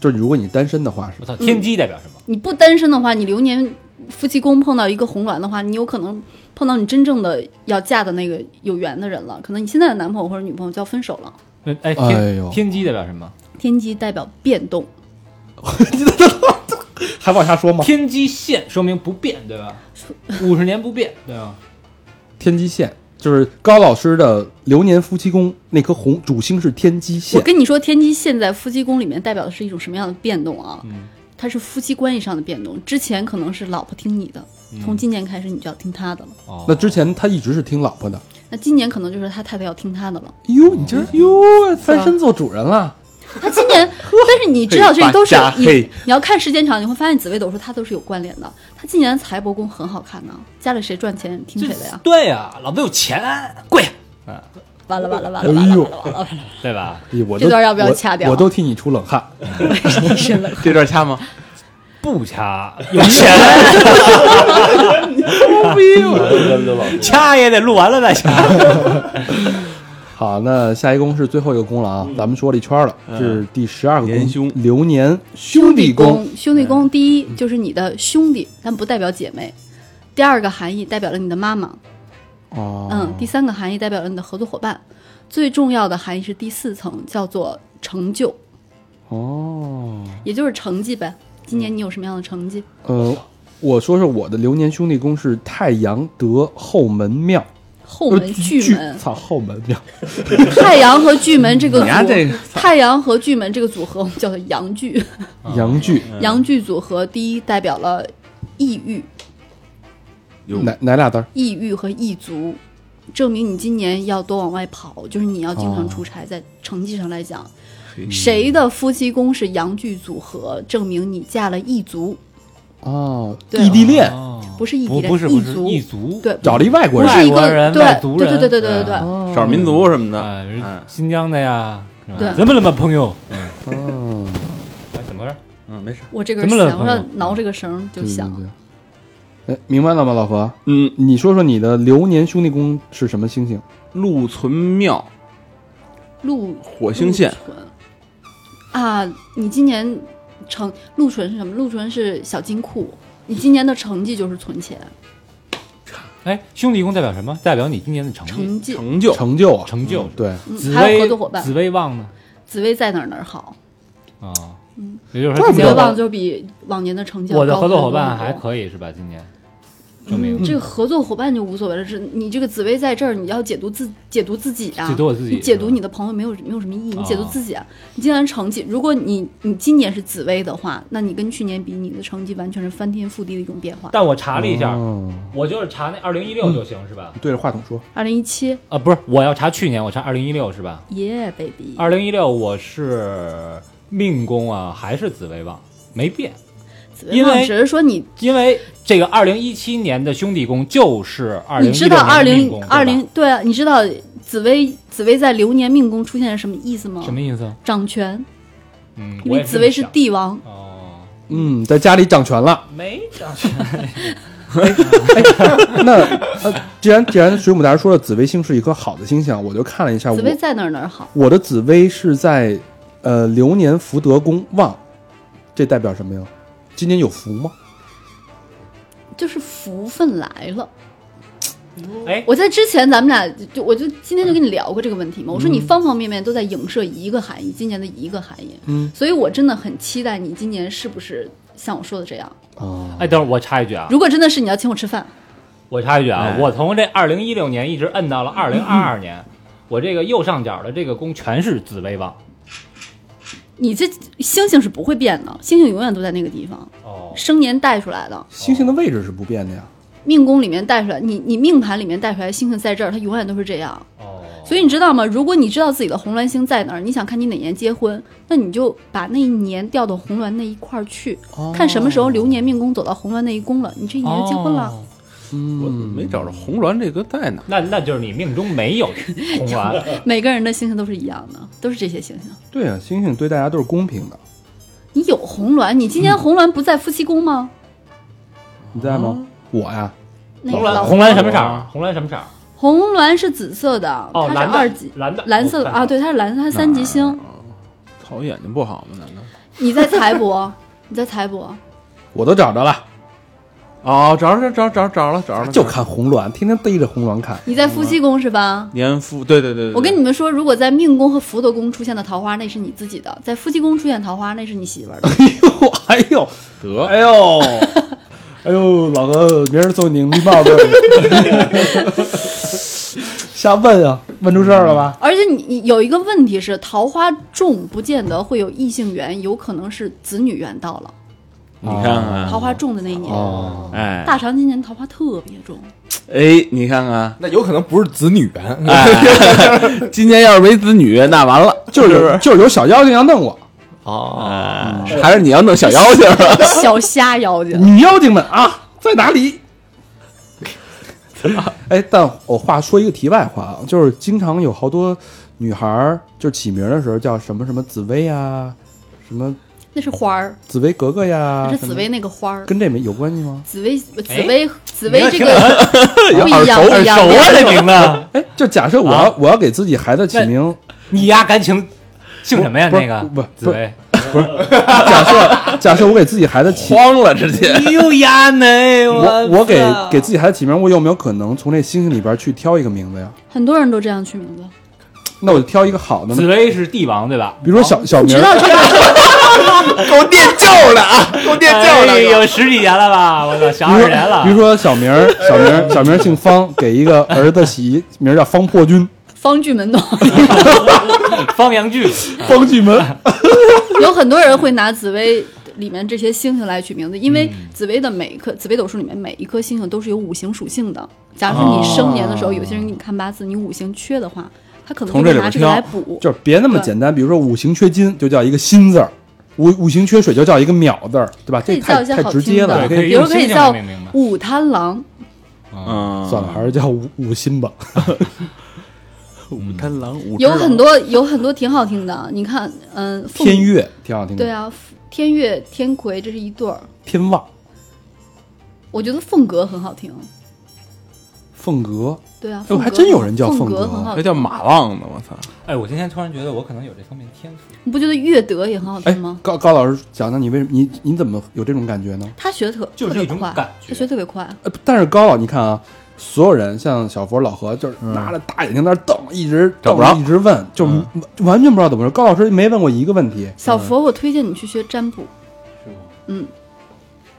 [SPEAKER 2] 就是如果你单身的话是
[SPEAKER 5] 我操，
[SPEAKER 6] 嗯
[SPEAKER 5] 天机代表什么？
[SPEAKER 6] 你不单身的话，你流年夫妻宫碰到一个红鸾的话，你有可能碰到你真正的要嫁的那个有缘的人了。可能你现在的男朋友或者女朋友就要分手了。
[SPEAKER 5] 那哎，
[SPEAKER 2] 哎
[SPEAKER 5] 天
[SPEAKER 2] 呦
[SPEAKER 5] 天机代表什么？
[SPEAKER 6] 天机代表变动，
[SPEAKER 2] 还往下说吗？
[SPEAKER 5] 天机线说明不变，对吧？五十年不变，对吧？
[SPEAKER 2] 天机线就是高老师的流年夫妻宫那颗红主星是天机
[SPEAKER 6] 我
[SPEAKER 2] 线，
[SPEAKER 6] 跟你说，天机现在夫妻宫里面代表的是一种什么样的变动啊？它是夫妻关系上的变动。之前可能是老婆听你的，从今年开始你就要听他的了。
[SPEAKER 5] 哦
[SPEAKER 2] 那之前他一直是听老婆的。
[SPEAKER 6] 那今年可能就是他太太要听他的了。
[SPEAKER 2] 哟，你今儿哟翻身做主人了，
[SPEAKER 6] 他今年，但是你知道这都是
[SPEAKER 3] 嘿八家
[SPEAKER 6] 你
[SPEAKER 3] 嘿
[SPEAKER 6] 你要看时间长，你会发现紫微斗数它都是有关联的。他今年的财帛宫很好看呢，家里谁赚钱听
[SPEAKER 5] 这
[SPEAKER 6] 谁的呀？
[SPEAKER 5] 对呀，老子有钱，跪，
[SPEAKER 6] 完了完了完
[SPEAKER 2] 哎
[SPEAKER 6] 了
[SPEAKER 2] 呦
[SPEAKER 6] 完了完了完了！
[SPEAKER 5] 对吧？
[SPEAKER 2] 哎我都
[SPEAKER 6] 这段要不要
[SPEAKER 2] 我
[SPEAKER 6] 掐掉
[SPEAKER 2] 我都替你出冷 汗。
[SPEAKER 3] 这段掐吗？
[SPEAKER 5] 不掐，
[SPEAKER 3] 有 钱，
[SPEAKER 8] 真的老
[SPEAKER 5] 掐也得录完了再掐。
[SPEAKER 2] 好，那下一宫是最后一个宫了啊，咱们说了一圈了，
[SPEAKER 3] 嗯
[SPEAKER 2] 是第十二个宫，
[SPEAKER 3] 年凶
[SPEAKER 2] 流年
[SPEAKER 6] 兄
[SPEAKER 2] 弟宫
[SPEAKER 6] 宫，，兄弟宫第一就是你的兄弟，但不代表姐妹。第二个含义代表了你的妈妈，
[SPEAKER 2] 哦，
[SPEAKER 6] 嗯，第三个含义代表了你的合作伙伴，最重要的含义是第四层，叫做成就，
[SPEAKER 2] 哦，
[SPEAKER 6] 也就是成绩呗。今年你有什么样的成绩？
[SPEAKER 2] 呃，我说说我的流年兄弟宫是太阳德后门庙，
[SPEAKER 6] 后门巨门，
[SPEAKER 2] 操后门庙，
[SPEAKER 6] 太阳和巨门这个
[SPEAKER 3] 你丫
[SPEAKER 6] 组，
[SPEAKER 3] 这个
[SPEAKER 6] 太阳和巨门这个组合，我们叫做阳巨。
[SPEAKER 2] 阳具，
[SPEAKER 6] 阳巨组合第一代表了抑郁，
[SPEAKER 3] 有
[SPEAKER 2] 哪哪俩字儿？
[SPEAKER 6] 抑郁和异族，证明你今年要多往外跑，就是你要经常出差。在成绩上来讲，谁的夫妻宫是阳具组合，证明你嫁了异族，
[SPEAKER 2] 哦，
[SPEAKER 6] 对
[SPEAKER 2] 异地恋，
[SPEAKER 6] 不是异地
[SPEAKER 5] 哦不
[SPEAKER 6] 恋，
[SPEAKER 5] 不是不是
[SPEAKER 6] 族，
[SPEAKER 5] 异族，
[SPEAKER 6] 对，
[SPEAKER 2] 找了一外国
[SPEAKER 6] 不
[SPEAKER 2] 人，
[SPEAKER 6] 是一
[SPEAKER 5] 外国
[SPEAKER 6] 个
[SPEAKER 5] 人
[SPEAKER 6] 对
[SPEAKER 5] 外族
[SPEAKER 6] 对对
[SPEAKER 5] 人
[SPEAKER 6] 对对对对对，
[SPEAKER 2] 哦
[SPEAKER 3] 少数民族什么的，
[SPEAKER 5] 啊，
[SPEAKER 3] 嗯
[SPEAKER 5] 是新疆的呀，是吧
[SPEAKER 6] 对
[SPEAKER 5] 怎么了嘛，朋友？嗯
[SPEAKER 2] 哦，
[SPEAKER 5] 哎，怎么回事？
[SPEAKER 3] 嗯，没事，
[SPEAKER 6] 我这根
[SPEAKER 5] 怎么了
[SPEAKER 6] 弦
[SPEAKER 5] 朋友
[SPEAKER 6] 上挠这个绳就
[SPEAKER 2] 对对
[SPEAKER 6] 响，
[SPEAKER 2] 对。哎，明白了吗，老何？
[SPEAKER 3] 嗯，
[SPEAKER 2] 你说说你的流年兄弟宫是什么星星？
[SPEAKER 3] 陆存庙
[SPEAKER 6] 陆
[SPEAKER 3] 火星线，
[SPEAKER 6] 陆纯啊，你今年成陆纯是什么？陆纯是小金库，你今年的成绩就是存钱，
[SPEAKER 5] 哎，兄弟宫代表什么？代表你今年的成绩、
[SPEAKER 6] 成绩、
[SPEAKER 3] 成就，
[SPEAKER 2] 成就啊，
[SPEAKER 5] 成就。
[SPEAKER 2] 对，
[SPEAKER 6] 嗯
[SPEAKER 5] 紫
[SPEAKER 6] 还有合
[SPEAKER 5] 薇
[SPEAKER 6] 作伙伴，
[SPEAKER 5] 紫薇旺呢？
[SPEAKER 6] 紫薇在哪儿哪儿好。
[SPEAKER 5] 啊，
[SPEAKER 6] 嗯
[SPEAKER 5] 也就是
[SPEAKER 2] 怪
[SPEAKER 5] 说
[SPEAKER 2] 不
[SPEAKER 6] 绝
[SPEAKER 5] 今
[SPEAKER 2] 得
[SPEAKER 5] 年，
[SPEAKER 6] 望就比往年的成绩要
[SPEAKER 5] 我的
[SPEAKER 6] 高
[SPEAKER 5] 合作
[SPEAKER 6] 很
[SPEAKER 5] 伙
[SPEAKER 6] 多
[SPEAKER 5] 伴
[SPEAKER 6] 很多
[SPEAKER 5] 还可以是吧？今年
[SPEAKER 6] 嗯，
[SPEAKER 5] 证明
[SPEAKER 6] 这个合作伙伴就无所谓了，是你这个紫薇在这儿，你要解读自解读自己啊，
[SPEAKER 5] 解读我自己
[SPEAKER 6] 你解读
[SPEAKER 5] 是吧
[SPEAKER 6] 你的朋友没有没有什么意义，你解读
[SPEAKER 5] 啊
[SPEAKER 6] 自己啊。你今年成绩，如果你你今年是紫薇的话，那你跟去年比，你的成绩完全是翻天覆地的一种变化。
[SPEAKER 5] 但我查了一下，
[SPEAKER 2] 哦
[SPEAKER 5] 我就是查那二零一六就行是吧？
[SPEAKER 2] 对着话筒说，
[SPEAKER 6] 二零一七，
[SPEAKER 5] 嗯啊，不是，我要查去年，我查二零一六是吧？
[SPEAKER 6] 耶，baby，
[SPEAKER 5] 二零一六我是命宫啊，还是紫薇旺，没变，
[SPEAKER 6] 紫薇
[SPEAKER 5] 因
[SPEAKER 6] 旺
[SPEAKER 5] 为
[SPEAKER 6] 只是说你
[SPEAKER 5] 因为这个二零一七年的兄弟宫就是二零
[SPEAKER 6] 你知道二
[SPEAKER 5] 年的
[SPEAKER 6] 零
[SPEAKER 5] 命宫
[SPEAKER 6] 二
[SPEAKER 5] 对
[SPEAKER 6] 零
[SPEAKER 5] 吧
[SPEAKER 6] 对啊，你知道紫薇紫薇在流年命宫出现是什么意思吗？
[SPEAKER 5] 什么意思？
[SPEAKER 6] 掌权，
[SPEAKER 5] 嗯，
[SPEAKER 6] 因
[SPEAKER 5] 我
[SPEAKER 6] 为
[SPEAKER 5] 也
[SPEAKER 6] 紫薇
[SPEAKER 5] 这
[SPEAKER 6] 是
[SPEAKER 5] 么想
[SPEAKER 6] 帝王，
[SPEAKER 5] 哦，
[SPEAKER 2] 嗯，在家里掌权了。
[SPEAKER 5] 没长
[SPEAKER 2] 那呃，既然既然水母大人说了紫微星是一颗好的星象，我就看了一下我
[SPEAKER 6] 紫薇在哪儿哪儿好。
[SPEAKER 2] 我的紫微是在呃流年福德宫旺，这代表什么呀？今年有福吗？
[SPEAKER 6] 就是福分来了。
[SPEAKER 5] 哎
[SPEAKER 6] 我在之前咱们俩就我就今天就跟你聊过这个问题嘛，我说你方方面面都在影射一个含义，今年的一个含义，
[SPEAKER 2] 嗯
[SPEAKER 6] 所以我真的很期待你今年是不是像我说的这样。哦
[SPEAKER 2] 啊，
[SPEAKER 5] 哎，等会儿我插一句啊，
[SPEAKER 6] 如果真的是，你要请我吃饭，
[SPEAKER 5] 我插一句啊
[SPEAKER 3] 哎，
[SPEAKER 5] 我从这二零一六年一直摁到了二零二二年，我这个右上角的这个宫全是紫薇旺。
[SPEAKER 6] 你这星星是不会变的，星星永远都在那个地方，
[SPEAKER 5] 哦，
[SPEAKER 6] 生年带出来的，
[SPEAKER 2] 星星的位置是不变的呀。
[SPEAKER 6] 命宫里面带出来，你你命盘里面带出来星星在这儿，它永远都是这样。
[SPEAKER 5] 哦，
[SPEAKER 6] 所以你知道吗？如果你知道自己的红鸾星在哪儿，你想看你哪年结婚，那你就把那一年调到红鸾那一块儿去，
[SPEAKER 5] 哦
[SPEAKER 6] 看什么时候流年命宫走到红鸾那一宫了，你这一年就结婚了。
[SPEAKER 5] 哦
[SPEAKER 6] 嗯
[SPEAKER 3] 我没找着红鸾这个在哪，
[SPEAKER 5] 那那就是你命中没有红鸾，
[SPEAKER 6] 每个人的星星都是一样的，都是这些星星。
[SPEAKER 2] 对啊，星星对大家都是公平的。
[SPEAKER 6] 你有红鸾，你今年红鸾不在夫妻宫吗？
[SPEAKER 2] 你在吗？
[SPEAKER 6] 啊
[SPEAKER 2] 我呀，
[SPEAKER 6] 那
[SPEAKER 5] 红
[SPEAKER 6] 个
[SPEAKER 5] 鸾
[SPEAKER 6] 老
[SPEAKER 5] 红鸾什么色儿？红鸾什么色儿？
[SPEAKER 6] 红鸾是紫色的，
[SPEAKER 5] 哦，
[SPEAKER 6] 它
[SPEAKER 5] 蓝
[SPEAKER 6] 是
[SPEAKER 5] 的
[SPEAKER 6] 二级，
[SPEAKER 5] 蓝的，哦
[SPEAKER 6] 蓝色的
[SPEAKER 5] 我看
[SPEAKER 6] 啊，对，它是蓝色，它是三级星。
[SPEAKER 3] 好眼睛不好吗？难道？
[SPEAKER 6] 你在财帛，你在财帛，
[SPEAKER 2] 我都找着了，
[SPEAKER 3] 哦，找着找着找着找着了，找着了，
[SPEAKER 2] 就看红鸾，天天逮着红鸾看。
[SPEAKER 6] 你在夫妻宫是吧？
[SPEAKER 3] 年夫，对对对对，
[SPEAKER 6] 我跟你们说，如果在命宫和福德宫出现的桃花，那是你自己的；在夫妻宫出现桃花，那是你媳妇儿的。
[SPEAKER 2] 哎呦，
[SPEAKER 3] 得
[SPEAKER 2] 哎呦，哎呦，老何，明儿送你顶绿帽子。 瞎问啊，问出事儿了吧？
[SPEAKER 6] 而且你你有一个问题是，桃花重不见得会有异性缘，有可能是子女缘到了。
[SPEAKER 3] 你看看，
[SPEAKER 6] 桃花重的那一年，
[SPEAKER 3] 哎
[SPEAKER 6] 大肠今年桃花特别重，
[SPEAKER 3] 哎，你看 看，哎
[SPEAKER 4] 那有可能不是子女缘，
[SPEAKER 3] 今年要是没子女，那完了，
[SPEAKER 2] 就是有就是有小妖精要弄我，
[SPEAKER 4] 哦，
[SPEAKER 3] 哎，还是你要弄小妖精，
[SPEAKER 6] 小瞎妖精。
[SPEAKER 2] 女妖精们啊，在哪里？ 哎，但我话说一个题外话啊，就是经常有好多女孩儿，就是起名的时候叫什么什么紫薇啊，什么
[SPEAKER 6] 那是花儿，
[SPEAKER 2] 紫薇格格呀
[SPEAKER 6] 那，是紫薇那个花儿。
[SPEAKER 2] 跟这没有关系吗？
[SPEAKER 6] 紫薇，紫
[SPEAKER 5] 哎
[SPEAKER 6] 薇，紫薇这个不一样，不
[SPEAKER 8] 耳
[SPEAKER 6] 一样
[SPEAKER 8] 熟。啊，这名字，
[SPEAKER 2] 哎，就假设我要、我要给自己孩子起名，
[SPEAKER 5] 你呀，感情姓什么呀？
[SPEAKER 2] 不是
[SPEAKER 5] 那个
[SPEAKER 2] 不不
[SPEAKER 5] 紫薇，
[SPEAKER 2] 假设假设我给自己孩 子起，
[SPEAKER 3] 慌了直接。
[SPEAKER 5] 哟呀哎没
[SPEAKER 2] 我我给
[SPEAKER 6] 啊
[SPEAKER 2] 给自己孩子起名，我有没有可能从这星星里边去挑一个名字呀？
[SPEAKER 6] 很多人都这样取名字，
[SPEAKER 2] 那我就挑一个好的呢
[SPEAKER 5] 紫，薇是帝王对吧？
[SPEAKER 2] 比如说小小
[SPEAKER 6] 你
[SPEAKER 2] 名
[SPEAKER 6] 知
[SPEAKER 2] 儿，
[SPEAKER 6] 道这个
[SPEAKER 5] 电叫了有哎十几年了吧？我 操，想
[SPEAKER 2] 比
[SPEAKER 5] 二
[SPEAKER 2] 如说
[SPEAKER 5] 十年了
[SPEAKER 2] 比。如说小名儿，小名儿，小名儿姓方，给一个儿子起名儿叫方破军，
[SPEAKER 6] 方聚门洞，
[SPEAKER 5] 方洋剧，
[SPEAKER 2] 方巨门。
[SPEAKER 6] 有很多人会拿紫薇里面这些星星来取名字，因为
[SPEAKER 2] 嗯
[SPEAKER 6] 紫薇的每一颗紫薇斗数里面每一颗星星都是有五行属性的。假如说你生年的
[SPEAKER 2] 哦
[SPEAKER 6] 时候，有些人给你看八字，你五行缺的话，他可能
[SPEAKER 3] 从
[SPEAKER 6] 就会
[SPEAKER 3] 这里边
[SPEAKER 6] 拿这个来
[SPEAKER 3] 挑
[SPEAKER 6] 补。
[SPEAKER 2] 就是别那么
[SPEAKER 6] 对
[SPEAKER 2] 简单，比如说五行缺金就叫一个金字儿，五五行缺水就叫一个秒字儿，对吧？
[SPEAKER 6] 可
[SPEAKER 2] 这
[SPEAKER 6] 以叫
[SPEAKER 2] 太
[SPEAKER 6] 一些
[SPEAKER 2] 太
[SPEAKER 6] 好
[SPEAKER 2] 直接
[SPEAKER 6] 听
[SPEAKER 2] 了，
[SPEAKER 6] 的，
[SPEAKER 5] 对可
[SPEAKER 2] 可
[SPEAKER 5] 以
[SPEAKER 2] 以
[SPEAKER 6] 比如
[SPEAKER 5] 用
[SPEAKER 6] 可以
[SPEAKER 5] 星星
[SPEAKER 6] 叫
[SPEAKER 5] 来命名嘛
[SPEAKER 6] 五贪狼，
[SPEAKER 3] 嗯，
[SPEAKER 2] 算了，还是叫五五心吧。
[SPEAKER 3] 五贪狼五只
[SPEAKER 6] 有
[SPEAKER 3] 狼
[SPEAKER 6] 很多有很多挺好听的。你看，嗯，父母
[SPEAKER 2] 天月挺好听的，
[SPEAKER 6] 对啊，父天月天魁这是一对儿，
[SPEAKER 2] 天旺
[SPEAKER 6] 我觉得凤阁很好听。
[SPEAKER 2] 凤阁，
[SPEAKER 6] 对啊，
[SPEAKER 2] 哎我还
[SPEAKER 6] 凤阁
[SPEAKER 2] 真有人叫
[SPEAKER 6] 凤
[SPEAKER 2] 凤阁
[SPEAKER 6] 很好
[SPEAKER 3] 那
[SPEAKER 6] 听。
[SPEAKER 3] 叫马浪呢，我操！
[SPEAKER 5] 哎，我今天突然觉得我可能有这方面的天赋。
[SPEAKER 6] 你不觉得乐德也很好
[SPEAKER 2] 哎
[SPEAKER 6] 听吗，？
[SPEAKER 2] 高高老师讲讲你为什么你你怎么有这种感觉呢？
[SPEAKER 6] 他学得特
[SPEAKER 5] 就是
[SPEAKER 6] 特别
[SPEAKER 5] 一种
[SPEAKER 6] 快
[SPEAKER 5] 感觉
[SPEAKER 6] 他学得特别快。
[SPEAKER 2] 呃，但是高老你看啊，所有人像小佛、老何，就是拿着大眼睛在那儿瞪，一直
[SPEAKER 3] 嗯找
[SPEAKER 2] 瞪
[SPEAKER 3] 不着，嗯
[SPEAKER 2] 一直问，就完全不知道怎么说。高老师没问过一个问题，嗯
[SPEAKER 6] 小佛，
[SPEAKER 5] 嗯
[SPEAKER 6] 我推荐你去学占卜，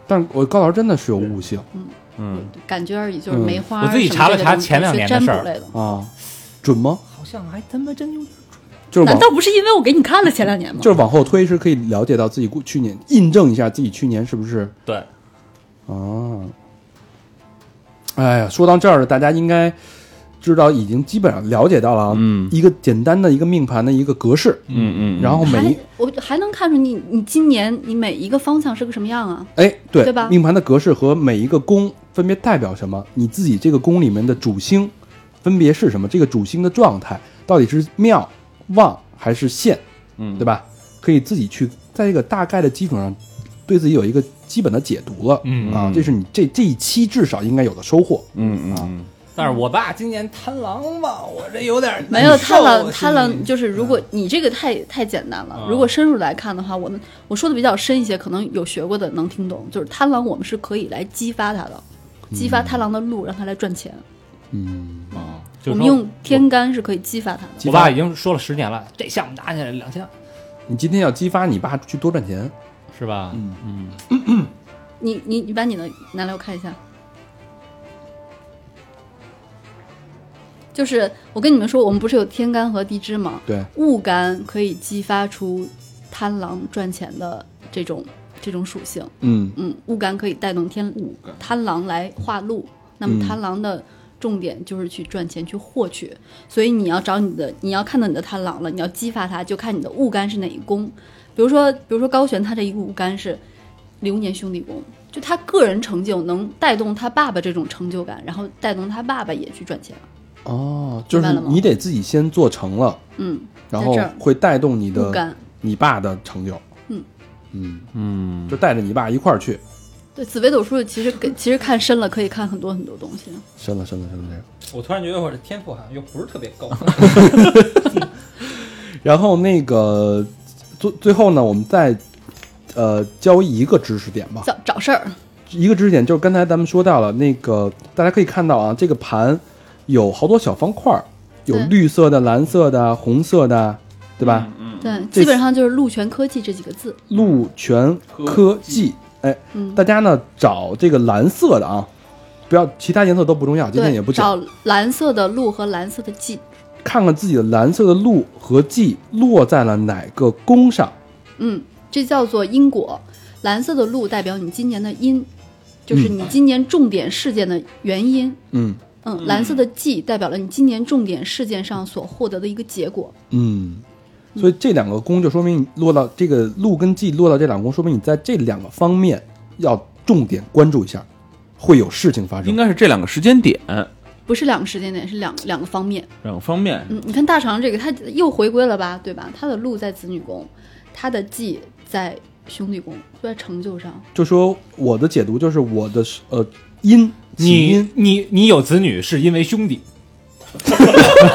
[SPEAKER 2] 但是我高老师真的是有悟性
[SPEAKER 3] 嗯，
[SPEAKER 6] 感觉而已，就是
[SPEAKER 2] 嗯
[SPEAKER 6] 梅花。
[SPEAKER 5] 我自己查了查前两年的
[SPEAKER 6] 的
[SPEAKER 5] 事儿
[SPEAKER 6] 类的。
[SPEAKER 2] 啊，准吗？
[SPEAKER 5] 好像还他妈真有
[SPEAKER 2] 就是
[SPEAKER 6] 难
[SPEAKER 2] 往
[SPEAKER 6] 道不是因为我给你看了前两年吗？
[SPEAKER 2] 就是往后推是可以了解到自己过去年，印证一下自己去年是不是
[SPEAKER 5] 对，
[SPEAKER 2] 啊？哎呀，说到这儿了，大家应该知道，已经基本上了解到了啊，
[SPEAKER 3] 嗯
[SPEAKER 2] 一个简单的一个命盘的一个格式，
[SPEAKER 3] 嗯嗯，
[SPEAKER 2] 然后每
[SPEAKER 6] 还
[SPEAKER 2] 一
[SPEAKER 6] 我还能看出你你今年你每一个方向是个什么样啊？
[SPEAKER 2] 哎对
[SPEAKER 6] 对吧
[SPEAKER 2] 命盘的格式和每一个宫分别代表什么，你自己这个宫里面的主星分别是什么，这个主星的状态到底是庙旺还是陷，
[SPEAKER 3] 嗯
[SPEAKER 2] 对吧？可以自己去在这个大概的基础上，对自己有一个基本的解读了。
[SPEAKER 5] 嗯
[SPEAKER 2] 啊，这是你这这一期至少应该有的收获。
[SPEAKER 3] 嗯嗯嗯，
[SPEAKER 5] 但是我爸今年贪狼吧，我这有点
[SPEAKER 6] 没有贪
[SPEAKER 5] 难受
[SPEAKER 6] 狼，
[SPEAKER 5] 啊
[SPEAKER 6] 贪
[SPEAKER 5] 心
[SPEAKER 6] 狼
[SPEAKER 5] 里
[SPEAKER 6] 就是如果你这个太太简单了
[SPEAKER 5] 啊，
[SPEAKER 6] 如果深入来看的话，我们我说的比较深一些，可能有学过的能听懂。就是贪狼，我们是可以来激发他的，激
[SPEAKER 5] 嗯
[SPEAKER 6] 发贪狼的路，让他来赚钱。
[SPEAKER 2] 嗯，
[SPEAKER 5] 啊，就
[SPEAKER 6] 我
[SPEAKER 5] 是
[SPEAKER 6] 们
[SPEAKER 5] 说
[SPEAKER 6] 用天干是可以激发他的。
[SPEAKER 5] 我爸已经说了十年了，这项目拿起来两千
[SPEAKER 2] 你今天要激发你爸去多赚钱，
[SPEAKER 5] 是吧？嗯，
[SPEAKER 6] 你你你把你的拿来我看一下。就是我跟你们说，我们不是有天干和地支吗？
[SPEAKER 2] 对，
[SPEAKER 6] 物干可以激发出贪狼赚钱的这种这种属性。
[SPEAKER 2] 嗯，
[SPEAKER 6] 嗯，物干可以带动天贪狼来化禄，那
[SPEAKER 2] 嗯
[SPEAKER 6] 么贪狼的重点就是去赚钱、去获取，所以你要找你的，你要看到你的贪狼了，你要激发它，就看你的物干是哪一宫。比如说，比如说高璇他这一个物干是流年兄弟宫，就他个人成就能带动他爸爸这种成就感，然后带动他爸爸也去赚钱。
[SPEAKER 2] 哦，就
[SPEAKER 6] 明
[SPEAKER 2] 是
[SPEAKER 6] 白了吗
[SPEAKER 2] 你得自己先做成了，
[SPEAKER 6] 嗯，
[SPEAKER 2] 然后
[SPEAKER 6] 在这儿
[SPEAKER 2] 会带动你
[SPEAKER 6] 物
[SPEAKER 2] 的
[SPEAKER 6] 干
[SPEAKER 2] 你爸的成就，
[SPEAKER 6] 嗯
[SPEAKER 2] 嗯，
[SPEAKER 3] 嗯
[SPEAKER 2] 就带着你爸一块儿去，
[SPEAKER 6] 对紫微斗数其实给其实看深了，可以看很多很多东西。
[SPEAKER 2] 深了深了深了这个。
[SPEAKER 5] 我突然觉得我的天赋好像又不是特别高。
[SPEAKER 2] 然后那个最最后呢，我们再呃教一个知识点吧，
[SPEAKER 6] 找找事儿，
[SPEAKER 2] 一个知识点就是刚才咱们说到了那个，大家可以看到啊，这个盘有好多小方块儿，有
[SPEAKER 6] 对
[SPEAKER 2] 绿色的、蓝色的、红色的，对吧？
[SPEAKER 6] 对，
[SPEAKER 2] 这
[SPEAKER 6] 基本上就是鹿泉科技这几个字。
[SPEAKER 2] 鹿泉科技，哎，
[SPEAKER 6] 嗯，
[SPEAKER 2] 大家呢找这个蓝色的啊，不要其他颜色都不重要，今
[SPEAKER 6] 对，
[SPEAKER 2] 天也不讲，
[SPEAKER 6] 找蓝色的鹿和蓝色的鲫，
[SPEAKER 2] 看看自己的蓝色的鹿和骥落在了哪个宫上，
[SPEAKER 6] 嗯，这叫做因果。蓝色的鹿代表你今年的因，就是你今年重点事件的原因。
[SPEAKER 2] 嗯
[SPEAKER 6] 嗯，蓝色的鲫代表了你今年重点事件上所获得的一个结果。
[SPEAKER 2] 嗯。所以这两个宫就说明你落到这个鹿跟骥落到这两个宫，说明你在这两个方面要重点关注一下，会有事情发生
[SPEAKER 3] 应。该是这两个时间点，
[SPEAKER 6] 不是两个时间点，是两两个方面。
[SPEAKER 3] 两个方面。
[SPEAKER 6] 嗯，你看大肠这个，他又回归了吧，对吧？他的鹿在子女宫，他的鲫在兄弟宫，就在成就上。
[SPEAKER 2] 就说我的解读就是我的呃因起
[SPEAKER 5] 你
[SPEAKER 2] 因
[SPEAKER 5] 你你有子女是因为兄弟，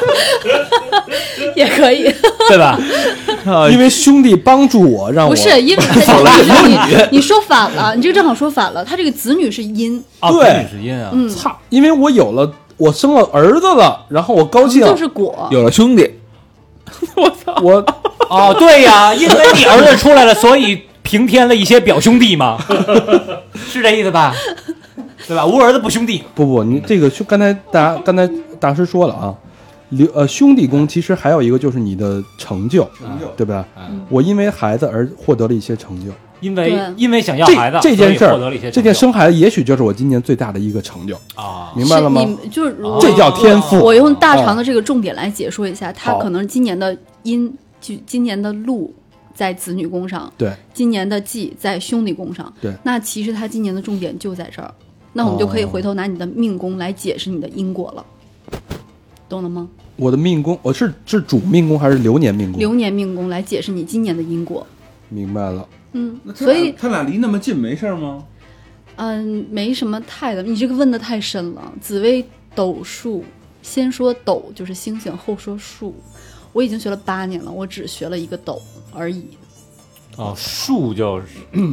[SPEAKER 6] 也可以，
[SPEAKER 5] 对吧？
[SPEAKER 2] 因为兄弟帮助我，让我
[SPEAKER 6] 不是 因为他你你说反了，你这个正好说反了。他这个子女是因，
[SPEAKER 5] 啊，
[SPEAKER 2] 对
[SPEAKER 5] 子女是因啊，
[SPEAKER 6] 嗯，
[SPEAKER 2] 操，因为我有了，我生了儿子了，然后我高兴，
[SPEAKER 5] 嗯
[SPEAKER 6] 就是果，
[SPEAKER 3] 有了兄弟，
[SPEAKER 2] 我
[SPEAKER 5] 哦，对呀、因为你儿子出来了，所以平添了一些表兄弟 嘛，是这意思吧？对吧？无儿子不兄弟，
[SPEAKER 2] 不不，你这个就刚才大家刚才大师说了啊，留呃兄弟宫其实还有一个就是你的成就，
[SPEAKER 5] 成就
[SPEAKER 2] 对吧？
[SPEAKER 5] 嗯
[SPEAKER 2] 我因为孩子而获得了一些成就，
[SPEAKER 5] 因为
[SPEAKER 6] 对
[SPEAKER 5] 因为想要
[SPEAKER 2] 这
[SPEAKER 5] 孩子，
[SPEAKER 2] 这件事
[SPEAKER 5] 所
[SPEAKER 2] 儿
[SPEAKER 5] 以获得了一些
[SPEAKER 2] 这
[SPEAKER 5] 成就
[SPEAKER 2] 件生孩子也许就是我今年最大的一个成就，
[SPEAKER 5] 啊，
[SPEAKER 2] 明白了吗
[SPEAKER 6] 是？你就是如
[SPEAKER 5] 哦
[SPEAKER 2] 这叫天赋。哦
[SPEAKER 6] 我用大肠的这个重点来解说一下，他
[SPEAKER 2] 好
[SPEAKER 6] 可能今年的因就今年的路在子女宫上，
[SPEAKER 2] 对，
[SPEAKER 6] 今年的忌在兄弟宫上，
[SPEAKER 2] 对
[SPEAKER 6] 那其实他今年的重点就在这儿，那我们就可以
[SPEAKER 2] 哦
[SPEAKER 6] 回头拿你的命宫来解释你的因果了，懂了吗？
[SPEAKER 2] 我的命宫，我是是主命宫还是流年命宫？
[SPEAKER 6] 流年命宫来解释你今年的因果，
[SPEAKER 2] 明白了，
[SPEAKER 6] 嗯
[SPEAKER 7] 那，他
[SPEAKER 6] 所
[SPEAKER 7] 俩
[SPEAKER 6] 以
[SPEAKER 7] 他俩离那么近没事儿吗？
[SPEAKER 6] 嗯，没什么太的，你这个问的太深了。紫微斗数，先说斗就是星星，后说数。我已经学了八年了，我只学了一个斗而已，
[SPEAKER 5] 哦，术就是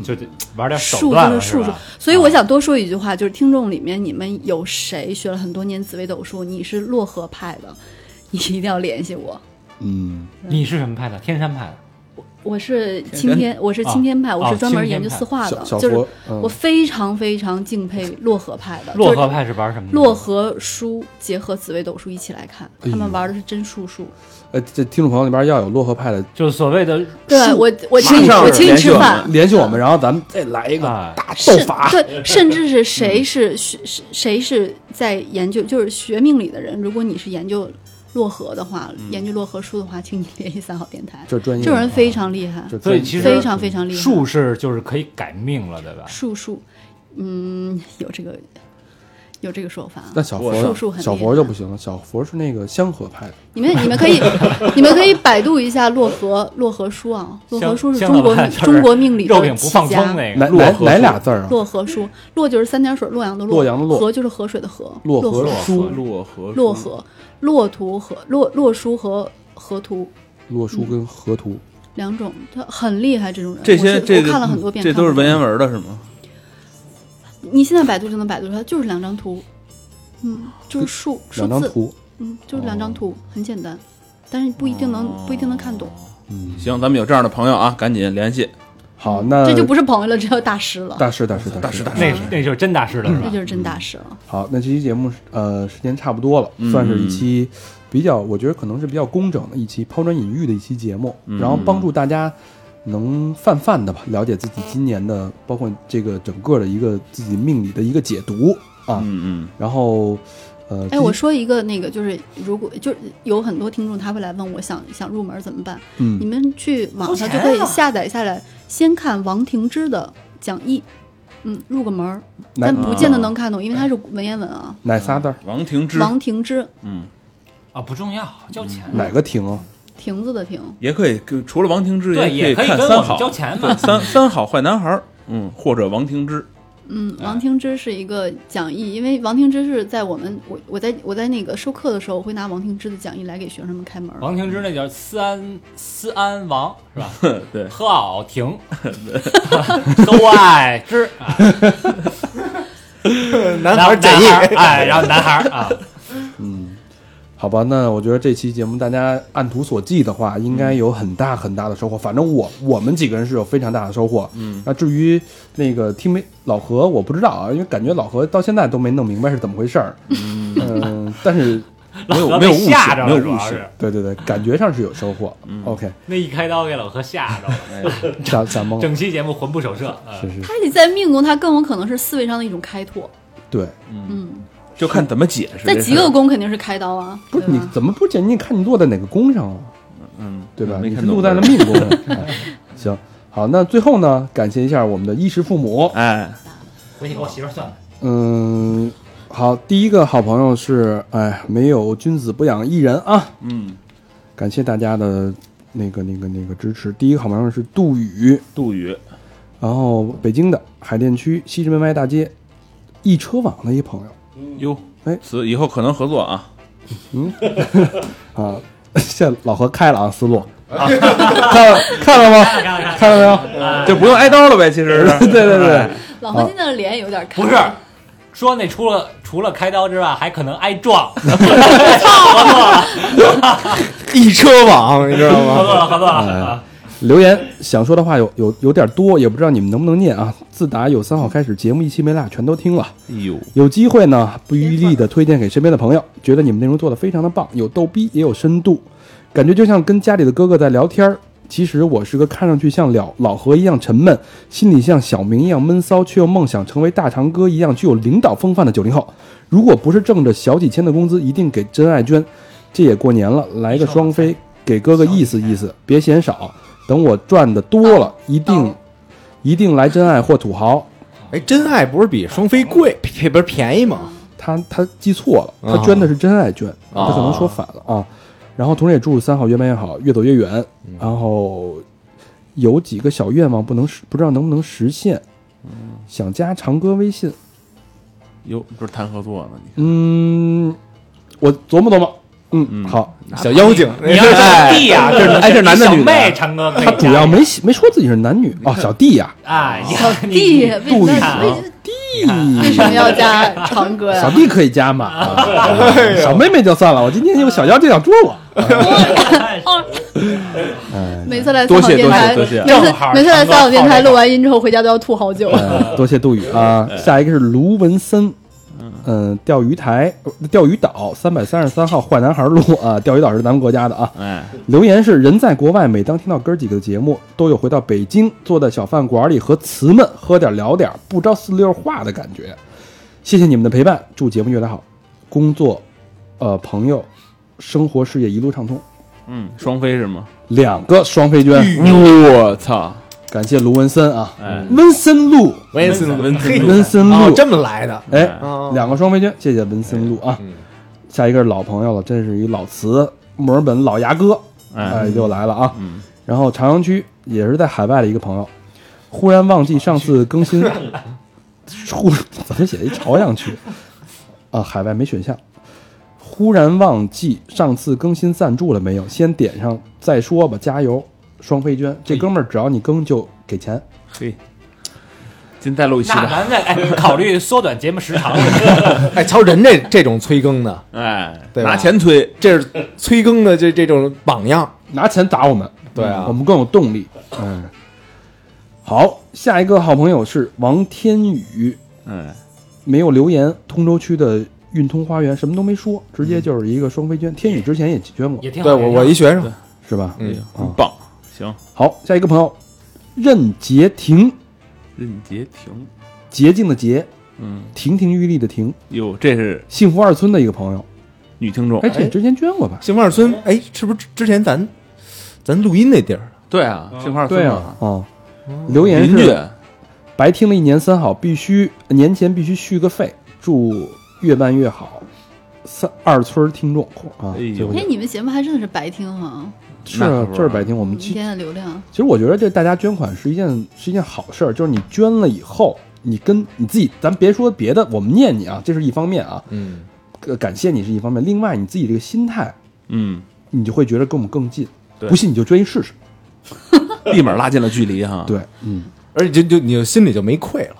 [SPEAKER 5] 就得玩点手
[SPEAKER 6] 数
[SPEAKER 5] 段
[SPEAKER 6] 就
[SPEAKER 5] 了，
[SPEAKER 6] 是数
[SPEAKER 5] 是
[SPEAKER 6] 数
[SPEAKER 5] 吧。
[SPEAKER 6] 所以我想多说一句话，就是听众里面你们有谁学了很多年紫微斗数，你是洛河派的，你一定要联系我。
[SPEAKER 2] 嗯，
[SPEAKER 5] 你是什么派的？天山派的。
[SPEAKER 6] 我是青天，我是青天派，我是专门研究四化的，
[SPEAKER 2] 小小
[SPEAKER 6] 就是
[SPEAKER 2] 佛，嗯
[SPEAKER 6] 我非常非常敬佩洛河派的。
[SPEAKER 5] 洛
[SPEAKER 6] 就是
[SPEAKER 5] 河派是玩什
[SPEAKER 2] 嗯
[SPEAKER 5] 么的？
[SPEAKER 6] 洛河书结合紫微斗数一起来看，
[SPEAKER 2] 哎
[SPEAKER 6] 他们玩的是真数数。
[SPEAKER 2] 呃，这听众朋友那边要有洛河派的，
[SPEAKER 5] 就是所谓的
[SPEAKER 6] 对
[SPEAKER 5] 术
[SPEAKER 6] 我，我请你，我请你
[SPEAKER 2] 联系
[SPEAKER 6] 吃
[SPEAKER 2] 我
[SPEAKER 6] 饭
[SPEAKER 2] 们，。联系我们，然后咱们 再来一个
[SPEAKER 5] 哎
[SPEAKER 2] 大斗
[SPEAKER 6] 甚
[SPEAKER 2] 法。
[SPEAKER 6] 对，甚至是谁是学谁谁是在研究，就是学命理的人。如果你是研究洛河的话，研究洛河书的话，请你联系三好电台。
[SPEAKER 2] 嗯这专业，
[SPEAKER 6] 这种人非常厉害，
[SPEAKER 2] 这
[SPEAKER 5] 所
[SPEAKER 2] 专
[SPEAKER 5] 以
[SPEAKER 2] 业，
[SPEAKER 5] 其实
[SPEAKER 6] 非常非常厉害。
[SPEAKER 5] 术是就是可以改命了，对吧？
[SPEAKER 6] 术数，嗯，有这个有这个说法啊。
[SPEAKER 2] 那小
[SPEAKER 7] 我
[SPEAKER 6] 术数
[SPEAKER 2] 佛
[SPEAKER 6] 很
[SPEAKER 2] 小
[SPEAKER 6] 厉
[SPEAKER 2] 佛
[SPEAKER 6] 害
[SPEAKER 2] 就不行了，小佛是那个香河派的。
[SPEAKER 6] 你们你们可 以你们可以百度一下洛河洛河书啊，洛河书是
[SPEAKER 5] 香
[SPEAKER 6] 中国
[SPEAKER 5] 香港派就是
[SPEAKER 6] 中国命理
[SPEAKER 5] 肉饼
[SPEAKER 6] 的
[SPEAKER 5] 不
[SPEAKER 6] 起
[SPEAKER 5] 放葱
[SPEAKER 6] 家。
[SPEAKER 2] 哪
[SPEAKER 5] 那个，
[SPEAKER 2] 哪
[SPEAKER 5] 洛哎河
[SPEAKER 2] 哪
[SPEAKER 5] 术
[SPEAKER 2] 俩字儿啊？
[SPEAKER 6] 洛河书，洛就是三点水洛阳的
[SPEAKER 2] 洛阳的洛
[SPEAKER 6] 河就是河水的河，
[SPEAKER 2] 洛河
[SPEAKER 6] 河
[SPEAKER 2] 书
[SPEAKER 3] 洛河
[SPEAKER 6] 洛河洛图和洛洛书和河图
[SPEAKER 2] 洛书跟河图，
[SPEAKER 6] 两种，他很厉害这种人。
[SPEAKER 3] 这
[SPEAKER 6] 我
[SPEAKER 3] 些
[SPEAKER 6] 是
[SPEAKER 3] 这个
[SPEAKER 6] 我看了很多遍，
[SPEAKER 3] 这都是
[SPEAKER 6] 看不
[SPEAKER 3] 文
[SPEAKER 6] 懂
[SPEAKER 3] 言。文的是吗？
[SPEAKER 6] 你现在百度就能百度出来，就是两张图，嗯，就是数数
[SPEAKER 2] 两张
[SPEAKER 6] 字，
[SPEAKER 2] 图。哦
[SPEAKER 6] 嗯，就是两张图，很简单，但是不一定能不一定能看懂。
[SPEAKER 2] 嗯，
[SPEAKER 3] 行，咱们有这样的朋友啊，赶紧联系。
[SPEAKER 2] 好，那
[SPEAKER 6] 这就不是朋友了，这叫大师了，
[SPEAKER 2] 大师大师大师大
[SPEAKER 5] 那那就是真大师了，是
[SPEAKER 2] 嗯
[SPEAKER 6] 这
[SPEAKER 5] 吧
[SPEAKER 6] 就？是真大师了。
[SPEAKER 2] 好，那这期节目是呃时间差不多了，算是一期比较，我觉得可能是比较工整的一期抛砖引玉的一期节目，然后帮助大家能泛泛的吧了解自己今年的，包括这个整个的一个自己命理的一个解读啊，
[SPEAKER 3] 嗯
[SPEAKER 2] 然后呃，
[SPEAKER 6] 哎，我
[SPEAKER 2] 自己
[SPEAKER 6] 说一个那个，就是如果就是有很多听众他会来问我想想入门怎么办，你
[SPEAKER 2] 嗯
[SPEAKER 6] 们去网上就可以下载下来，先看王廷之的讲义，嗯，入个门儿，
[SPEAKER 2] 哪
[SPEAKER 6] 但不见得
[SPEAKER 2] 啊
[SPEAKER 6] 能看懂，因为它
[SPEAKER 2] 哎
[SPEAKER 6] 是文言文啊。
[SPEAKER 2] 哪仨字儿？
[SPEAKER 3] 嗯，王庭之，
[SPEAKER 6] 王廷之，
[SPEAKER 3] 嗯，
[SPEAKER 5] 啊，不重要，交钱。
[SPEAKER 2] 哪个停啊？
[SPEAKER 6] 亭子的亭，
[SPEAKER 3] 也可以跟，除了王庭之，
[SPEAKER 5] 对，也
[SPEAKER 3] 可
[SPEAKER 5] 可以
[SPEAKER 3] 以看
[SPEAKER 5] 跟
[SPEAKER 3] 三
[SPEAKER 5] 我们
[SPEAKER 3] 好
[SPEAKER 5] 交钱嘛。
[SPEAKER 3] 三三好坏男孩儿，嗯，或者王庭之，
[SPEAKER 6] 嗯，
[SPEAKER 2] 哎
[SPEAKER 6] 王廷之是一个讲义，因为王廷之是在我们我我在我在那个授课的时候，我会拿王廷之的讲义来给学生们开门儿。
[SPEAKER 5] 王庭之那叫思安思安王是吧？
[SPEAKER 3] 对，
[SPEAKER 5] 何敖庭， 都爱之，啊
[SPEAKER 4] 男
[SPEAKER 5] 然
[SPEAKER 4] 孩
[SPEAKER 5] 后
[SPEAKER 4] 儿简易，
[SPEAKER 5] 男孩儿哎，然后男孩儿啊，
[SPEAKER 2] 好吧，那我觉得这期节目大家按图索骥的话，应
[SPEAKER 5] 嗯
[SPEAKER 2] 该有很大很大的收获。反正我我们几个人是有非常大的收获。嗯，那至于那个听没老何，我不知道啊，因为感觉老何到现在都没弄明白是怎么回事儿。嗯、但是
[SPEAKER 5] 老
[SPEAKER 3] 没有
[SPEAKER 5] 何
[SPEAKER 3] 没有
[SPEAKER 5] 被
[SPEAKER 3] 误事
[SPEAKER 5] 吓着
[SPEAKER 3] 没有
[SPEAKER 5] 了，主
[SPEAKER 3] 误
[SPEAKER 5] 要
[SPEAKER 3] 事
[SPEAKER 5] 是嗯
[SPEAKER 2] 对对对，感觉上是有收获。OK，
[SPEAKER 5] 那一开刀给老何吓着了，
[SPEAKER 2] 咱咱们
[SPEAKER 5] 整期节目魂不守舍。啊
[SPEAKER 2] 是是
[SPEAKER 6] 他得在命宫，他更有可能是思维上的一种开拓。
[SPEAKER 2] 对，
[SPEAKER 6] 嗯，
[SPEAKER 3] 就看怎么解释。
[SPEAKER 6] 在
[SPEAKER 3] 这
[SPEAKER 6] 极
[SPEAKER 3] 事儿
[SPEAKER 6] 恶宫肯定是开刀啊，
[SPEAKER 2] 不是
[SPEAKER 6] 对
[SPEAKER 2] 你
[SPEAKER 6] 吧
[SPEAKER 2] 怎么不解？你看你落在哪个宫上啊？
[SPEAKER 3] 嗯，
[SPEAKER 2] 对吧？
[SPEAKER 3] 没
[SPEAKER 2] 你是
[SPEAKER 3] 看懂
[SPEAKER 2] 落在了命宫上、 哎行，好，那最后呢，感谢一下我们的衣食父母。
[SPEAKER 3] 哎，
[SPEAKER 5] 回去给我媳妇儿算了。
[SPEAKER 2] 嗯，好，第一个好朋友是，哎，没有君子不养艺人啊，
[SPEAKER 3] 嗯，
[SPEAKER 2] 感谢大家的那个、那个、那个支持。第一个好朋友是杜宇，
[SPEAKER 3] 杜宇，
[SPEAKER 2] 然后北京的海淀区西直门外大街，易车网的一朋友，
[SPEAKER 3] 哟，
[SPEAKER 2] 哎
[SPEAKER 3] 此以后可能合作啊，
[SPEAKER 2] 啊， 现在老何开了啊，思 路，看了看了吗？看了没有？
[SPEAKER 1] 就不用挨刀了呗，其实是
[SPEAKER 2] 对对对，
[SPEAKER 6] 老何现在的脸有点开，
[SPEAKER 5] 不是，说那除了除了开刀之外，还可能挨撞。 合作了，
[SPEAKER 4] 一车网，你知道
[SPEAKER 5] 合
[SPEAKER 4] 吗？
[SPEAKER 5] 作了，合作了。
[SPEAKER 2] 留言想说的话有有有点多，也不知道你们能不能念啊。自打有三好开始，节目一期没落，全都听了。
[SPEAKER 3] 哎呦，
[SPEAKER 2] 有机会呢，不遗余力的推荐给身边的朋友，觉得你们内容做的非常的棒，有逗逼也有深度，感觉就像跟家里的哥哥在聊天儿。其实我是个看上去像老老何一样沉闷，心里像小明一样闷骚，却又梦想成为大长哥一样具有领导风范的九零后。如果不是挣着小几千的工资，一定给真爱捐。这也过年了，来个双飞，给哥哥意思意思，别嫌少。等我赚的多了，一定一定来真爱或土豪。
[SPEAKER 4] 哎，真爱不是比双飞贵，这不是便宜吗？
[SPEAKER 2] 他他记错了，他
[SPEAKER 4] 啊
[SPEAKER 2] 捐的是真爱捐，他可能说反了啊。然后同时也祝三好越办越好，越走越远。然后有几个小愿望不能实，不知道能不能实现。想加长哥微信，
[SPEAKER 3] 哟，不是谈合作呢，你
[SPEAKER 2] 嗯，我琢磨琢磨，嗯，好。
[SPEAKER 4] 小妖精，
[SPEAKER 5] 你要小弟呀，这
[SPEAKER 3] 哎这男的
[SPEAKER 5] 小
[SPEAKER 3] 女的
[SPEAKER 5] 妹，长哥可以
[SPEAKER 2] 啊他
[SPEAKER 5] 加。
[SPEAKER 2] 主要没写没说自己是男女哦，小弟呀，
[SPEAKER 5] 啊，
[SPEAKER 6] 弟，为
[SPEAKER 5] 你
[SPEAKER 6] 什么
[SPEAKER 2] 杜宇
[SPEAKER 5] 啊
[SPEAKER 6] 为为什么要加长哥
[SPEAKER 2] 小
[SPEAKER 6] 呀？
[SPEAKER 2] 弟可以加嘛，啊
[SPEAKER 5] 哎
[SPEAKER 2] 小妹妹就算了，我今天有小妖精想捉我，
[SPEAKER 6] 每次来三好
[SPEAKER 3] 多谢
[SPEAKER 6] 电台，
[SPEAKER 3] 多
[SPEAKER 6] 每
[SPEAKER 3] 谢多谢
[SPEAKER 5] 正
[SPEAKER 6] 次
[SPEAKER 5] 好
[SPEAKER 6] 每次来
[SPEAKER 5] 长哥
[SPEAKER 6] 三好电
[SPEAKER 5] 靠
[SPEAKER 6] 台
[SPEAKER 5] 这个
[SPEAKER 6] 录完音之后回家都要吐好久。
[SPEAKER 2] 呃，多谢杜宇啊。下一个是卢文森，嗯、钓鱼台、呃钓鱼岛三百三十三号坏男孩路啊，钓鱼岛是咱们国家的啊。
[SPEAKER 3] 哎，
[SPEAKER 2] 留言是人在国外，每当听到哥儿几个的节目，都有回到北京坐在小饭馆里和词们喝点聊点，不着四六话的感觉。谢谢你们的陪伴，祝节目越来越好，工作，呃，朋友，生活事业一路畅通。
[SPEAKER 3] 嗯，双飞是吗？
[SPEAKER 2] 两个双飞娟，
[SPEAKER 3] 我操，
[SPEAKER 2] 感谢卢文森啊，
[SPEAKER 3] 嗯哎，
[SPEAKER 2] 温森路，
[SPEAKER 4] 我也是
[SPEAKER 3] 文森路
[SPEAKER 2] 温森路
[SPEAKER 4] 哦，，这么来的。
[SPEAKER 2] 哎，
[SPEAKER 4] 啊
[SPEAKER 3] 嗯
[SPEAKER 2] 两个双飞娟，谢谢文森路啊。下一个是老朋友了，真是一老词，墨尔本老牙哥，
[SPEAKER 3] 哎
[SPEAKER 2] 哎，又来了啊。
[SPEAKER 3] 嗯
[SPEAKER 2] 然后朝阳区也是在海外的一个朋友，忽然忘记上次更新，忽怎么写一朝阳区 啊？海外没选项。忽然忘记上次更新赞助了没有，先点上再说吧，加油！双飞娟，
[SPEAKER 3] 嗯
[SPEAKER 2] 这哥们儿只要你更就给钱，
[SPEAKER 3] 嘿，今再录一期
[SPEAKER 5] 那
[SPEAKER 3] 吧，
[SPEAKER 5] 咱再哎考虑缩短节目时长，
[SPEAKER 4] 哎，瞧人这这种催更的，
[SPEAKER 3] 哎，
[SPEAKER 4] 对吧
[SPEAKER 3] 拿钱催，
[SPEAKER 4] 这是催更的这这种榜样。
[SPEAKER 2] 拿钱打我们，
[SPEAKER 4] 对啊
[SPEAKER 2] 我们更有动力。嗯，好，下一个好朋友是王天宇，
[SPEAKER 3] 哎，
[SPEAKER 2] 没有留言。通州区的运通花园什么都没说，直接就是一个双飞捐。天宇之前也捐过，
[SPEAKER 5] 也挺好
[SPEAKER 4] 对我我一学生，
[SPEAKER 2] 是吧？
[SPEAKER 4] 嗯，
[SPEAKER 3] 很哎棒，行，
[SPEAKER 2] 好，下一个朋友任杰婷，
[SPEAKER 3] 任杰婷，
[SPEAKER 2] 洁净的洁，
[SPEAKER 3] 嗯，
[SPEAKER 2] 亭亭玉立的亭，
[SPEAKER 3] 哟，这是
[SPEAKER 2] 幸福二村的一个朋友。
[SPEAKER 3] 女听众
[SPEAKER 2] 哎，，这之前捐过吧？
[SPEAKER 4] 杏花村，哎，是不是之之前咱咱录音那地儿？
[SPEAKER 3] 对啊，这块儿
[SPEAKER 2] 对
[SPEAKER 3] 分
[SPEAKER 2] 啊
[SPEAKER 3] 了，，
[SPEAKER 2] 啊，留言
[SPEAKER 3] 邻居
[SPEAKER 2] 是白听了一年三好，必须年前必须续个费，祝越办越好。三二村听众啊
[SPEAKER 3] 哎，呦
[SPEAKER 6] 哎，你们节目还真的是白听哈，
[SPEAKER 2] 是啊
[SPEAKER 3] 那可，不
[SPEAKER 2] 就是
[SPEAKER 3] 是
[SPEAKER 2] 白听。我
[SPEAKER 6] 一
[SPEAKER 2] 们其
[SPEAKER 6] 天啊的流量。
[SPEAKER 2] 其实我觉得这大家捐款是一件是一件好事儿，就是你捐了以后，你跟你自己，咱别说别的，我们念你啊，这是一方面啊，
[SPEAKER 4] 嗯，
[SPEAKER 2] 呃感谢你是一方面，另外你自己这个心态，
[SPEAKER 3] 嗯，
[SPEAKER 2] 你就会觉得跟我们更近。
[SPEAKER 3] 对
[SPEAKER 2] 不信你就追一试试。
[SPEAKER 3] 立马拉近了距离哈，
[SPEAKER 2] 对，嗯，
[SPEAKER 4] 而且就就你就心里就没愧了。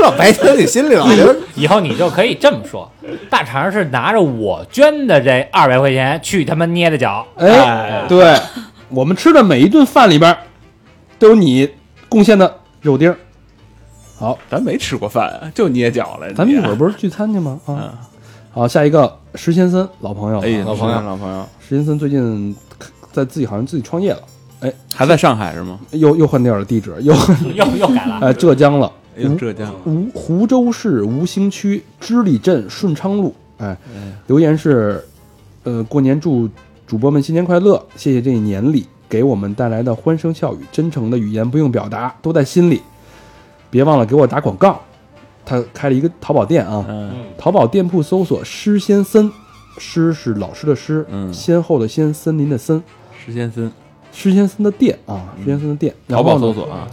[SPEAKER 4] 老白天你心里老觉得
[SPEAKER 5] 以后你就可以这么说，大肠是拿着我捐的这二百块钱去他妈捏的脚，
[SPEAKER 2] 哎，对，我们吃的每一顿饭里边儿都有你贡献的肉丁儿。好，
[SPEAKER 3] 咱没吃过饭，就捏脚来着。
[SPEAKER 2] 咱们一会儿不是聚餐去吗？啊，好，下一个石先森老朋友了，
[SPEAKER 3] 嗯哎，
[SPEAKER 2] 石
[SPEAKER 4] 老朋友
[SPEAKER 3] 老朋友
[SPEAKER 2] 先森最近在自己好像自己创业了，
[SPEAKER 3] 还在上海是吗？
[SPEAKER 2] 又又换地儿了，地址又
[SPEAKER 5] 又又改了，
[SPEAKER 2] 呃浙江了，
[SPEAKER 3] 哎呦，浙江，
[SPEAKER 2] 吴湖州市吴兴区织里镇顺昌路。哎，
[SPEAKER 3] 嗯
[SPEAKER 2] 留言是，呃，过年祝主播们新年快乐，谢谢这一年里给我们带来的欢声笑语，真诚的语言不用表达，都在心里。别忘了给我打广告，他开了一个淘宝店啊，
[SPEAKER 3] 嗯，
[SPEAKER 2] 淘宝店铺搜索“诗先森”，诗是老师的诗，
[SPEAKER 3] 嗯
[SPEAKER 2] 先后的先，森林的森。
[SPEAKER 3] 石先森，
[SPEAKER 2] 施先森的店啊，施先森的店，
[SPEAKER 3] 淘宝
[SPEAKER 2] 然后嗯
[SPEAKER 3] 搜
[SPEAKER 2] 呢
[SPEAKER 3] 索啊，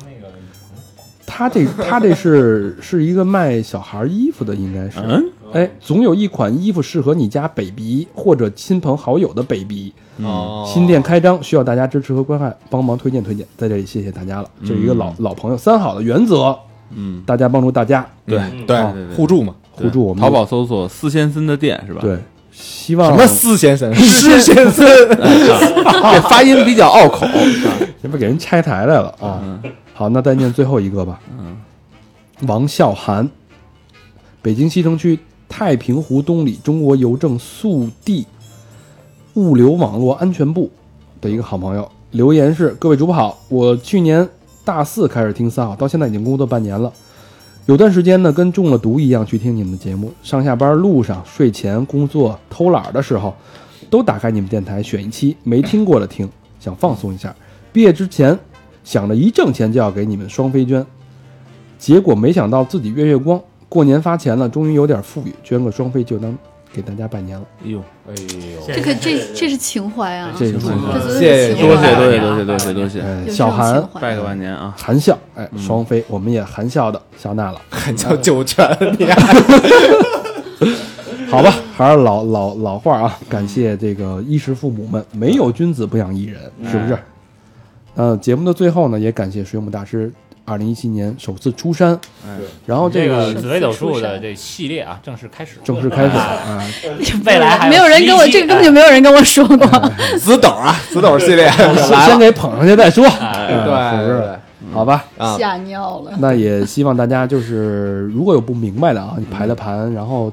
[SPEAKER 2] 他这他这是是一个卖小孩衣服的，应该是。
[SPEAKER 3] 嗯，
[SPEAKER 2] 哎，总有一款衣服适合你家 baby 或者亲朋好友的 baby。
[SPEAKER 3] 嗯
[SPEAKER 4] 哦
[SPEAKER 2] 新店开张，需要大家支持和关爱，帮忙推荐推荐。在这里谢谢大家了，这是一个老、老朋友三好的原则，
[SPEAKER 3] 嗯，
[SPEAKER 2] 大家帮助大家
[SPEAKER 3] 对，
[SPEAKER 2] 啊
[SPEAKER 4] 嗯对互助嘛，
[SPEAKER 2] 互助我们。
[SPEAKER 3] 淘宝搜索斯先森的店是吧？
[SPEAKER 2] 对，希
[SPEAKER 4] 什
[SPEAKER 2] 望
[SPEAKER 4] 么司先生、施先生，
[SPEAKER 3] 这发音比较拗口。
[SPEAKER 2] 这不给人拆台来了啊！好，那再念最后一个吧。嗯，王笑涵，北京西城区太平湖东里中国邮政速递物流网络安全部的一个好朋友留言是：各位主播好，我去年大四开始听三好，到现在已经工作半年了。有段时间呢，跟中了毒一样去听你们的节目，上下班路上、睡前、工作、偷懒的时候，都打开你们电台选一期没听过的听，想放松一下。毕业之前想着一挣钱就要给你们双飞捐，结果没想到自己月月光，过年发钱了，终于有点富裕，捐个双飞就当给大家拜年了。
[SPEAKER 3] 哎呦，
[SPEAKER 4] 哎呦，
[SPEAKER 6] 这个这这是情怀啊，
[SPEAKER 2] 这个
[SPEAKER 6] 这
[SPEAKER 4] 是
[SPEAKER 6] 绝对
[SPEAKER 4] 谢谢
[SPEAKER 6] 是情
[SPEAKER 3] 多
[SPEAKER 6] 怀
[SPEAKER 3] 谢多谢多谢多谢多 谢，
[SPEAKER 2] 哎
[SPEAKER 6] 有这种
[SPEAKER 2] 小韩
[SPEAKER 6] 情怀
[SPEAKER 3] 拜个晚年啊！
[SPEAKER 2] 含笑，哎，双飞，我们也含笑的笑纳了，
[SPEAKER 4] 看叫九泉，你看
[SPEAKER 2] 好
[SPEAKER 6] 嗯
[SPEAKER 2] 吧，还是老老老话啊，感谢这个衣食父母们，没有君子不养艺人，是不是？
[SPEAKER 6] 嗯
[SPEAKER 2] 呃，节目的最后呢，也感谢水母大师二零一七年首次出山，
[SPEAKER 6] 嗯
[SPEAKER 2] 然后
[SPEAKER 5] 这
[SPEAKER 2] 这
[SPEAKER 5] 个
[SPEAKER 2] 个
[SPEAKER 5] 紫薇斗数的这系列啊，正式开始，
[SPEAKER 2] 正式开始啊，
[SPEAKER 5] 未来还有
[SPEAKER 6] 没有人跟我
[SPEAKER 5] 11
[SPEAKER 6] 这个根本就没有人跟我说过，
[SPEAKER 4] 紫斗啊，紫斗系列
[SPEAKER 2] 先
[SPEAKER 4] 来
[SPEAKER 2] 先
[SPEAKER 4] 了，
[SPEAKER 2] 给捧上去再说，嗯
[SPEAKER 4] 对
[SPEAKER 2] 是不
[SPEAKER 4] 对
[SPEAKER 2] 是
[SPEAKER 4] 对？
[SPEAKER 2] 好吧，
[SPEAKER 4] 啊，
[SPEAKER 6] 吓尿了。
[SPEAKER 2] 那也希望大家就是如果有不明白的啊，你排了盘，然后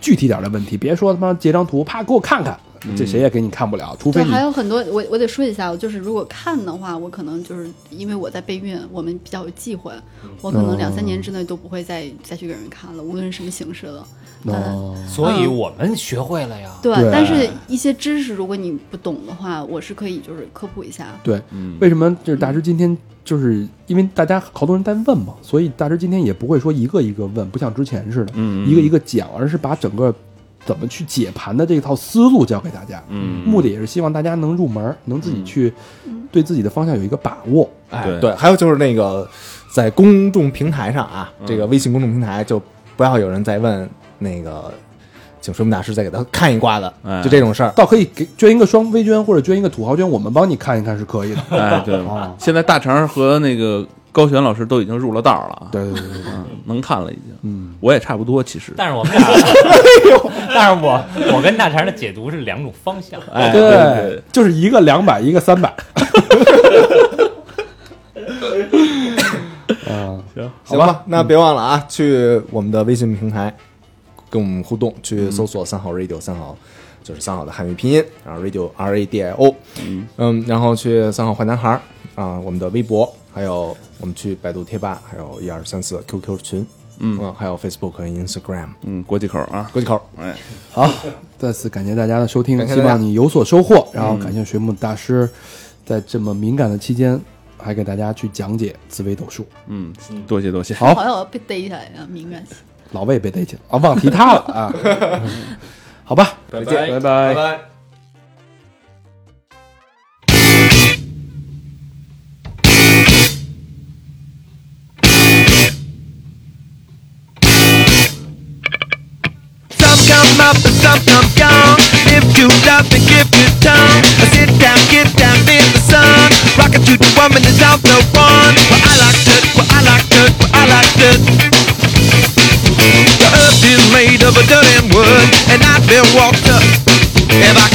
[SPEAKER 2] 具体点的问题，别说他妈截张图，啪给我看看，这谁也给你看不了，除非
[SPEAKER 6] 对，
[SPEAKER 2] 你
[SPEAKER 6] 还有很多，我我得说一下，就是如果看的话，我可能就是因为我在备孕，我们比较有忌讳，
[SPEAKER 2] 嗯
[SPEAKER 6] 我可能两三年之内都不会再再去给人看了，无论是什么形式的。
[SPEAKER 2] 哦，
[SPEAKER 5] 所以我们学会了呀。
[SPEAKER 6] 对，啊
[SPEAKER 2] 对啊
[SPEAKER 6] 但是一些知识如果你不懂的话，我是可以就是科普一下。
[SPEAKER 2] 对，
[SPEAKER 3] 嗯，
[SPEAKER 2] 为什么就是大师今天就是因为大家好多人在问嘛，所以大师今天也不会说一个一个问，不像之前似的，
[SPEAKER 3] 嗯
[SPEAKER 2] 一个一个讲，而是把整个怎么去解盘的这套思路教给大家。
[SPEAKER 3] 嗯
[SPEAKER 2] 目的也是希望大家能入门，能自己去
[SPEAKER 6] 嗯
[SPEAKER 2] 对自己的方向有一个把握。
[SPEAKER 4] 哎
[SPEAKER 3] 对
[SPEAKER 4] 对，还有就是那个在公众平台上啊，这个微信公众平台就不要有人再问那个请水母大师再给他看一卦的
[SPEAKER 3] 哎，
[SPEAKER 4] 就这种事儿。
[SPEAKER 2] 倒可以给捐一个双微捐或者捐一个土豪捐，我们帮你看一看是可以的。
[SPEAKER 3] 哎对，现在大肠和那个高璇老师都已经入了道了啊，
[SPEAKER 2] 对对对对，对
[SPEAKER 3] 嗯，能看了已经，
[SPEAKER 2] 嗯，
[SPEAKER 3] 我也差不多其实。
[SPEAKER 5] 但是我们俩， 但是我我跟大肠的解读是两种方向。
[SPEAKER 3] 哎，对对
[SPEAKER 2] 对，就是一个两百，一个三百。啊，
[SPEAKER 4] 行吧，那别忘了啊，去我们的微信平台跟我们互动，去搜索“三好 radio”，三好就是三好的汉语拼音，然后 radio r a d i o，
[SPEAKER 3] 嗯
[SPEAKER 4] 嗯，然后去三好坏男孩儿啊，我们的微博，还有我们去百度贴吧，还有一二三四 QQ 群，嗯还有 Facebook 和 Instagram
[SPEAKER 3] 嗯，国际口啊，
[SPEAKER 4] 国际口，
[SPEAKER 3] 哎，
[SPEAKER 2] 好，再次感谢大家的收听，
[SPEAKER 4] 感谢
[SPEAKER 2] 希
[SPEAKER 4] 大家
[SPEAKER 2] 望你有所收获。然后感谢水母大师在这么敏感的期间，还给大家去讲解紫微斗数。
[SPEAKER 3] 嗯，多谢多谢，
[SPEAKER 2] 好
[SPEAKER 6] 好像我被逮起来了，敏感性。
[SPEAKER 2] 老魏被逮起来啊，忘提他了啊。好吧，
[SPEAKER 4] 再见，
[SPEAKER 2] 拜拜。
[SPEAKER 4] 拜。
[SPEAKER 9] Some come up and some come down. If you love and give your time, sit down, get down in the sun. Rockin' to the woman is out the one. Well, I like that. Well, I like that. Well, I like that. The earth is made of a dirt and wood, and I've been walked up. If I